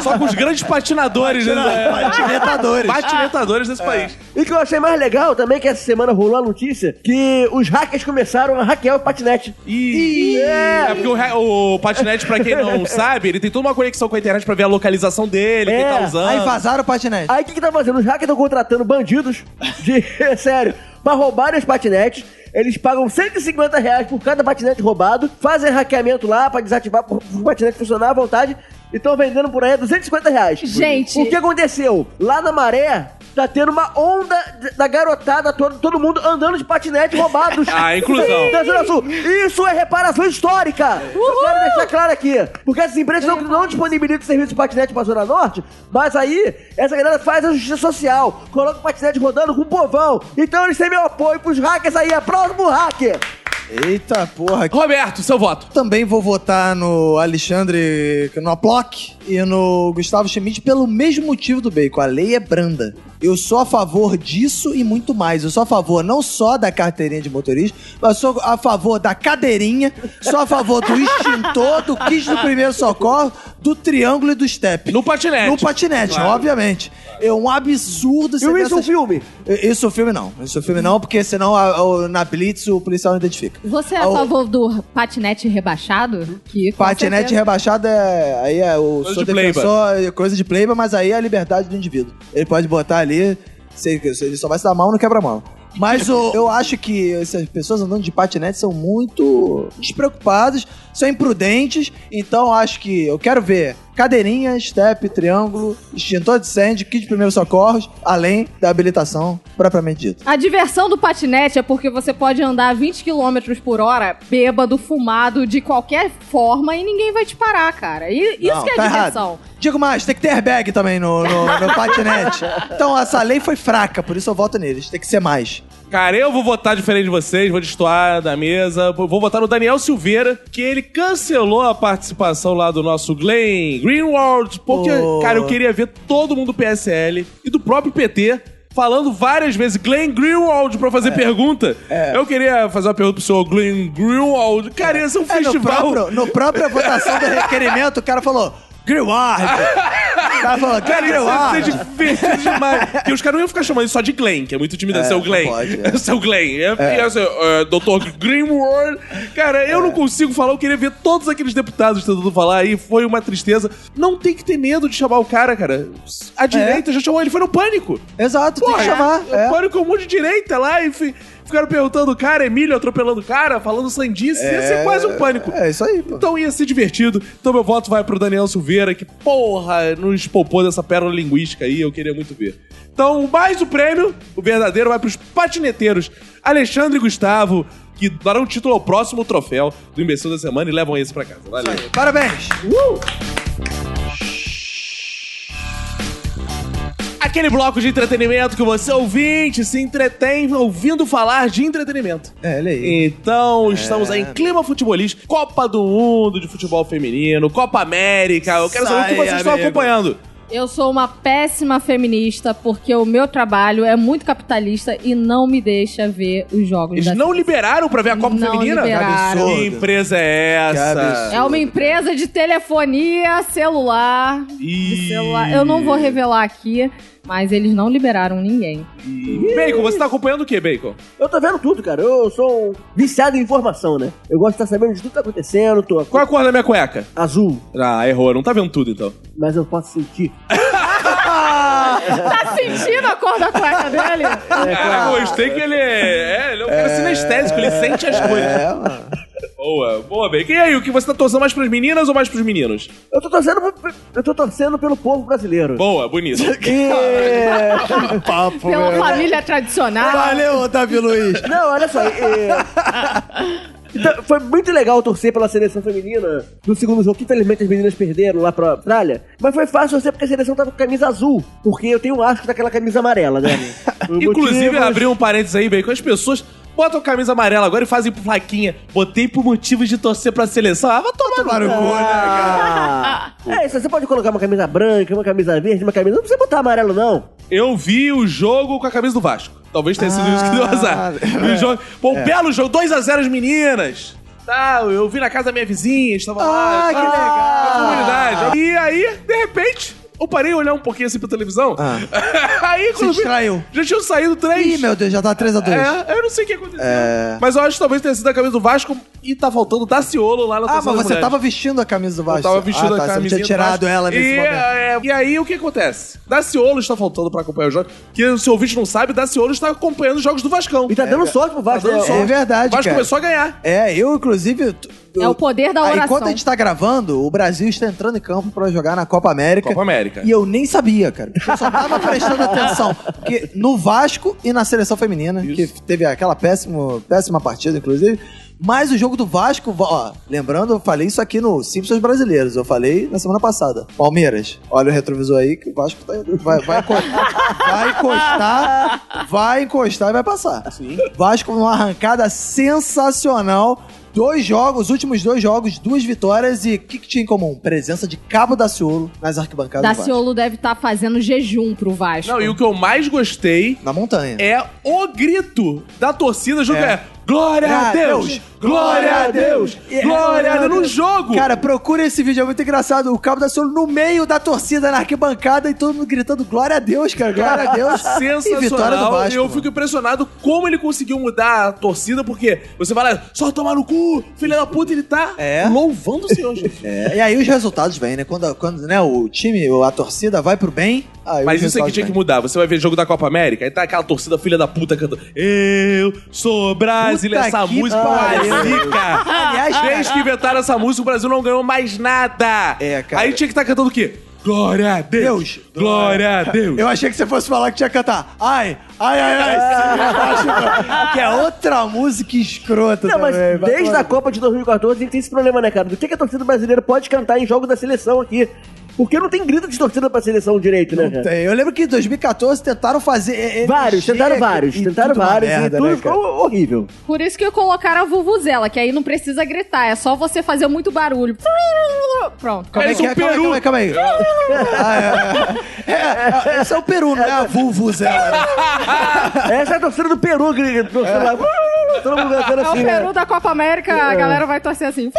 Speaker 2: Só com os grandes patinadores, né?
Speaker 4: Patinetadores.
Speaker 2: patinetadores desse país.
Speaker 3: E o que eu achei mais legal também é que essa semana rolou a notícia que os hackers começaram a hackear o patinete.
Speaker 2: E... É, porque o, re- o patinete, pra quem não sabe, ele tem toda uma conexão com a internet pra ver a localização dele, quem
Speaker 3: É,
Speaker 2: tá usando.
Speaker 4: Aí vazaram o patinete.
Speaker 3: Aí o que, que tá fazendo? Os hackers estão contratando bandidos de. sério, pra roubarem os patinetes. Eles pagam 150 reais por cada patinete roubado, fazem hackeamento lá pra desativar pro- pro patinete funcionar à vontade e estão vendendo por aí a 250 reais.
Speaker 5: Gente.
Speaker 3: O que aconteceu? Lá na maré. Tá tendo uma onda de- da garotada, todo, todo mundo andando de patinete roubados.
Speaker 2: Ah, inclusão.
Speaker 3: Da Zona Sul. Isso é reparação histórica! Eu quero deixar claro aqui. Porque essas empresas não, não disponibilizam serviço de patinete pra Zona Norte, mas aí essa galera faz a justiça social, coloca o patinete rodando com o povão. Então eles têm meu apoio pros hackers aí, é próximo hacker!
Speaker 4: Eita porra.
Speaker 2: Roberto, seu voto.
Speaker 4: Também vou votar no Alexandre Knoplock e no Gustavo Schmidt pelo mesmo motivo do Bacon. A lei é branda. Eu sou a favor disso e muito mais. Eu sou a favor não só da carteirinha de motorista, mas sou a favor da cadeirinha, sou a favor do extintor, do kit do primeiro socorro, do triângulo e do step.
Speaker 2: No patinete.
Speaker 4: No patinete,
Speaker 2: Claro.
Speaker 4: obviamente. É um absurdo
Speaker 3: E o
Speaker 4: ver
Speaker 3: isso é um
Speaker 4: essas-
Speaker 3: filme.
Speaker 4: Isso o filme não. Isso o filme não, porque senão a- a- na Blitz o policial não identifica.
Speaker 5: Você é
Speaker 4: Ah,
Speaker 5: a
Speaker 4: o-
Speaker 5: favor do patinete rebaixado? Que, com
Speaker 4: Patinete
Speaker 5: certeza-
Speaker 4: rebaixado né, é. Aí é o
Speaker 2: Coisa
Speaker 4: sou
Speaker 2: de
Speaker 4: defensor, é coisa de pleiba, mas aí é a liberdade do indivíduo. Ele pode botar ali, se, se ele só vai se dar mal no quebra-mão. Mas o- eu acho que essas pessoas andando de patinete são muito despreocupadas, são imprudentes, então acho que eu quero ver cadeirinha, step, triângulo, extintor de incêndio, kit de primeiros socorros, além da habilitação propriamente dita.
Speaker 5: A diversão do patinete é porque você pode andar 20 km por hora, bêbado, fumado, de qualquer forma, e ninguém vai te parar, cara. E isso
Speaker 4: Não,
Speaker 5: que é
Speaker 4: tá
Speaker 5: diversão.
Speaker 4: errado. Digo mais, tem que ter airbag também no, no, no patinete. Então essa lei foi fraca, por isso eu voto neles. Tem que ser mais.
Speaker 2: Cara, eu vou votar diferente de vocês, vou destoar da mesa. Vou votar no Daniel Silveira, que ele cancelou a participação lá do nosso Glenn Greenwald, porque,
Speaker 4: Pô.
Speaker 2: cara, eu queria ver todo mundo do PSL e do próprio PT falando várias vezes Glenn Greenwald pra
Speaker 4: É.
Speaker 2: fazer pergunta. Eu queria fazer uma pergunta pro senhor Glenn Greenwald. Cara, ia ser um
Speaker 4: É, no
Speaker 2: festival.
Speaker 4: próprio, no própria votação do requerimento, o cara falou. Greward! O cara falou,
Speaker 2: Cara, isso
Speaker 4: Greward!
Speaker 2: ia ser divertido demais. Porque os caras não iam ficar chamando isso só de Glenn, que é muito intimidante.
Speaker 4: É,
Speaker 2: seu
Speaker 4: não
Speaker 2: Glenn.
Speaker 4: pode, é.
Speaker 2: Seu Glenn. É, ia ser, é, Dr. Greenwald. Cara, eu não consigo falar. Eu queria ver todos aqueles deputados tentando falar aí. Foi uma tristeza. Não tem que ter medo de chamar o cara, cara. A
Speaker 4: É.
Speaker 2: direita já chamou ele. Foi no pânico.
Speaker 4: Exato,
Speaker 2: Porra,
Speaker 4: tem que chamar.
Speaker 2: é. O pânico é um monte de direita lá e fi- ficaram perguntando o cara, Emílio atropelando o cara, falando sandice. Ia ser quase um pânico.
Speaker 4: É, é isso aí, pô.
Speaker 2: Então ia ser divertido. Então meu voto vai pro Daniel Silveira, que porra, nos poupou dessa pérola linguística aí, eu queria muito ver. Então, mais o prêmio, o verdadeiro, vai pros patineteiros Alexandre e Gustavo, que darão título ao próximo troféu do Imbecil da Semana e levam esse pra casa. Valeu.
Speaker 4: Parabéns!
Speaker 2: Aquele bloco de entretenimento que você, ouvinte, se entretém ouvindo falar de entretenimento.
Speaker 4: É, olha aí. É.
Speaker 2: Então, estamos aí em clima futebolista, Copa do Mundo de futebol feminino, Copa América. Eu quero saber o que
Speaker 4: Sai,
Speaker 2: vocês estão
Speaker 4: amigo.
Speaker 2: acompanhando.
Speaker 5: Eu sou uma péssima feminista porque o meu trabalho é muito capitalista e não me deixa ver os jogos da
Speaker 2: Eles não liberaram pra ver a Copa
Speaker 5: Não
Speaker 2: Feminina?
Speaker 5: liberaram.
Speaker 2: Que empresa é
Speaker 4: Que
Speaker 2: essa?
Speaker 4: absurdo.
Speaker 5: É uma empresa de telefonia celular.
Speaker 2: Ih.
Speaker 5: De celular. Eu não vou revelar aqui, mas eles não liberaram ninguém.
Speaker 2: Bacon, você tá acompanhando o que, Bacon?
Speaker 3: Eu tô vendo tudo, cara. Eu sou um viciado em informação, né? Eu gosto de estar sabendo de tudo que tá acontecendo, tô
Speaker 2: Qual é a cor da minha cueca?
Speaker 3: azul,
Speaker 2: Ah, errou. Não tá vendo tudo, então.
Speaker 3: mas eu posso sentir.
Speaker 5: Tá sentindo a cor da cueca dele?
Speaker 2: é, Ah, gostei que ele é... é, Ele é um cara sinestésico, ele sente as coisas.
Speaker 4: É, mano.
Speaker 2: Ô, Boa, boa, bem. E aí, o que você tá torcendo mais pras meninas ou mais pros meninos?
Speaker 3: Eu tô torcendo, pro- eu tô torcendo pelo povo brasileiro.
Speaker 2: Boa, bonito.
Speaker 3: E-
Speaker 4: Papo,
Speaker 5: Pela
Speaker 4: meu.
Speaker 5: família tradicional.
Speaker 4: Valeu, Otávio Luiz.
Speaker 3: Não, olha só. é- Então, foi muito legal torcer pela seleção feminina no segundo jogo, que infelizmente as meninas perderam lá pra Austrália. Mas foi fácil torcer porque a seleção tava com camisa azul. Porque eu tenho um asco daquela camisa amarela, né? Por
Speaker 2: Inclusive,
Speaker 3: motivos-
Speaker 2: abri um parênteses aí, bem, que as pessoas botam camisa amarela agora e fazem plaquinha. Botei por motivos de torcer pra seleção. Ah, vai tomar no
Speaker 4: Tomar no cu, né, cara?
Speaker 3: Ah, é isso, você pode colocar uma camisa branca, uma camisa verde, uma camisa. Não precisa botar amarelo, não.
Speaker 2: Eu vi o jogo com a camisa do Vasco. Talvez tenha sido
Speaker 4: Ah, é.
Speaker 2: isso que deu azar. Vi o jogo- Pô, um belo jogo, 2x0 as meninas. Tá, eu vi na casa da minha vizinha, estava lá.
Speaker 4: Ah, que legal.
Speaker 2: Na comunidade. E aí, de repente, eu parei a olhar um pouquinho assim pra televisão.
Speaker 4: Ah.
Speaker 2: aí, quando eu vi,
Speaker 4: distraiu.
Speaker 2: Já tinham saído três.
Speaker 4: Ih, meu Deus, já tá 3x2.
Speaker 2: É, eu não sei o que aconteceu.
Speaker 4: É.
Speaker 2: Mas eu acho que talvez tenha sido a camisa do Vasco e tá faltando Daciolo lá na
Speaker 4: Ah, mas
Speaker 2: torcida
Speaker 4: você
Speaker 2: das mulheres.
Speaker 4: tava vestindo a camisa do Vasco.
Speaker 2: Eu tava vestido
Speaker 4: ah, tá,
Speaker 2: a
Speaker 4: Você não
Speaker 2: camisinha
Speaker 4: tinha
Speaker 2: do
Speaker 4: tirado
Speaker 2: Vasco.
Speaker 4: ela nesse
Speaker 2: e,
Speaker 4: momento.
Speaker 2: é, e aí, o que acontece? Daciolo está faltando pra acompanhar os jogos. Porque se o ouvinte não sabe, Daciolo está acompanhando os jogos do Vascão.
Speaker 3: E tá dando sorte pro Vasco.
Speaker 2: Tá dando
Speaker 3: né?
Speaker 2: sorte.
Speaker 4: É verdade,
Speaker 2: O Vasco
Speaker 4: cara.
Speaker 2: começou a ganhar.
Speaker 4: É, eu, inclusive. t-
Speaker 5: É
Speaker 4: eu-
Speaker 5: o poder da
Speaker 4: Ah,
Speaker 5: oração.
Speaker 4: Enquanto a gente tá gravando, o Brasil está entrando em campo pra jogar na Copa América.
Speaker 2: Copa América.
Speaker 4: E eu nem sabia, cara. Eu só tava prestando atenção. Porque no Vasco e na seleção feminina, que teve aquela péssimo, péssima partida, inclusive. Mas o jogo do Vasco, ó, lembrando, eu falei isso aqui no Simpsons Brasileiros. Eu falei na semana passada. Palmeiras, olha o retrovisor aí que o Vasco tá- vai, vai, enco- vai encostar, vai encostar e vai passar. Vasco numa arrancada sensacional. Dois jogos, os últimos dois jogos, duas vitórias e o que, que tinha em comum? Presença de Cabo Daciolo nas arquibancadas. do Vasco.
Speaker 5: Daciolo deve estar fazendo jejum pro Vasco.
Speaker 2: Não, e o que eu mais gostei
Speaker 4: Na montanha.
Speaker 2: é o grito da torcida junto é.
Speaker 4: É.
Speaker 2: Glória a Deus! Glória a Deus! Glória a Deus! No jogo!
Speaker 4: Cara, procura esse vídeo, é muito engraçado. O Cabo da Solo no meio da torcida, na arquibancada, e todo mundo gritando glória a Deus, cara, glória a Deus.
Speaker 2: sensacional.
Speaker 4: E vitória do Vasco.
Speaker 2: eu
Speaker 4: mano.
Speaker 2: fico impressionado como ele conseguiu mudar a torcida, porque você fala, só tomar no cu, filha da puta, ele tá
Speaker 4: É.
Speaker 2: louvando o Senhor Jesus.
Speaker 4: É, e aí os resultados vêm, né? Quando, quando né, o time, ou a torcida vai pro bem. aí
Speaker 2: Mas
Speaker 4: os
Speaker 2: isso aqui
Speaker 4: resultados
Speaker 2: tinha que
Speaker 4: vêm.
Speaker 2: mudar. Você vai ver jogo da Copa América, aí tá aquela torcida filha da puta cantando Eu sou brasileiro.
Speaker 4: Puta
Speaker 2: Essa
Speaker 4: que
Speaker 2: música
Speaker 4: pariu.
Speaker 2: é zica.
Speaker 4: Aliás,
Speaker 2: Desde que inventaram essa música, o Brasil não ganhou mais nada.
Speaker 4: É, cara.
Speaker 2: Aí tinha que estar cantando o quê? Glória a Deus!
Speaker 4: Deus.
Speaker 2: Glória a Deus!
Speaker 4: Eu achei que você fosse falar que tinha que cantar. Ai, ai, ai, ai. que é outra música escrota
Speaker 3: Não, mas
Speaker 4: também. vai
Speaker 3: desde
Speaker 4: tomar
Speaker 3: a Copa de 2014 a gente tem esse problema, né, cara? Do que, que a torcida brasileira pode cantar em jogo da seleção aqui? Porque não tem grito de torcida pra seleção direito, né,
Speaker 4: Não
Speaker 3: cara?
Speaker 4: tem. É, Eu lembro que em 2014 tentaram fazer. é, é,
Speaker 3: Vários,
Speaker 4: mexer,
Speaker 3: tentaram
Speaker 4: e
Speaker 3: vários,
Speaker 4: tudo
Speaker 3: tentaram
Speaker 4: uma
Speaker 3: vários então
Speaker 4: merda,
Speaker 3: e tudo
Speaker 4: né,
Speaker 3: ficou
Speaker 4: cara?
Speaker 3: horrível.
Speaker 5: Por isso que colocaram a vuvuzela, que aí não precisa gritar, é só você fazer muito barulho. Pronto.
Speaker 4: Como é
Speaker 2: Eles
Speaker 4: que
Speaker 2: um
Speaker 4: é? Calma aí,
Speaker 2: peru.
Speaker 4: calma aí, calma aí. Ah, é, é. É, esse é o peru, não é a vulvuzela. né?
Speaker 3: Essa é a torcida do Peru, que que torceu lá. Todo mundo cantando
Speaker 5: É o
Speaker 3: assim, né?
Speaker 5: Peru da Copa América, a
Speaker 4: É.
Speaker 5: galera vai torcer assim.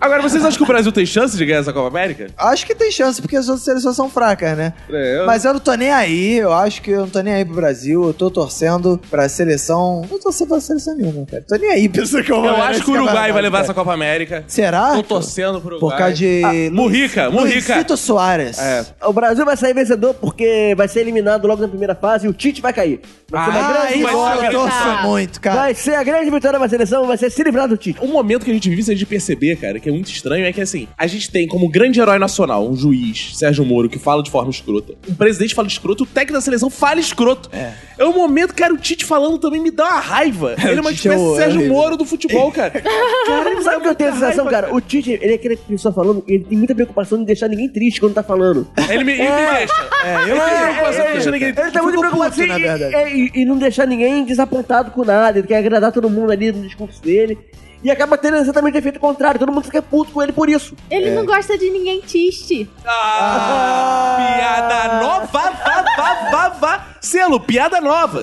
Speaker 2: Agora, vocês acham que o Brasil tem chance de ganhar essa Copa América?
Speaker 4: Acho que tem chance, porque as outras seleções são fracas, né?
Speaker 2: É, eu-
Speaker 4: Mas eu não tô nem aí, eu acho que eu não tô nem aí pro Brasil, eu tô torcendo pra seleção. Não tô torcendo pra seleção nenhuma, cara. Tô nem aí, pensa que é eu
Speaker 2: Eu acho que o Uruguai vai levar essa Copa América.
Speaker 4: Será?
Speaker 2: Tô torcendo pro Uruguai. Ah,
Speaker 4: Por causa de.
Speaker 2: Murrica, Murrica.
Speaker 4: Luizito Soares.
Speaker 2: É.
Speaker 3: O Brasil vai sair vencedor porque vai ser eliminado logo na primeira fase e o Tite vai cair. Vai ser
Speaker 2: Ah,
Speaker 3: uma
Speaker 4: Ah,
Speaker 3: grande
Speaker 4: aí
Speaker 2: vai
Speaker 3: vitória.
Speaker 2: ser
Speaker 4: eu
Speaker 2: uma
Speaker 4: torço
Speaker 5: grande-
Speaker 4: muito, cara.
Speaker 3: Vai ser a grande vitória da seleção, vai ser se livrar do Tite.
Speaker 2: Um momento que a gente vive sem a gente perceber, cara, que é muito estranho, é que assim, a gente tem como grande herói nacional um juiz, Sérgio Moro, que fala de forma escrota. Um presidente fala escroto, o técnico da seleção fala escroto. É, um momento, cara, o Tite falando também me dá uma raiva. Ele é uma
Speaker 4: Tite é
Speaker 2: espécie de Sérgio
Speaker 4: horrível.
Speaker 2: Moro do futebol, cara.
Speaker 3: Caralho, sabe o que eu tenho a sensação, cara? O Tite, ele é aquele pessoa falando, ele tem muita preocupação de deixar ninguém triste quando tá falando.
Speaker 2: Ele me, ele me deixa.
Speaker 4: É,
Speaker 2: Ele
Speaker 4: eu
Speaker 2: tem
Speaker 4: é,
Speaker 2: preocupação de deixar ninguém.
Speaker 3: Ele tá muito
Speaker 4: Ficou
Speaker 3: preocupado
Speaker 4: puto,
Speaker 3: assim,
Speaker 4: na
Speaker 3: e-
Speaker 4: verdade.
Speaker 3: e, e não deixar ninguém desapontado com nada. Ele quer agradar todo mundo ali no discurso dele. E acaba tendo exatamente o efeito contrário. Todo mundo fica puto com ele por isso.
Speaker 1: Ele
Speaker 4: É.
Speaker 1: não gosta de ninguém triste.
Speaker 2: Ah, piada nova, vá, vá, vá, vá. Selo, piada nova.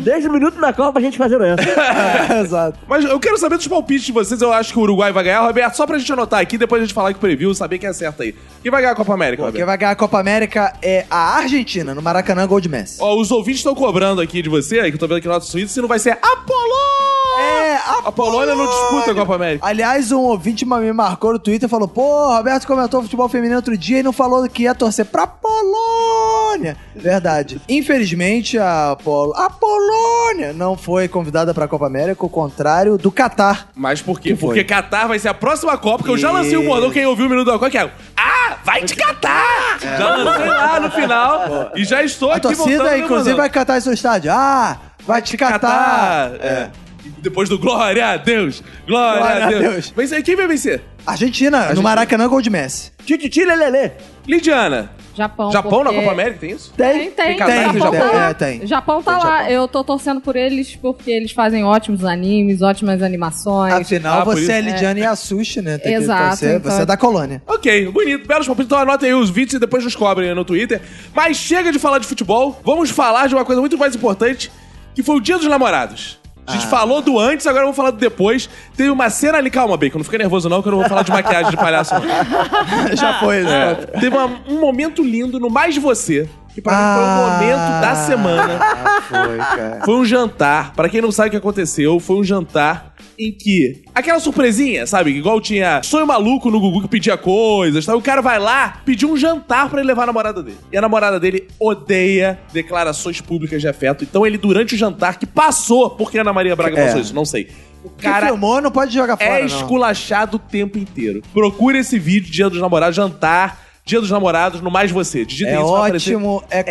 Speaker 3: Desde o minuto da Copa a gente fazendo essa.
Speaker 4: Exato.
Speaker 2: Mas eu quero saber dos palpites de vocês. Eu acho que o Uruguai vai ganhar, Roberto. Só pra gente anotar aqui, depois a gente falar que o preview, saber quem acerta aí. Quem vai ganhar a Copa América,
Speaker 4: Quem
Speaker 2: Roberto?
Speaker 4: vai ganhar a Copa América é a Argentina, no Maracanã Gold Messi.
Speaker 2: Ó, os ouvintes estão cobrando aqui de você, aí que eu tô vendo aqui no nosso Twitter, se não vai ser a Polônia!
Speaker 4: É,
Speaker 2: A Polônia não disputa a Copa América.
Speaker 4: Aliás, um ouvinte me marcou no Twitter e falou: Pô, Roberto comentou futebol feminino outro dia e não falou que ia torcer pra Polônia. Verdade. Infelizmente, a, Pol... a Polônia Polônia não foi convidada pra Copa América, ao contrário do Catar.
Speaker 2: Mas por quê?
Speaker 4: Que foi?
Speaker 2: Porque Catar vai ser a próxima Copa, que eu já lancei o bordão, quem ouviu o Minuto da Copa, que é Ah, vai te catar! Já lancei lá no final e já estou
Speaker 4: A
Speaker 2: aqui voltando né,
Speaker 4: torcida,
Speaker 2: e
Speaker 4: inclusive, vai
Speaker 2: mandando.
Speaker 4: catar em seu estádio. Ah, vai te catar.
Speaker 2: É. E Depois do Glória a Deus! Glória, a Deus! Mas aí quem vai vencer?
Speaker 4: Argentina, no Maracanã, gol de Messi.
Speaker 3: Tititi lelele.
Speaker 2: Lidiana,
Speaker 5: Japão.
Speaker 2: Japão na
Speaker 5: porque-
Speaker 2: Copa América tem isso?
Speaker 5: Tem, tem.
Speaker 2: Tem casaco
Speaker 5: Japão,
Speaker 2: do
Speaker 5: tá
Speaker 4: Japão?
Speaker 5: lá.
Speaker 4: É, tem.
Speaker 5: Japão tá
Speaker 4: Tem
Speaker 5: lá.
Speaker 4: Japão.
Speaker 5: Eu tô torcendo por eles porque eles fazem ótimos animes, ótimas animações.
Speaker 4: Afinal,
Speaker 2: Ah, por isso.
Speaker 4: você é Lidiane e a Sushi, né? que-
Speaker 5: Exato,
Speaker 4: Você,
Speaker 5: então.
Speaker 4: você é da colônia.
Speaker 2: Ok, bonito, belos palpites. Então anotem aí os vídeos e depois nos cobrem no Twitter. Mas chega de falar de futebol, vamos falar de uma coisa muito mais importante, que foi o Dia dos Namorados. A
Speaker 4: Ah.
Speaker 2: gente falou do antes, agora vamos falar do depois. Teve uma cena ali, calma, Bacon, não fica nervoso não, que eu não vou falar de maquiagem de palhaço. não.
Speaker 4: Já foi, né?
Speaker 2: Teve uma- um momento lindo no Mais Você, que pra mim foi o momento da semana.
Speaker 4: Ah, foi, cara.
Speaker 2: Foi um jantar. Pra quem não sabe o que aconteceu, foi um jantar em que aquela surpresinha, sabe? Igual tinha sonho maluco no Gugu que pedia coisas, tá? O cara vai lá pedir um jantar pra ele levar a namorada dele. E a namorada dele odeia declarações públicas de afeto. Então ele durante o jantar que passou, porque a Ana Maria Braga
Speaker 4: É.
Speaker 2: passou isso, não sei. O
Speaker 4: Quem
Speaker 2: cara
Speaker 4: filmou não pode jogar fora,
Speaker 2: é
Speaker 4: não.
Speaker 2: esculachado o tempo inteiro. Procure esse vídeo Dia dos Namorados jantar Dia dos Namorados no mais você. Digitem
Speaker 4: É
Speaker 2: isso vai aparecer.
Speaker 4: ótimo, é
Speaker 2: É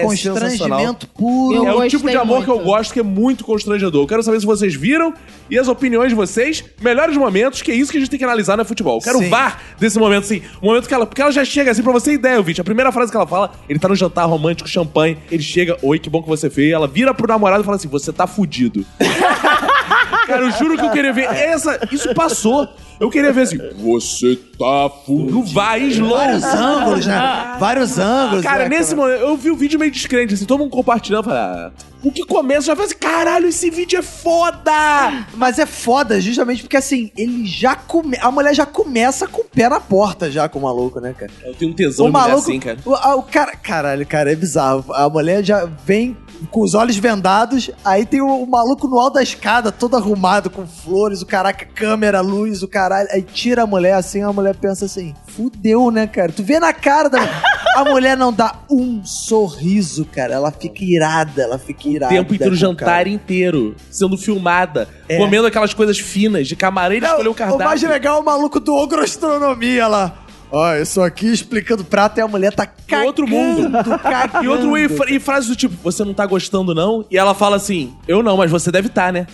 Speaker 4: constrangimento puro.
Speaker 5: Eu
Speaker 2: é o
Speaker 5: gostei
Speaker 2: tipo de amor que eu
Speaker 5: muito.
Speaker 2: gosto, que é muito constrangedor. Eu quero saber se vocês viram e as opiniões de vocês, melhores momentos, que é isso que a gente tem que analisar no futebol. Eu quero
Speaker 4: Sim.
Speaker 2: o VAR desse momento, assim. O momento que ela. Porque ela já chega assim, pra você ter ideia, Vit. A primeira frase que ela fala, ele tá no jantar romântico, champanhe. Ele chega, oi, que bom que você veio. Ela vira pro namorado e fala assim: você tá fudido. Cara, eu juro que eu queria ver. Essa, isso passou. Eu queria ver assim, você tá fudido. Não vai, slow.
Speaker 4: Vários ângulos, né? Vários ângulos.
Speaker 2: é, Cara,
Speaker 4: né,
Speaker 2: nesse momento, eu vi o vídeo meio descrente, assim, todo mundo compartilhando, eu falei, ah, o que começa, eu já falei assim, caralho, esse vídeo é foda!
Speaker 4: Mas é foda, justamente porque assim, ele já come... a mulher já começa com o pé na porta já com o maluco, né, cara?
Speaker 2: Eu tenho um tesão
Speaker 4: o maluco, O, a- o cara, caralho, cara, é bizarro. A mulher já vem com os olhos vendados, aí tem o, o maluco no alto da escada, todo arrumado com flores, o caraca, câmera, luz, o caralho. Aí tira a mulher assim, a mulher pensa assim: "Fudeu, né, cara? Tu vê na cara da A mulher não dá um sorriso, cara. Ela fica irada, ela fica
Speaker 2: O
Speaker 4: irada.
Speaker 2: tempo inteiro, o É.
Speaker 4: com o
Speaker 2: jantar
Speaker 4: cara.
Speaker 2: inteiro, sendo filmada, comendo aquelas coisas finas, de camarim,
Speaker 4: Não,
Speaker 2: escolheu o cardápio.
Speaker 4: mais legal é o maluco do Ogroastronomia lá. Ó, isso aqui explicando prato e a mulher tá
Speaker 2: Em
Speaker 4: cagando.
Speaker 2: outro mundo.
Speaker 4: Cagando.
Speaker 2: E outro e, fra- e frases do tipo, você não tá gostando não? E ela fala assim, eu não, mas você deve tá, né?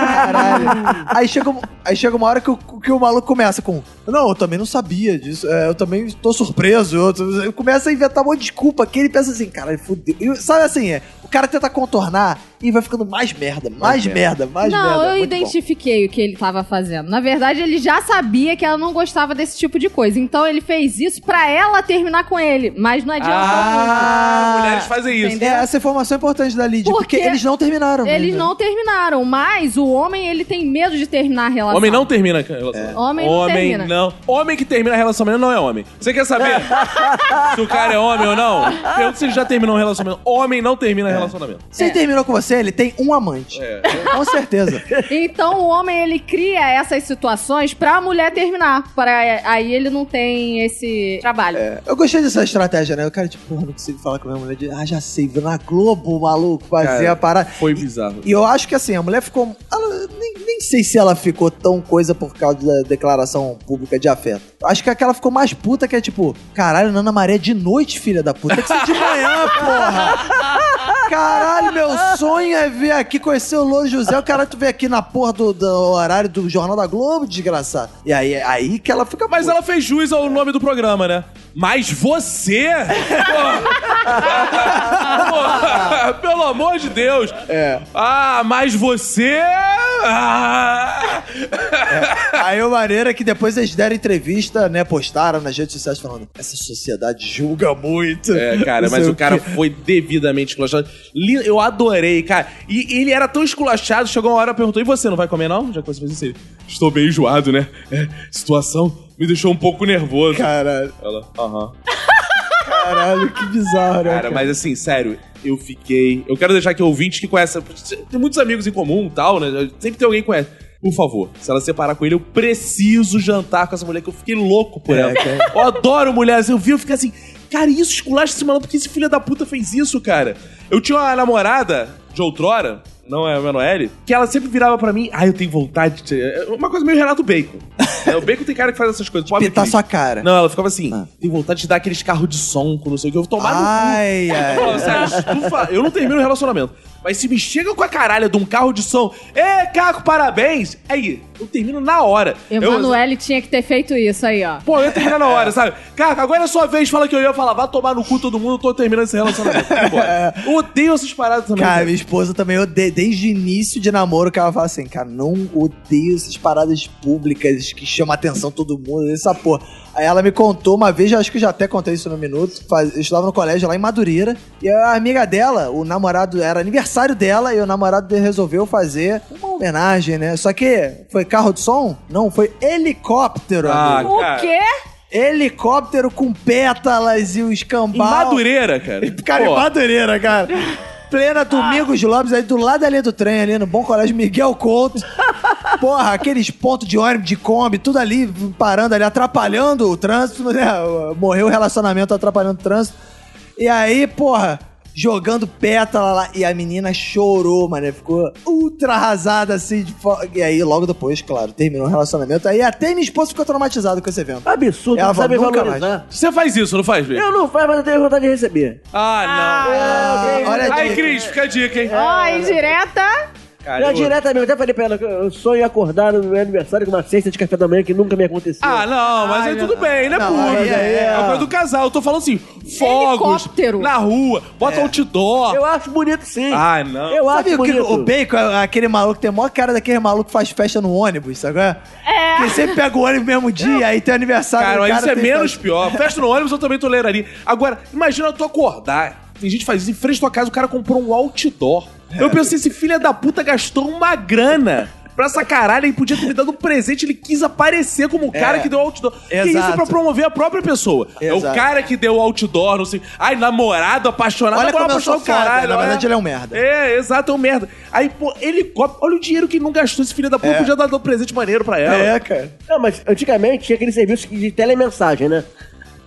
Speaker 4: Caralho. aí, chega, um- aí chega uma hora que o, que o maluco começa com: Não, eu também não sabia disso. é, eu também tô surpreso. Eu, tô- eu começa a inventar um monte de desculpa que ele pensa assim: Caralho, fudeu. E, sabe assim, é, o cara tenta contornar e vai ficando mais merda, mais, merda, mais é merda.
Speaker 5: Não, eu
Speaker 4: Muito bom.
Speaker 5: identifiquei o que ele tava fazendo. Na verdade, ele já sabia que ela não gostava desse tipo de coisa. Então ele fez isso pra ela terminar com ele. Mas não adianta.
Speaker 4: Ah,
Speaker 2: Mulheres fazem isso.
Speaker 4: É, essa informação é importante da Lidia, porque,
Speaker 5: Porque
Speaker 4: eles não terminaram.
Speaker 5: Eles
Speaker 4: ainda.
Speaker 5: não terminaram, mas o homem ele tem medo de terminar a relação.
Speaker 2: Homem não termina a relação.
Speaker 5: Homem não termina.
Speaker 2: não. Homem que termina a relação não é homem. Você quer saber se o cara é homem ou não? Pergunta se ele já terminou um relacionamento. Homem não termina relacionamento.
Speaker 5: É.
Speaker 4: Se ele terminou com você, ele tem um amante.
Speaker 2: É.
Speaker 4: Com certeza.
Speaker 5: Então o homem ele cria essas situações pra mulher terminar, para aí ele não tem esse trabalho.
Speaker 4: Eu gostei dessa estratégia, né? O cara, tipo, porra, não consigo falar com a minha mulher. de- Ah, já sei, vou na Globo, maluco, fazer
Speaker 2: Cara,
Speaker 4: a parada.
Speaker 2: Foi bizarro.
Speaker 4: E eu acho que assim, a mulher ficou. ela- nem, nem sei se ela ficou tão coisa por causa da declaração pública de afeto. Eu Acho que aquela ficou mais puta que é tipo, caralho, Nana Maria é de noite, filha da puta. Tem que ser de manhã, porra. Caralho, meu sonho é vir aqui conhecer o Louro José. O cara, tu vem aqui na porra do, do horário do Jornal da Globo, desgraçado. E aí, aí que ela fica
Speaker 2: Mas
Speaker 4: puta.
Speaker 2: ela fez jus ao nome do programa, né? Mas você! Porra. Porra, Pelo amor de Deus!
Speaker 4: É.
Speaker 2: Ah, mas você! Ah.
Speaker 4: Aí o maneiro é que depois eles deram entrevista, né? Postaram nas redes sociais falando: essa sociedade julga muito.
Speaker 2: É, cara,
Speaker 4: Não
Speaker 2: mas
Speaker 4: sei
Speaker 2: o cara
Speaker 4: quê.
Speaker 2: foi devidamente esculachado. Li- Eu adorei, cara. E ele era tão esculachado, chegou uma hora e perguntou: e você não vai comer, não? Já que você fez isso aí. Estou bem enjoado, né? É, situação me deixou um pouco nervoso.
Speaker 4: Caralho,
Speaker 2: Ela, aham.
Speaker 4: caralho, que bizarro, né?
Speaker 2: Cara, mas assim, sério, eu fiquei. Eu quero deixar aqui ouvintes que conhecem. Tem muitos amigos em comum e tal, né? Sempre tem alguém que conhece. Por favor, se ela separar com ele, eu preciso jantar com essa mulher, que eu fiquei louco por
Speaker 4: É,
Speaker 2: ela.
Speaker 4: cara.
Speaker 2: Eu adoro mulheres. Eu vi, eu fiquei assim, cara, isso esculacha esse maluco, porque esse filho da puta fez isso, cara. Eu tinha uma namorada de outrora não é a Manoel, que ela sempre virava pra mim, ah, eu tenho vontade de. te-" É Uma coisa meio Renato Bacon. É, o Bacon tem cara que faz essas coisas. pobre
Speaker 4: Pintar
Speaker 2: gringo.
Speaker 4: sua cara.
Speaker 2: Não, ela ficava assim,
Speaker 4: Ah.
Speaker 2: tem vontade de dar aqueles carros de som com não sei o que. Eu vou tomar no cu.
Speaker 4: Ai, ai.
Speaker 2: Pô, sério,
Speaker 4: É.
Speaker 2: estufa- eu não termino o relacionamento. Mas se me chega com a caralha de um carro de som, ê, Caco, parabéns! é Aí, eu termino na hora. Eu,
Speaker 5: Emanuele tinha que ter feito isso aí, ó.
Speaker 2: pô, eu ia terminar
Speaker 4: É.
Speaker 2: na hora, sabe? Caco, agora é a sua vez, fala que eu ia falar, vá tomar no cu todo mundo, eu tô terminando esse relacionamento. Vai embora. Eu odeio essas paradas também.
Speaker 4: É. Cara,
Speaker 2: velho.
Speaker 4: minha esposa também odeia. Desde início de namoro que ela fala assim, cara, não odeio essas paradas públicas que chamam a atenção de todo mundo, essa porra. Aí ela me contou uma vez, eu acho que eu já até contei isso no minuto. faz- eu estudava no colégio lá em Madureira. E a amiga dela, o namorado, era aniversário dela, e o namorado dele resolveu fazer uma homenagem, né? Só que foi carro de som? Não, foi helicóptero.
Speaker 2: Ah,
Speaker 4: amigo.
Speaker 5: O
Speaker 2: cara.
Speaker 5: quê?
Speaker 4: Helicóptero com pétalas e o
Speaker 2: Em
Speaker 4: escambau.
Speaker 2: Madureira, cara.
Speaker 4: Cara,
Speaker 2: Pô, Ah.
Speaker 4: em Madureira, cara. Plena Domingos Lopes, aí do lado ali do trem, ali no Bom Colégio Miguel Couto. Porra, aqueles pontos de ônibus, de Kombi, tudo ali parando ali, atrapalhando o trânsito, né? Morreu o relacionamento atrapalhando o trânsito. E aí, porra, jogando pétala lá. E a menina chorou, mano. Ficou ultra arrasada, assim. De fo... E aí, logo depois, claro, terminou o relacionamento. Aí até minha esposa ficou traumatizada com esse evento.
Speaker 3: Absurdo,
Speaker 4: Ela
Speaker 3: não
Speaker 4: fala,
Speaker 3: sabe
Speaker 4: "Nunca
Speaker 3: valorizar.
Speaker 2: Você faz isso, não faz, velho?
Speaker 3: Eu não faço, mas eu tenho vontade de receber.
Speaker 2: Ah, não.
Speaker 4: Ah,
Speaker 3: ok.
Speaker 4: olha a
Speaker 2: Aí,
Speaker 4: dica.
Speaker 2: Cris, fica a dica, hein?
Speaker 5: Ó, indireta.
Speaker 2: Cara,
Speaker 3: Já
Speaker 2: eu-
Speaker 3: direto mesmo, até falei pra ela que eu sonho em acordar no meu aniversário com uma cesta de café da manhã que nunca me aconteceu.
Speaker 2: Ah, não, mas aí tudo bem, não é
Speaker 4: Não,
Speaker 2: público.
Speaker 4: aí é-
Speaker 2: É uma coisa do casal. Eu tô falando assim, fogos,
Speaker 5: Helicóptero.
Speaker 2: na rua,
Speaker 4: É.
Speaker 2: bota outdoor.
Speaker 3: Eu acho bonito sim.
Speaker 2: Ah, não.
Speaker 3: Eu acho
Speaker 4: Sabe o, que-
Speaker 3: bonito.
Speaker 4: o Bacon, é aquele maluco, tem a maior cara daquele maluco que faz festa no ônibus, sabe? qual é? Que sempre pega o ônibus no mesmo dia, aí tem o aniversário
Speaker 2: Cara,
Speaker 4: do
Speaker 2: mas isso é
Speaker 4: tem
Speaker 2: menos
Speaker 4: festa.
Speaker 2: pior. Festa no ônibus eu também toleraria. Agora, imagina tu acordar. Tem gente que faz isso em frente à tua casa, o cara comprou um outdoor.
Speaker 4: É.
Speaker 2: Eu pensei, esse filho da puta gastou uma grana. Pra essa caralho, ele podia ter me dado um presente, ele quis aparecer como o cara que deu outdoor. Que isso é
Speaker 4: É. Exato.
Speaker 2: pra promover a própria pessoa. É o
Speaker 4: Exato.
Speaker 2: cara que deu outdoor, não sei. Ai, namorado, apaixonado.
Speaker 4: Olha
Speaker 2: namorado,
Speaker 4: como eu sou
Speaker 2: apaixonado,
Speaker 4: foda,
Speaker 2: caralho. né?
Speaker 4: na
Speaker 2: olha.
Speaker 4: verdade ele é um merda.
Speaker 2: É, exato, é um merda. Aí, pô, helicóptero. Olha o dinheiro que ele não gastou, esse filho da puta
Speaker 4: É.
Speaker 2: podia dar um presente maneiro pra ela.
Speaker 4: É, cara.
Speaker 3: Não, mas antigamente tinha aquele serviço de telemensagem, né?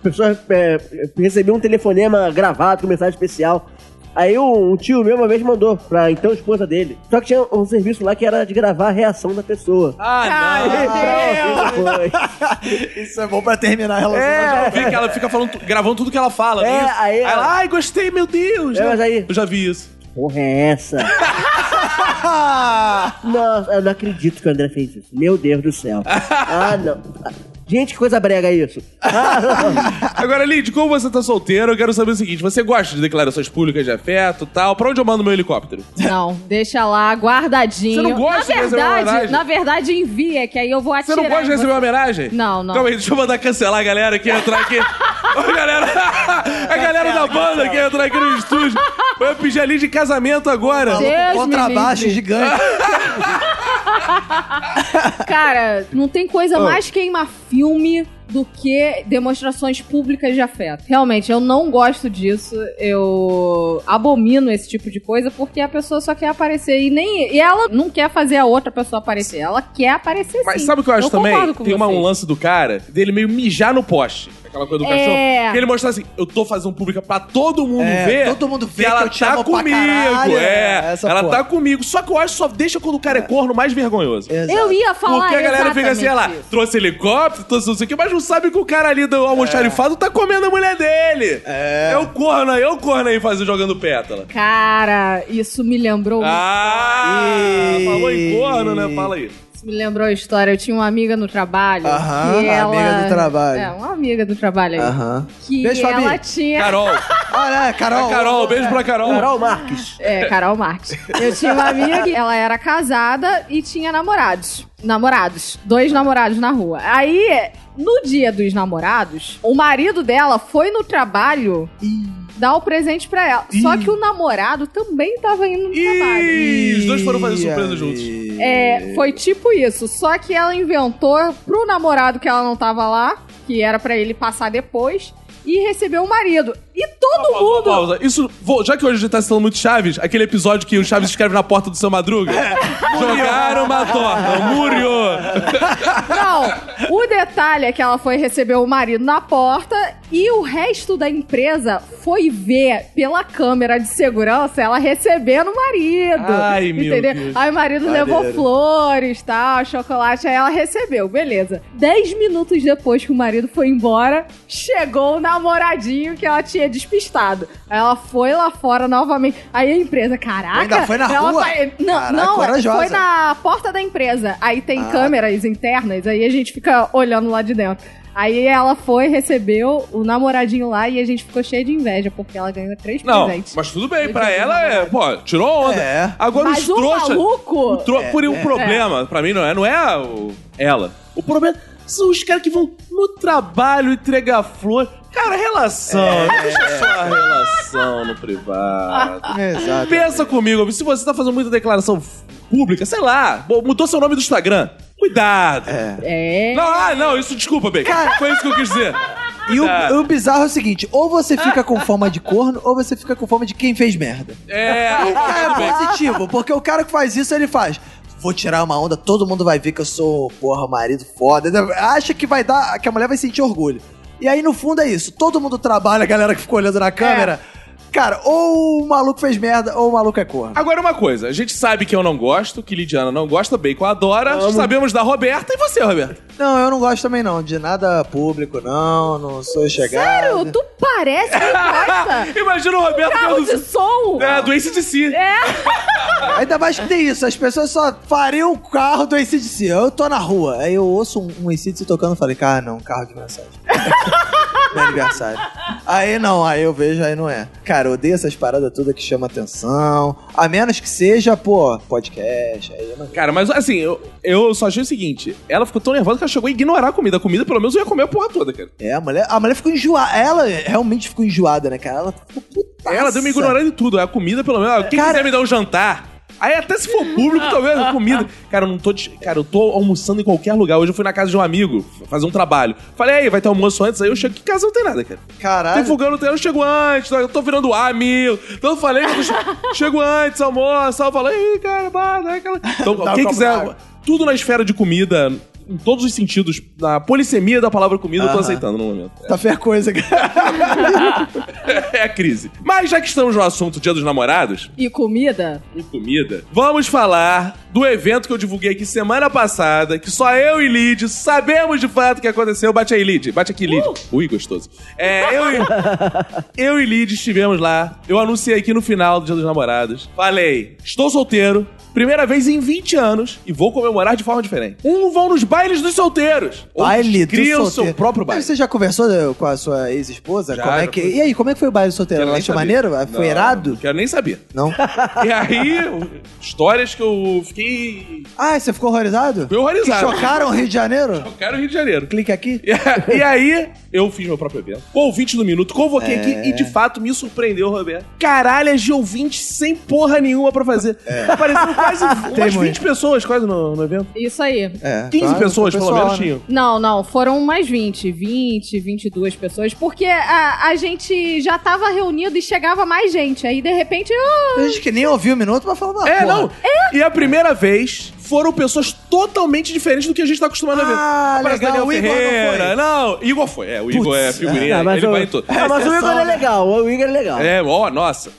Speaker 3: A pessoa é, recebia um telefonema gravado com mensagem especial. Aí um, um tio meu uma vez mandou pra então esposa dele. Só que tinha um serviço lá que era de gravar a reação da pessoa.
Speaker 2: Ah, não.
Speaker 5: Ai,
Speaker 3: Pra ouvir depois.
Speaker 4: Isso é bom pra terminar a relação. né?
Speaker 2: É, eu vi que ela fica falando, tu- gravando tudo que ela fala.
Speaker 3: É,
Speaker 2: né?
Speaker 3: aí
Speaker 2: ela,
Speaker 3: ela-
Speaker 2: ai, gostei, meu Deus.
Speaker 3: É,
Speaker 2: né?
Speaker 3: mas aí-
Speaker 2: Eu já vi isso.
Speaker 3: Porra, é essa?
Speaker 4: Ah!
Speaker 3: Nossa, eu não acredito que o André fez isso. Meu Deus do céu. Ah, não. Gente, que coisa brega isso.
Speaker 2: Agora, Lid, como você tá solteiro, eu quero saber o seguinte: você gosta de declarações públicas de afeto e tal? Pra onde eu mando meu helicóptero?
Speaker 5: Não, deixa lá, guardadinho.
Speaker 2: Você não gosta
Speaker 5: na
Speaker 2: de receber
Speaker 5: verdade,
Speaker 2: homenagem?
Speaker 5: Na verdade, envia, que aí eu vou
Speaker 2: Você
Speaker 5: atirar.
Speaker 2: não gosta de
Speaker 5: em
Speaker 2: receber
Speaker 5: você.
Speaker 2: uma homenagem?
Speaker 5: Não, não.
Speaker 2: Calma aí, deixa eu mandar cancelar a galera que ia entrar aqui. Ô, galera, a galera da banda que ia entrar aqui no estúdio. Vai pedir a Lid em casamento agora.
Speaker 5: Deus me
Speaker 4: Contrabaixo
Speaker 5: livre.
Speaker 4: gigante.
Speaker 5: Cara, não tem coisa mais queimar filme do que demonstrações públicas de afeto. Realmente, eu não gosto disso. Eu abomino esse tipo de coisa porque a pessoa só quer aparecer e nem e ela não quer fazer a outra pessoa aparecer. Ela quer aparecer
Speaker 2: Mas
Speaker 5: sim.
Speaker 2: sabe o que eu acho também?
Speaker 5: Assim, concordo com
Speaker 2: Tem uma,
Speaker 5: vocês.
Speaker 2: um lance do cara, dele meio mijar no poste. Aquela coisa do
Speaker 5: É.
Speaker 2: cachorro. Que ele mostrar assim, eu tô fazendo pública pra todo mundo
Speaker 4: É,
Speaker 2: ver.
Speaker 4: todo mundo vê que
Speaker 2: Ah, ela
Speaker 4: eu te
Speaker 2: tá
Speaker 4: amo pra
Speaker 2: comigo.
Speaker 4: caralho.
Speaker 2: é,
Speaker 4: É, essa
Speaker 2: ela
Speaker 4: porra.
Speaker 2: tá comigo. Só que eu acho que só deixa quando o cara é corno mais vergonhoso.
Speaker 4: Exato.
Speaker 5: Eu ia falar
Speaker 2: Porque a galera fica
Speaker 5: é exatamente
Speaker 2: assim, olha lá,
Speaker 5: isso.
Speaker 2: trouxe helicóptero, trouxe não sei o quê, mas não sabe que o cara ali do almoxarifado tá comendo a mulher dele.
Speaker 4: É.
Speaker 2: É o corno aí, é o corno aí fazendo, jogando pétala.
Speaker 5: Cara, isso me lembrou
Speaker 2: Ah!
Speaker 4: E-
Speaker 2: Falou em corno, né? Fala aí.
Speaker 5: Isso me lembrou a história. Eu tinha uma amiga no trabalho.
Speaker 4: Aham,
Speaker 5: que
Speaker 4: amiga
Speaker 5: ela...
Speaker 4: do trabalho.
Speaker 5: É, uma amiga do trabalho aí.
Speaker 4: Aham.
Speaker 5: Que
Speaker 4: Beijo, Fabi.
Speaker 5: ela tinha.
Speaker 2: Carol.
Speaker 4: Olha, Carol.
Speaker 2: Carol, beijo pra
Speaker 3: Carol Marques.
Speaker 5: É, Carol Marques. Eu tinha uma amiga que ela era casada e tinha namorados. Namorados. Dois namorados na rua. Aí, no dia dos namorados, o marido dela foi no trabalho dar o presente pra ela. Só que o namorado também tava indo no trabalho.
Speaker 2: Ih, os dois foram fazer surpresa
Speaker 4: Ih,
Speaker 2: juntos.
Speaker 5: É, foi tipo isso. Só que ela inventou pro namorado que ela não tava lá, que era pra ele passar depois, e recebeu o marido. E todo
Speaker 2: Pausa,
Speaker 5: mundo.
Speaker 2: pausa. Isso, vou- já que hoje a gente tá citando muito Chaves, aquele episódio que o Chaves escreve na porta do seu Madruga.
Speaker 4: É.
Speaker 2: Jogaram uma torta, murió.
Speaker 5: Não, o detalhe é que ela foi receber o marido na porta e o resto da empresa foi ver pela câmera de segurança ela recebendo o marido.
Speaker 2: Ai, meu Deus.
Speaker 5: Aí o marido levou flores, tal, chocolate, aí ela recebeu, beleza. Dez minutos depois que o marido foi embora, chegou o namoradinho que ela tinha despistado. Aí ela foi lá fora novamente. Aí a empresa, caraca.
Speaker 4: Ainda foi na
Speaker 5: ela
Speaker 4: rua?
Speaker 5: vai- Não,
Speaker 4: Caraca,
Speaker 5: não, é,
Speaker 4: corajosa.
Speaker 5: foi na a porta da empresa. Aí tem câmeras internas, aí a gente fica olhando lá de dentro. Aí ela foi, recebeu o namoradinho lá e a gente ficou cheio de inveja, porque ela ganhou três
Speaker 2: Não,
Speaker 5: presentes.
Speaker 2: mas tudo bem, pra ela é. Pô, tirou onda.
Speaker 4: É.
Speaker 2: Agora
Speaker 5: Mas
Speaker 2: os
Speaker 5: o
Speaker 2: trouxas.
Speaker 5: maluco-
Speaker 2: o tro- por um problema, pra mim não é, não é o- ela. O problema são os caras que vão no trabalho entregar flor. Cara, relação.
Speaker 4: É.
Speaker 2: Deixa só a relação no privado.
Speaker 4: Exato.
Speaker 2: Pensa comigo, se você tá fazendo muita declaração f- pública, sei lá, bom, mudou seu nome do Instagram. Cuidado.
Speaker 5: É.
Speaker 2: Não, ah, não, isso desculpa, bem. Foi isso que eu quis dizer.
Speaker 4: E
Speaker 2: Tá.
Speaker 4: o, o bizarro é o seguinte: ou você fica com forma de corno, ou você fica com forma de quem fez merda.
Speaker 2: É,
Speaker 4: E,
Speaker 2: tudo
Speaker 4: cara,
Speaker 2: bem.
Speaker 4: é positivo, porque o cara que faz isso, ele faz. Vou tirar uma onda, todo mundo vai ver que eu sou, porra, marido foda. Acha que vai dar, que a mulher vai sentir orgulho. E aí, no fundo, é isso. Todo mundo trabalha, a galera que ficou
Speaker 2: É.
Speaker 4: olhando na câmera. Cara, ou o maluco fez merda, ou o maluco é corno.
Speaker 2: Agora uma coisa, a gente sabe que eu não gosto, que Lidiana não gosta, Bacon adora, sabemos da Roberta e você, Roberta.
Speaker 4: Não, eu não gosto também, não. De nada público, não. Não sou chegado.
Speaker 5: Sério, tu parece que gosta.
Speaker 2: Imagina o Roberto
Speaker 5: Carro de
Speaker 2: do...
Speaker 5: som.
Speaker 2: É, do ACDC.
Speaker 4: Ainda mais que tem isso, as pessoas só fariam o carro do ACDC. Eu tô na rua, aí eu ouço um, um ACDC tocando e falei, cara, não, um carro de mensagem. Meu aniversário. Aí não, aí eu vejo, aí não é. Cara, eu odeio essas paradas todas que chamam atenção. A menos que seja, pô, podcast. Aí eu não...
Speaker 2: Cara, mas assim, eu, eu só achei o seguinte, ela ficou tão nervosa que ela chegou a ignorar a comida. A comida, pelo menos, eu ia comer a porra toda, cara.
Speaker 4: É, a mulher, a mulher ficou enjoada. Ela realmente ficou enjoada, né, cara? Ela ficou puta.
Speaker 2: Ela deu me ignorando de tudo. A comida, pelo menos. Quem
Speaker 4: Cara-
Speaker 2: quiser me dar um jantar. Aí até se for público, talvez, a comida. Cara, eu não tô. de- Cara, eu tô almoçando em qualquer lugar. Hoje eu fui na casa de um amigo fazer um trabalho. Falei, aí, vai ter almoço antes, aí eu chego. Que casa não tem nada, cara. Tem
Speaker 4: Caralho.
Speaker 2: fogão no telhado, eu chego antes, eu tô virando amigo. Então eu falei que eu che- chego antes, almoço, eu falo, ih, cara, bah, dá aquela. Então,
Speaker 4: Dá um
Speaker 2: quem
Speaker 4: copo
Speaker 2: quiser,
Speaker 4: d'água.
Speaker 2: tudo na esfera de comida, em todos os sentidos, na polissemia da palavra comida, eu tô
Speaker 4: Aham.
Speaker 2: aceitando no momento.
Speaker 4: Tá feia a coisa, cara.
Speaker 2: É a crise. Mas já que estamos no assunto Dia dos Namorados,
Speaker 5: E comida?
Speaker 2: e comida, vamos falar do evento que eu divulguei aqui semana passada, que só eu e Lid sabemos de fato o que aconteceu. Bate aí, Lid. Bate aqui, Lid. Ui, gostoso. É, eu e, eu e Lid estivemos lá. Eu anunciei aqui no final do Dia dos Namorados. Falei, estou solteiro. Primeira vez em 20 anos e vou comemorar de forma diferente. Um vão nos bailes dos solteiros. Outros
Speaker 4: Baile do
Speaker 2: criam seu
Speaker 4: solteiro.
Speaker 2: próprio baile.
Speaker 4: Mas Você já conversou eh, com a sua ex-esposa?
Speaker 2: Já,
Speaker 4: Como é
Speaker 2: já
Speaker 4: que...
Speaker 2: fui.
Speaker 4: E aí, como é que foi o baile do solteiro?
Speaker 2: Quero
Speaker 4: Ela
Speaker 2: nem
Speaker 4: achou
Speaker 2: saber.
Speaker 4: maneiro? Ah,
Speaker 2: Não,
Speaker 4: Foi errado?
Speaker 2: Quero nem saber.
Speaker 4: Não.
Speaker 2: E aí, histórias que eu fiquei,
Speaker 4: Ah, você ficou horrorizado?
Speaker 2: fiquei horrorizado.
Speaker 4: Chocaram o Rio de Janeiro?
Speaker 2: Eu quero Rio de Janeiro.
Speaker 4: Clique aqui.
Speaker 2: E, e aí, eu fiz meu próprio evento. Com ouvinte do minuto, convoquei
Speaker 4: É.
Speaker 2: aqui e de fato me surpreendeu, Roberto. Caralhas de ouvinte sem porra nenhuma pra fazer. Apareceram quase umas 20
Speaker 4: É. muito.
Speaker 2: pessoas quase no, no evento.
Speaker 5: Isso aí.
Speaker 4: É,
Speaker 2: 15
Speaker 4: claro,
Speaker 2: pessoas, pelo
Speaker 4: pessoal,
Speaker 2: menos,
Speaker 4: né?
Speaker 2: tinham.
Speaker 5: Não, não, foram mais 20, 20, 22 pessoas, porque a, a gente já tava reunido e chegava mais gente. Aí, de repente, ah,
Speaker 4: Tem gente que nem ouviu o minuto, mas falou, ah,
Speaker 2: É,
Speaker 4: porra.
Speaker 2: não. E a primeira vez foram pessoas totalmente diferentes do que a gente tá acostumado a ver.
Speaker 4: Ah,
Speaker 2: Aparece
Speaker 4: legal,
Speaker 2: Daniel
Speaker 4: o Igor não
Speaker 2: Ferreira.
Speaker 4: foi.
Speaker 2: não Igor foi. É, o Igor é figurinha.
Speaker 3: Ah, mas
Speaker 2: ele
Speaker 3: o-
Speaker 2: vai em tudo.
Speaker 3: Ah, mas o
Speaker 4: Exceção,
Speaker 3: Igor é
Speaker 4: né?
Speaker 3: legal, o Igor é legal.
Speaker 2: É, ó, nossa.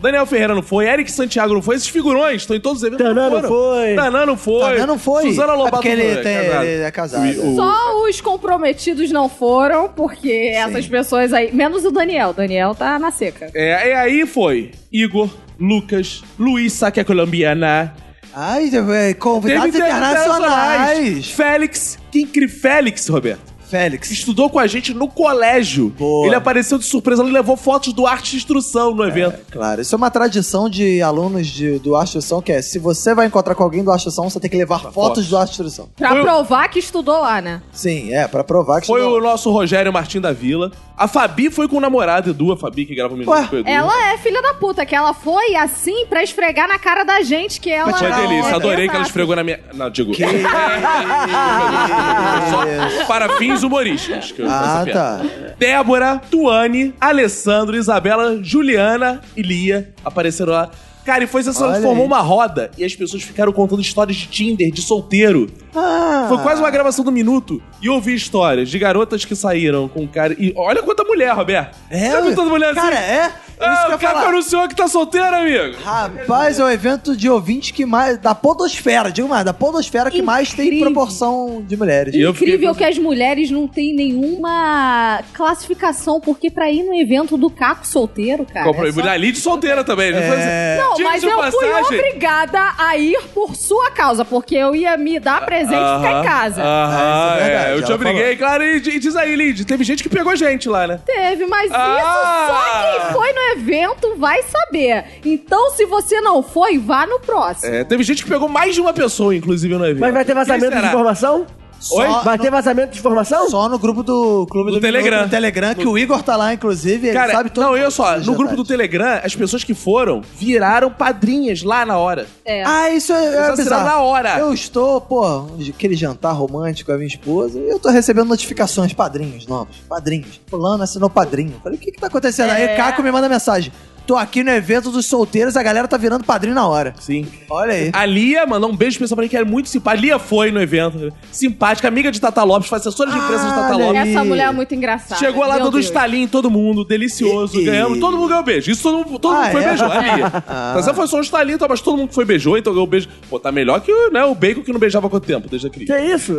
Speaker 2: Daniel Ferreira não foi, Eric Santiago não foi, esses figurões estão em todos os eventos.
Speaker 3: Tanã não
Speaker 2: foram.
Speaker 3: foi.
Speaker 2: Tanã não foi.
Speaker 4: Tanã não foi.
Speaker 2: Suzana
Speaker 4: É
Speaker 2: Lobato
Speaker 4: porque ele
Speaker 2: não foi.
Speaker 4: tem-
Speaker 2: Casado.
Speaker 4: ele é casado.
Speaker 2: O- o-
Speaker 5: só os comprometidos não foram, porque essas pessoas aí. Menos o Daniel. Daniel tá na seca.
Speaker 2: É, e aí foi Igor, Lucas, Luiz Saque Colombiana.
Speaker 4: Ai, é, convidados
Speaker 2: teve
Speaker 4: internacionais.
Speaker 2: Félix, quem cri Félix, Roberto?
Speaker 4: Félix.
Speaker 2: Estudou com a gente no colégio.
Speaker 4: Boa.
Speaker 2: Ele apareceu de surpresa e levou fotos do Arte de Instrução no evento.
Speaker 4: Claro, isso é uma tradição de alunos de, do Astrução, que é, se você vai encontrar com alguém do Astrução, você tem que levar fotos do Astrução.
Speaker 5: Pra
Speaker 2: Foi o- Hum.
Speaker 5: provar que estudou lá, né?
Speaker 4: Sim, é, pra provar que
Speaker 2: Foi
Speaker 4: estudou.
Speaker 2: o nosso Rogério Martim da Vila. A Fabi foi com o namorado Edu, a Fabi que grava o Minuto
Speaker 4: Ué,
Speaker 2: com o Edu.
Speaker 5: Ela é filha da puta, que ela foi assim pra esfregar na cara da gente que ela. é
Speaker 2: Foi
Speaker 4: tirar
Speaker 2: delícia,
Speaker 4: onda.
Speaker 2: adorei que ela
Speaker 5: Exato.
Speaker 2: esfregou na minha. Não, digo. Só para fins humorísticos. que eu faço
Speaker 4: Ah,
Speaker 2: essa piada.
Speaker 4: tá.
Speaker 2: Débora, Tuane, Alessandro, Isabela, Juliana e Lia apareceram lá. Cara, e foi sensacional.
Speaker 4: Olha
Speaker 2: Formou
Speaker 4: aí.
Speaker 2: uma roda e as pessoas ficaram contando histórias de Tinder, de solteiro.
Speaker 4: Ah.
Speaker 2: Foi quase uma gravação do minuto e eu ouvi histórias de garotas que saíram com um cara. E olha quanta mulher, Roberto.
Speaker 4: É,
Speaker 2: Sabe quanta mulher
Speaker 4: Cara,
Speaker 2: assim?
Speaker 4: é? Isso
Speaker 2: Ah,
Speaker 4: que eu
Speaker 2: o cara
Speaker 4: ia
Speaker 2: que
Speaker 4: falar.
Speaker 2: anunciou que tá solteiro, amigo.
Speaker 4: Rapaz, é o evento de ouvinte que mais. Da Podosfera, digo mais, da Podosfera que mais tem
Speaker 5: Incrível.
Speaker 4: proporção de mulheres.
Speaker 2: E eu fiquei
Speaker 5: Incrível que as mulheres não têm nenhuma classificação, porque pra ir no evento do Caco solteiro, cara.
Speaker 2: Comprou
Speaker 5: é só-
Speaker 2: mulher ali de solteira também. né? Foi assim,
Speaker 4: É.
Speaker 5: Não,
Speaker 2: Diga-se
Speaker 5: mas
Speaker 2: de
Speaker 5: eu
Speaker 2: passagem.
Speaker 5: fui obrigada a ir por sua causa, porque eu ia me dar presente e ficar
Speaker 2: Aham,
Speaker 5: tá em casa.
Speaker 2: Aham,
Speaker 4: Ah, isso é verdade,
Speaker 2: é, eu te
Speaker 4: ela
Speaker 2: obriguei, claro. E, e diz aí, Lid, teve gente que pegou gente lá, né?
Speaker 5: Teve, mas
Speaker 2: Ah!
Speaker 5: isso só quem foi no evento vai saber. Então, se você não foi, vá no próximo.
Speaker 2: É, teve gente que pegou mais de uma pessoa, inclusive, no evento.
Speaker 3: Mas vai ter
Speaker 2: Quem
Speaker 3: vazamento de
Speaker 2: será?
Speaker 3: informação?
Speaker 2: Oi?
Speaker 4: Só
Speaker 3: Vai
Speaker 4: no-
Speaker 3: ter vazamento de informação?
Speaker 4: Só no grupo do Clube
Speaker 2: No
Speaker 4: do Minuto,
Speaker 2: Telegram.
Speaker 4: no Telegram, que o Igor tá lá, inclusive, ele
Speaker 2: Cara,
Speaker 4: sabe todo
Speaker 2: não, olha só,
Speaker 3: é
Speaker 2: no grupo do
Speaker 4: Telegram.
Speaker 2: Telegram, as pessoas que foram viraram padrinhas lá na hora.
Speaker 5: É.
Speaker 4: Ah, isso é,
Speaker 2: Eles
Speaker 4: é
Speaker 2: assinaram
Speaker 4: bizarro.
Speaker 2: na hora.
Speaker 4: Eu estou, pô, aquele jantar romântico com a minha esposa, e eu tô recebendo notificações, padrinhos novos, padrinhos. Fulano assinou padrinho. Falei, o que que tá acontecendo? Aí Caco me manda mensagem. Tô aqui no evento dos solteiros, a galera tá virando padrinho na hora.
Speaker 2: Sim.
Speaker 4: Olha aí.
Speaker 2: A Lia mandou um beijo especial pra mim, que era muito simpática. Lia foi no evento, né? simpática, amiga de Tata Lopes, foi assessora de imprensa de
Speaker 3: Ah,
Speaker 2: Tata
Speaker 4: Olha
Speaker 2: Lopes.
Speaker 4: aí.
Speaker 5: Essa mulher é muito engraçada.
Speaker 2: Chegou lá,
Speaker 5: meu
Speaker 2: dando um
Speaker 5: Deus.
Speaker 2: estalinho em todo mundo, delicioso,
Speaker 4: E-
Speaker 2: ganhamos. Todo mundo ganhou beijo. Isso todo mundo, todo mundo
Speaker 4: Ah,
Speaker 2: foi
Speaker 4: é?
Speaker 2: beijou, a Lia.
Speaker 4: Ah.
Speaker 2: Mas essa foi só um estalinho, tá? mas todo mundo foi beijou, então ganhou beijo. Pô, tá melhor que o, né, o bacon que não beijava há quanto tempo, desde a
Speaker 3: Que
Speaker 2: criança.
Speaker 3: é isso?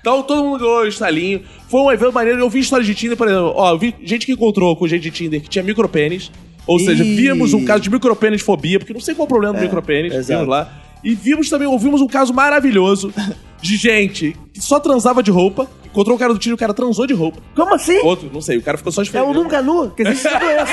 Speaker 2: Então todo mundo ganhou o estalinho. Foi um evento maneiro. Eu vi histórias de Tinder, por exemplo. Ó, eu vi gente que encontrou com gente de Tinder que tinha micropênis. Ou
Speaker 4: Ih. É,
Speaker 2: seja, vimos um caso de micropênis fobia, porque não sei qual é o problema do micropênis.
Speaker 4: exato.
Speaker 2: Vimos lá. E vimos também, ouvimos um caso maravilhoso de gente que só transava de roupa. Encontrou o cara do Tinder, o cara transou de roupa.
Speaker 3: Como assim?
Speaker 2: Outro, não sei, o cara ficou só
Speaker 3: É o
Speaker 2: esfregando.
Speaker 3: nunca nu, que existe essa doença.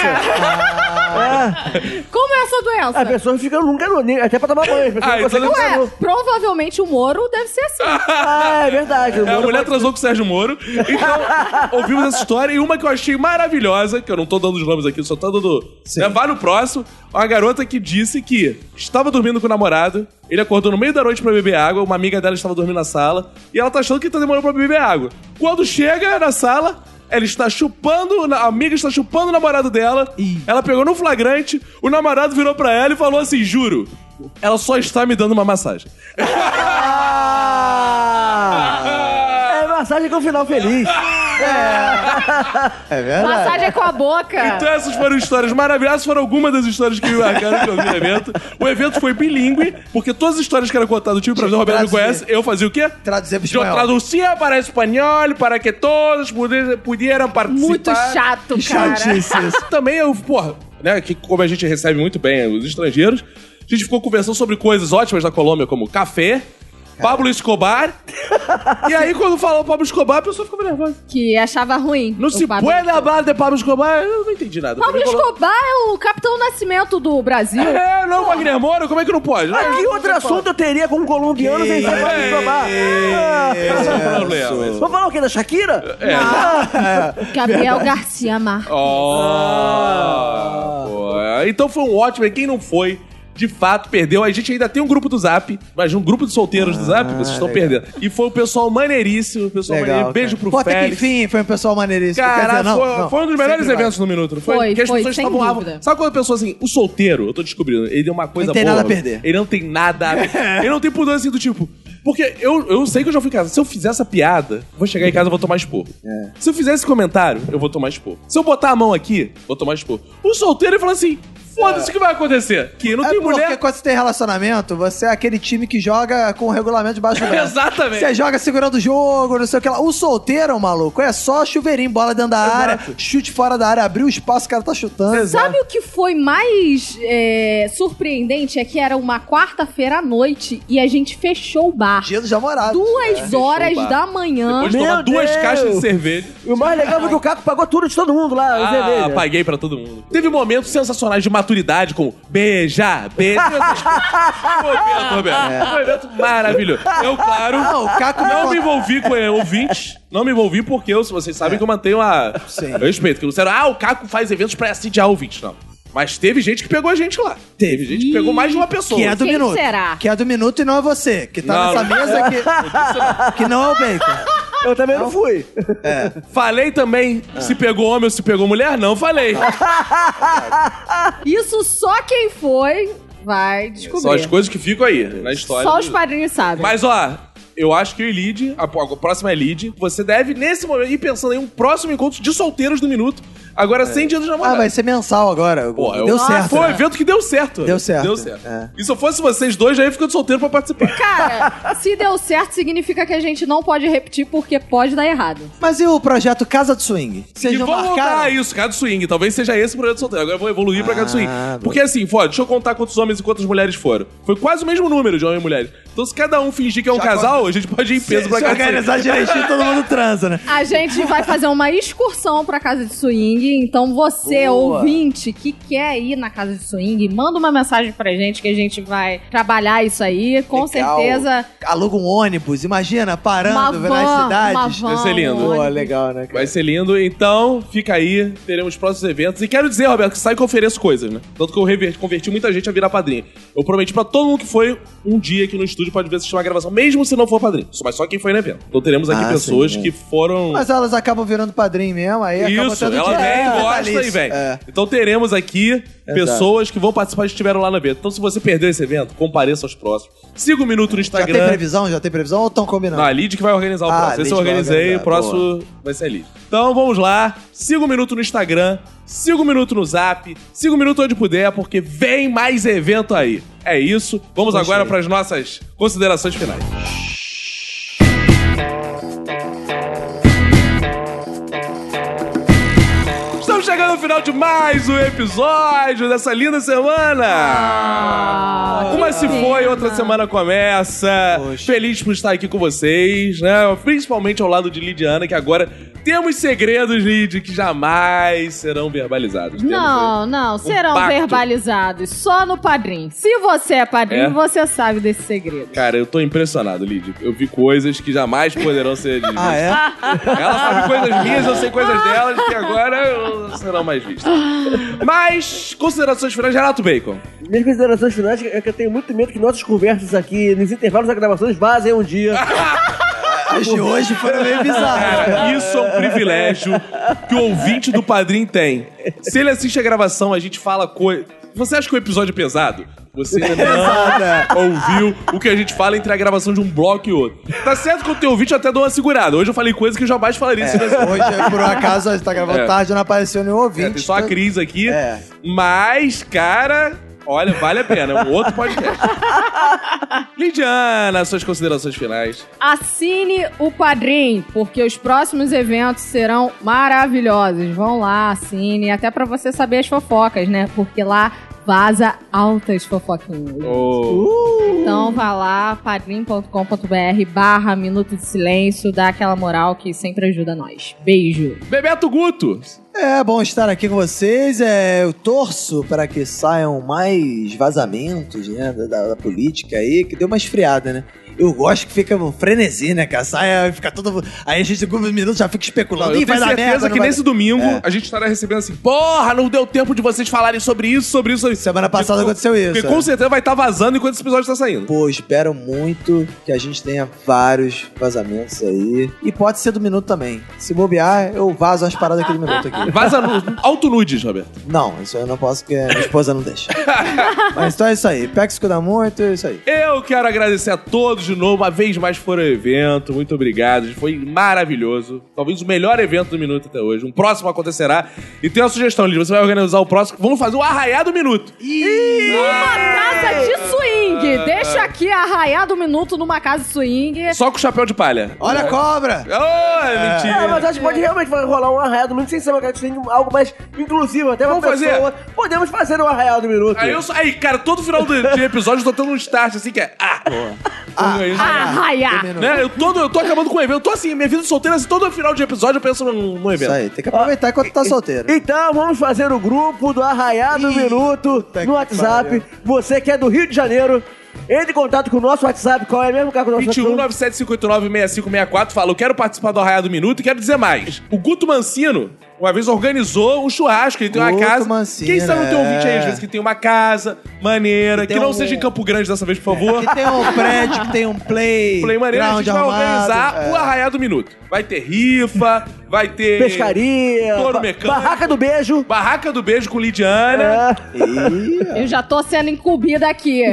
Speaker 2: Ah.
Speaker 5: Como é essa doença?
Speaker 3: A pessoa fica nunca nu, nem- até pra tomar banho. A pessoa
Speaker 2: Ah,
Speaker 3: Ah, não consegue
Speaker 2: então-
Speaker 3: ficar
Speaker 5: Ué,
Speaker 3: nu.
Speaker 5: provavelmente o Moro deve ser assim.
Speaker 3: Ah, é verdade. o
Speaker 2: É, a
Speaker 3: Moro
Speaker 2: mulher transou com o Sérgio Moro. Então, ouvimos essa história. E uma que eu achei maravilhosa, que eu não tô dando os nomes aqui, só tô dando.
Speaker 4: Sim.
Speaker 2: Né, vai no próximo. Uma garota que disse que estava dormindo com o namorado. Ele acordou no meio da noite pra beber água. Uma amiga dela estava dormindo na sala. E ela tá achando que tá demorando pra beber água. Quando chega na sala. Ela está chupando, a amiga está chupando o namorado dela. Ela pegou no flagrante, o namorado virou pra ela e falou assim: Juro, ela só está me dando uma massagem.
Speaker 3: É massagem com final feliz.
Speaker 2: Ah,
Speaker 4: É verdade.
Speaker 5: Massagem com a boca.
Speaker 2: Então essas foram histórias maravilhosas, foram algumas das histórias que me marcaram que eu vi no evento. O evento foi bilíngue, porque todas as histórias que eram contadas do time, pra mim, o Roberto me
Speaker 4: Traduzir.
Speaker 2: conhece, eu fazia o quê?
Speaker 4: Traduzir pro
Speaker 2: Eu
Speaker 4: espanhol.
Speaker 2: traducia para espanhol, para que todos puder- pudieram participar.
Speaker 5: Muito chato, cara.
Speaker 4: Chatice isso.
Speaker 2: Também eu, porra, né, que como a gente recebe muito bem os estrangeiros, a gente ficou conversando sobre coisas ótimas da Colômbia, como café, Pablo Escobar. e aí, quando falou Pablo Escobar, a pessoa ficou nervosa.
Speaker 5: Que achava ruim.
Speaker 2: Não
Speaker 5: o
Speaker 2: se
Speaker 5: Pablo
Speaker 2: puede
Speaker 5: Escobar.
Speaker 2: hablar de Pablo Escobar. Eu não entendi nada.
Speaker 5: Pablo
Speaker 2: Também falou-
Speaker 5: Escobar é o Capitão Nascimento do Brasil.
Speaker 2: É, não, Wagner Moura, como é que não pode?
Speaker 3: Ah, que outro assunto eu teria com um colombiano sem
Speaker 2: é
Speaker 3: ser pra me tomar?
Speaker 2: Esse é o problema. É, esse-
Speaker 3: Vamos falar o quê? Da Shakira?
Speaker 4: Ah.
Speaker 5: Gabriel Garcia Marques.
Speaker 4: Ah.
Speaker 2: Ó, pô, Então foi um ótimo, e quem não foi, de fato, perdeu. A gente ainda tem um grupo do Zap, mas um grupo de solteiros do Zap, vocês estão
Speaker 4: Ah, legal.
Speaker 2: perdendo. E foi o pessoal maneiríssimo, o pessoal
Speaker 4: Legal.
Speaker 2: maneiríssimo. Beijo
Speaker 4: cara.
Speaker 2: pro
Speaker 4: Pô, até que
Speaker 2: Félix.
Speaker 4: enfim, foi um pessoal maneiríssimo. Quer
Speaker 2: Cara,
Speaker 4: dizer, não,
Speaker 2: foi,
Speaker 4: não,
Speaker 2: foi um dos melhores
Speaker 4: sempre vai.
Speaker 2: eventos no minuto, não foi?
Speaker 5: Foi,
Speaker 2: Porque as
Speaker 5: foi,
Speaker 2: pessoas
Speaker 5: sem
Speaker 2: estavam lá.
Speaker 5: dúvida.
Speaker 2: Sabe quando a pessoa assim, o solteiro, eu tô descobrindo, ele é uma coisa
Speaker 4: Não tem
Speaker 2: boa.
Speaker 4: nada a perder.
Speaker 2: Ele não tem nada a Ele não tem pudor assim do tipo. Porque eu, eu sei que eu já fui em casa. Se eu fizer essa piada, eu vou chegar em casa e vou tomar expor.
Speaker 4: É.
Speaker 2: Se eu fizer esse comentário, eu vou tomar expor. Se eu botar a mão aqui, vou tomar expor. O solteiro ele fala assim: foda-se o que vai acontecer. Que não
Speaker 4: É
Speaker 2: tem
Speaker 4: porque
Speaker 2: mulher.
Speaker 4: quando você tem relacionamento, você é aquele time que joga com o regulamento debaixo do braço.
Speaker 2: Exatamente.
Speaker 4: Você joga segurando o jogo, não sei o que lá. O solteiro, maluco, é só chuveirinho, bola dentro da área, chute fora da área, abriu o espaço, o cara tá chutando.
Speaker 5: Sabe o que foi mais é, surpreendente? É que era uma quarta-feira à noite e a gente fechou o bar.
Speaker 4: Dia dos namorados.
Speaker 5: Duas horas
Speaker 2: né? bar.
Speaker 5: da manhã.
Speaker 2: Depois de
Speaker 3: Meu
Speaker 2: tomar duas
Speaker 3: Deus.
Speaker 2: caixas de cerveja.
Speaker 3: é E o mais legal foi que o Caco pagou tudo de todo mundo lá.
Speaker 2: Ah,
Speaker 5: é
Speaker 3: cerveja.
Speaker 2: paguei pra todo mundo. Teve momentos sensacionais de maturidade com beijar, beijar. Essas coisas. Que momento, Roberto. Que momento
Speaker 5: É.
Speaker 2: maravilhoso. Eu, claro,
Speaker 4: Não, o Caco me
Speaker 2: não
Speaker 4: contou.
Speaker 2: me envolvi com eh, ouvintes. Não me envolvi porque eu, vocês sabem que eu mantenho a.
Speaker 4: É. Sim.
Speaker 2: Eu respeito. Que não disseram, ah, o Caco faz eventos pra assediar ouvintes. Não. Mas teve gente que pegou a gente lá. Teve gente que pegou mais de uma pessoa.
Speaker 4: Que é do
Speaker 5: Quem
Speaker 4: minuto.
Speaker 5: será?
Speaker 4: Que é do minuto e não é você. Que tá
Speaker 2: Não,
Speaker 4: nessa
Speaker 2: não.
Speaker 4: mesa que. que não é o Baker.
Speaker 3: Eu também não fui.
Speaker 2: Falei também
Speaker 4: Ah.
Speaker 2: se pegou homem ou se pegou mulher? Não falei.
Speaker 4: Tá,
Speaker 5: Isso só quem foi vai descobrir.
Speaker 2: Só as coisas que ficam aí na história.
Speaker 5: Só os padrinhos sabem.
Speaker 2: Mas ó, eu acho que o Elide, a, a próxima Elide, você deve, nesse momento, ir pensando em um próximo encontro de solteiros do minuto. Agora, sem dia dos
Speaker 4: Ah,
Speaker 2: namorados.
Speaker 4: vai ser mensal agora.
Speaker 2: Pô,
Speaker 5: é
Speaker 2: eu-
Speaker 4: Deu certo.
Speaker 2: Foi um
Speaker 4: né?
Speaker 2: evento que deu certo.
Speaker 4: Deu certo.
Speaker 2: Deu certo.
Speaker 4: É.
Speaker 2: E se eu fosse vocês dois, já ia ficando solteiro pra participar.
Speaker 5: Cara, se deu certo, significa que a gente não pode repetir porque pode dar errado.
Speaker 4: Mas e o projeto Casa do Swing? Vocês
Speaker 2: e
Speaker 4: não
Speaker 2: vamos voltar a
Speaker 4: marcaram? Ah,
Speaker 2: isso, cara do swing. Talvez seja esse o projeto de solteiro. Agora eu vou evoluir pra cara do swing.
Speaker 4: boa.
Speaker 2: Porque assim, fora, deixa eu contar quantos homens e quantas mulheres foram. Foi quase o mesmo número de homens e mulheres. Então se cada um fingir que é um casal, a gente pode ir em peso pra
Speaker 4: Se
Speaker 2: casa do swing.
Speaker 4: organizar direitinho, todo mundo transa, né?
Speaker 5: A gente vai fazer uma excursão pra casa de swing. Então, você,
Speaker 4: Boa.
Speaker 5: ouvinte, que quer ir na casa de swing, manda uma mensagem pra gente que a gente vai trabalhar isso aí. Com
Speaker 4: Legal.
Speaker 5: certeza.
Speaker 4: Aluga um ônibus, imagina,
Speaker 5: Uma
Speaker 4: parando nas
Speaker 5: van, uma
Speaker 4: cidades.
Speaker 5: van,
Speaker 2: Deve ser é lindo.
Speaker 5: um
Speaker 4: Pô,
Speaker 5: ônibus.
Speaker 4: legal, né, cara?
Speaker 2: Vai ser lindo. Então, fica aí. Teremos próximos eventos. E quero dizer, Roberto, que sabe que eu ofereço coisas, né? Tanto que eu rever- converti muita gente a virar padrinho. Eu prometi pra todo mundo que foi um dia aqui no estúdio pode ver assistir uma gravação, mesmo se não for padrinho. Mas só quem foi no evento. Então teremos aqui
Speaker 4: Ah,
Speaker 2: pessoas
Speaker 4: sim, é.
Speaker 2: que foram.
Speaker 4: Mas elas acabam virando padrinho mesmo, aí acaba
Speaker 2: Isso,
Speaker 4: tendo
Speaker 2: ela
Speaker 4: dinheiro.
Speaker 2: vem,
Speaker 4: É,
Speaker 2: gosta
Speaker 4: natalício.
Speaker 2: e vem.
Speaker 4: É.
Speaker 2: Então teremos aqui pessoas que vão participar e estiveram lá no evento. Então se você perdeu esse evento, compareça aos próximos. Siga o Minuto no
Speaker 4: Já tem
Speaker 2: Instagram.
Speaker 4: previsão? Já tem previsão ou estão combinando?
Speaker 2: Não, a Lid que vai organizar o
Speaker 4: Ah,
Speaker 2: próximo.
Speaker 4: a
Speaker 2: Esse eu
Speaker 4: Lid vai
Speaker 2: organizei, o
Speaker 4: organizar,
Speaker 2: próximo vai ser a Lid. Então vamos lá. Siga o Minuto no Instagram, siga o Minuto no Zap, siga o Minuto onde puder, porque vem mais evento aí. É isso. Vamos
Speaker 4: Gostei.
Speaker 2: agora para as nossas considerações finais. Estamos chegando ao final de mais um episódio dessa linda semana.
Speaker 5: Ah,
Speaker 2: Uma
Speaker 5: que
Speaker 2: se
Speaker 5: pena.
Speaker 2: foi, outra semana começa.
Speaker 4: Poxa.
Speaker 2: Feliz por estar aqui com vocês, né? Principalmente ao lado de Lidiana, que agora temos segredos, Lid, que jamais serão verbalizados. Temos,
Speaker 5: Não, não, serão
Speaker 2: Um pacto.
Speaker 5: verbalizados só no padrinho. Se você é padrinho,
Speaker 2: É?
Speaker 5: você sabe desse segredo.
Speaker 2: né? Cara, eu tô impressionado, Lid. Eu vi coisas que jamais poderão ser ditas.
Speaker 4: Ah, é?
Speaker 2: Ela sabe coisas minhas, eu sei coisas delas, que agora eu- serão mais vistas. Mas, considerações finais, Renato Bacon.
Speaker 3: Minhas considerações finais é que eu tenho muito medo que nossas conversas aqui, nos intervalos das gravações, vazem um dia.
Speaker 4: As de hoje foram meio bizarras.
Speaker 2: Cara, isso é um privilégio que o ouvinte do Padrim tem. Se ele assiste a gravação, a gente fala coisa. Você acha que o episódio é pesado? Você ainda
Speaker 4: Pesada.
Speaker 2: não ouviu o que a gente fala entre a gravação de um bloco e outro. Tá certo que o teu ouvinte eu até dou uma segurada. Hoje eu falei coisa que eu jamais falaria. se tivesse-
Speaker 4: Hoje, por um acaso, a gente tá gravando
Speaker 2: É.
Speaker 4: tarde, não apareceu nenhum
Speaker 2: É,
Speaker 4: ouvinte. tá?
Speaker 2: tem só a Cris aqui.
Speaker 4: É.
Speaker 2: Mas, cara, olha, vale a pena. É um outro podcast. Lidiana, suas considerações finais.
Speaker 5: Assine o Padrim, porque os próximos eventos serão maravilhosos. Vão lá, assine, até pra você saber as fofocas, né? Porque lá vaza altas fofoquinhas.
Speaker 2: Oh.
Speaker 4: Uh.
Speaker 5: Então vá lá, padrim.com.br barra Minuto de Silêncio, dá aquela moral que sempre ajuda nós. Beijo.
Speaker 2: Bebeto Guto.
Speaker 4: É bom estar aqui com vocês. É, eu torço para que saiam mais vazamentos né, da- da, da política aí, que deu uma esfriada, né? Eu gosto que fica um frenesi, né, cara? Sai, fica todo. Aí a gente, em alguns minutos, já fica especulando.
Speaker 2: Eu
Speaker 4: Ih, vai
Speaker 2: tenho
Speaker 4: dar
Speaker 2: certeza
Speaker 4: merda. não
Speaker 2: que
Speaker 4: vai-
Speaker 2: nesse domingo
Speaker 4: É.
Speaker 2: a gente estará recebendo assim: porra, não deu tempo de vocês falarem sobre isso, sobre isso. sobre isso."
Speaker 4: Semana passada
Speaker 2: Porque-
Speaker 4: aconteceu isso.
Speaker 2: Porque
Speaker 4: é.
Speaker 2: com certeza vai estar vazando enquanto esse episódio está saindo.
Speaker 4: Pô, espero muito que a gente tenha vários vazamentos aí. E pode ser do minuto também. Se bobear, eu vazo as paradas aqui do minuto aqui.
Speaker 2: Vaza nu- alto nudes, Roberto.
Speaker 4: Não, isso eu não posso porque minha esposa não deixa. Mas então é isso aí. Pega se cuida muito, é isso aí.
Speaker 2: Eu quero agradecer a todos de novo. Uma vez mais foram ao evento. Muito obrigado. Foi maravilhoso. Talvez o melhor evento do Minuto até hoje. Um próximo acontecerá. E tem uma sugestão, Lidia. Você vai organizar o próximo. Vamos fazer o Arraiá do Minuto.
Speaker 5: Casa de swing! swing. Deixa aqui arraiar do minuto numa casa de swing.
Speaker 2: Só com o chapéu de palha.
Speaker 4: Olha Ah, a cobra!
Speaker 2: Oh, é
Speaker 3: É, mas
Speaker 2: mentira.
Speaker 3: acho que pode realmente rolar um arraial do minuto sem ser uma característica, algo mais inclusivo, até uma
Speaker 2: Vamos
Speaker 3: pessoa. Podemos fazer um arraial do minuto.
Speaker 2: Aí, eu só- aí, cara, todo final do- de episódio eu tô tendo um start assim que é. Ah!
Speaker 4: Ah,
Speaker 2: é isso.
Speaker 5: Arraiar.
Speaker 4: do minuto.
Speaker 2: Né? Eu, todo, eu tô acabando com o evento. Eu tô assim, minha vida de solteira, assim, todo final de episódio eu penso num, num
Speaker 4: Isso
Speaker 2: evento.
Speaker 4: aí, tem que aproveitar enquanto tá solteiro.
Speaker 3: Então vamos fazer o grupo do Arraiado do
Speaker 4: Ih,
Speaker 3: Minuto
Speaker 4: puta
Speaker 3: no
Speaker 4: que
Speaker 3: WhatsApp.
Speaker 4: pariu.
Speaker 3: Você que é do Rio de Janeiro, entre em contato com o nosso WhatsApp, qual é mesmo, cara, com o nosso
Speaker 2: 21
Speaker 3: WhatsApp?
Speaker 2: 975896564 fala: Eu quero participar do Arraiado Minuto e quero dizer mais. O Guto Mancino. Uma vez organizou um churrasco, ele tem uma
Speaker 4: Guto
Speaker 2: casa.
Speaker 4: Mancino,
Speaker 2: Quem sabe não tem um
Speaker 4: é.
Speaker 2: ouvinte aí, às vezes, que tem uma casa maneira, que
Speaker 4: Tem
Speaker 2: não
Speaker 4: um-
Speaker 2: seja em Campo Grande dessa vez, por favor.
Speaker 4: Que tem um prédio, que tem um play.
Speaker 2: Play maneiro, a
Speaker 4: ground
Speaker 2: gente vai
Speaker 4: armado,
Speaker 2: organizar
Speaker 4: é.
Speaker 2: o Arraiado Minuto. Vai ter rifa, vai ter.
Speaker 3: Pescaria,
Speaker 2: Touro
Speaker 3: ba-
Speaker 2: um, mecânico.
Speaker 3: Barraca do Beijo. É.
Speaker 2: Barraca do Beijo com Lidiana.
Speaker 4: é. Ih,
Speaker 5: Eu já tô sendo incumbida aqui.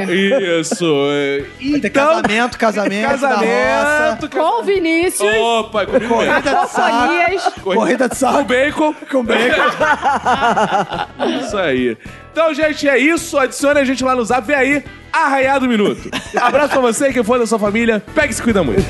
Speaker 2: Isso. é.
Speaker 4: vai ter
Speaker 2: Então,
Speaker 4: casamento, casamento, da roça,
Speaker 2: casamento. ca-
Speaker 5: Com um. o Vinícius,
Speaker 2: Opa, comigo mesmo.
Speaker 4: corrida de saco,
Speaker 5: Fonias.
Speaker 4: corrida de
Speaker 2: um. Com
Speaker 4: saco.
Speaker 2: bacon. Com bacon. isso aí. Então, gente, é isso. Adicione a gente lá no zap. Vem aí, arraiado minuto. Abraço pra você, quem for da sua família. Pega e se cuida muito.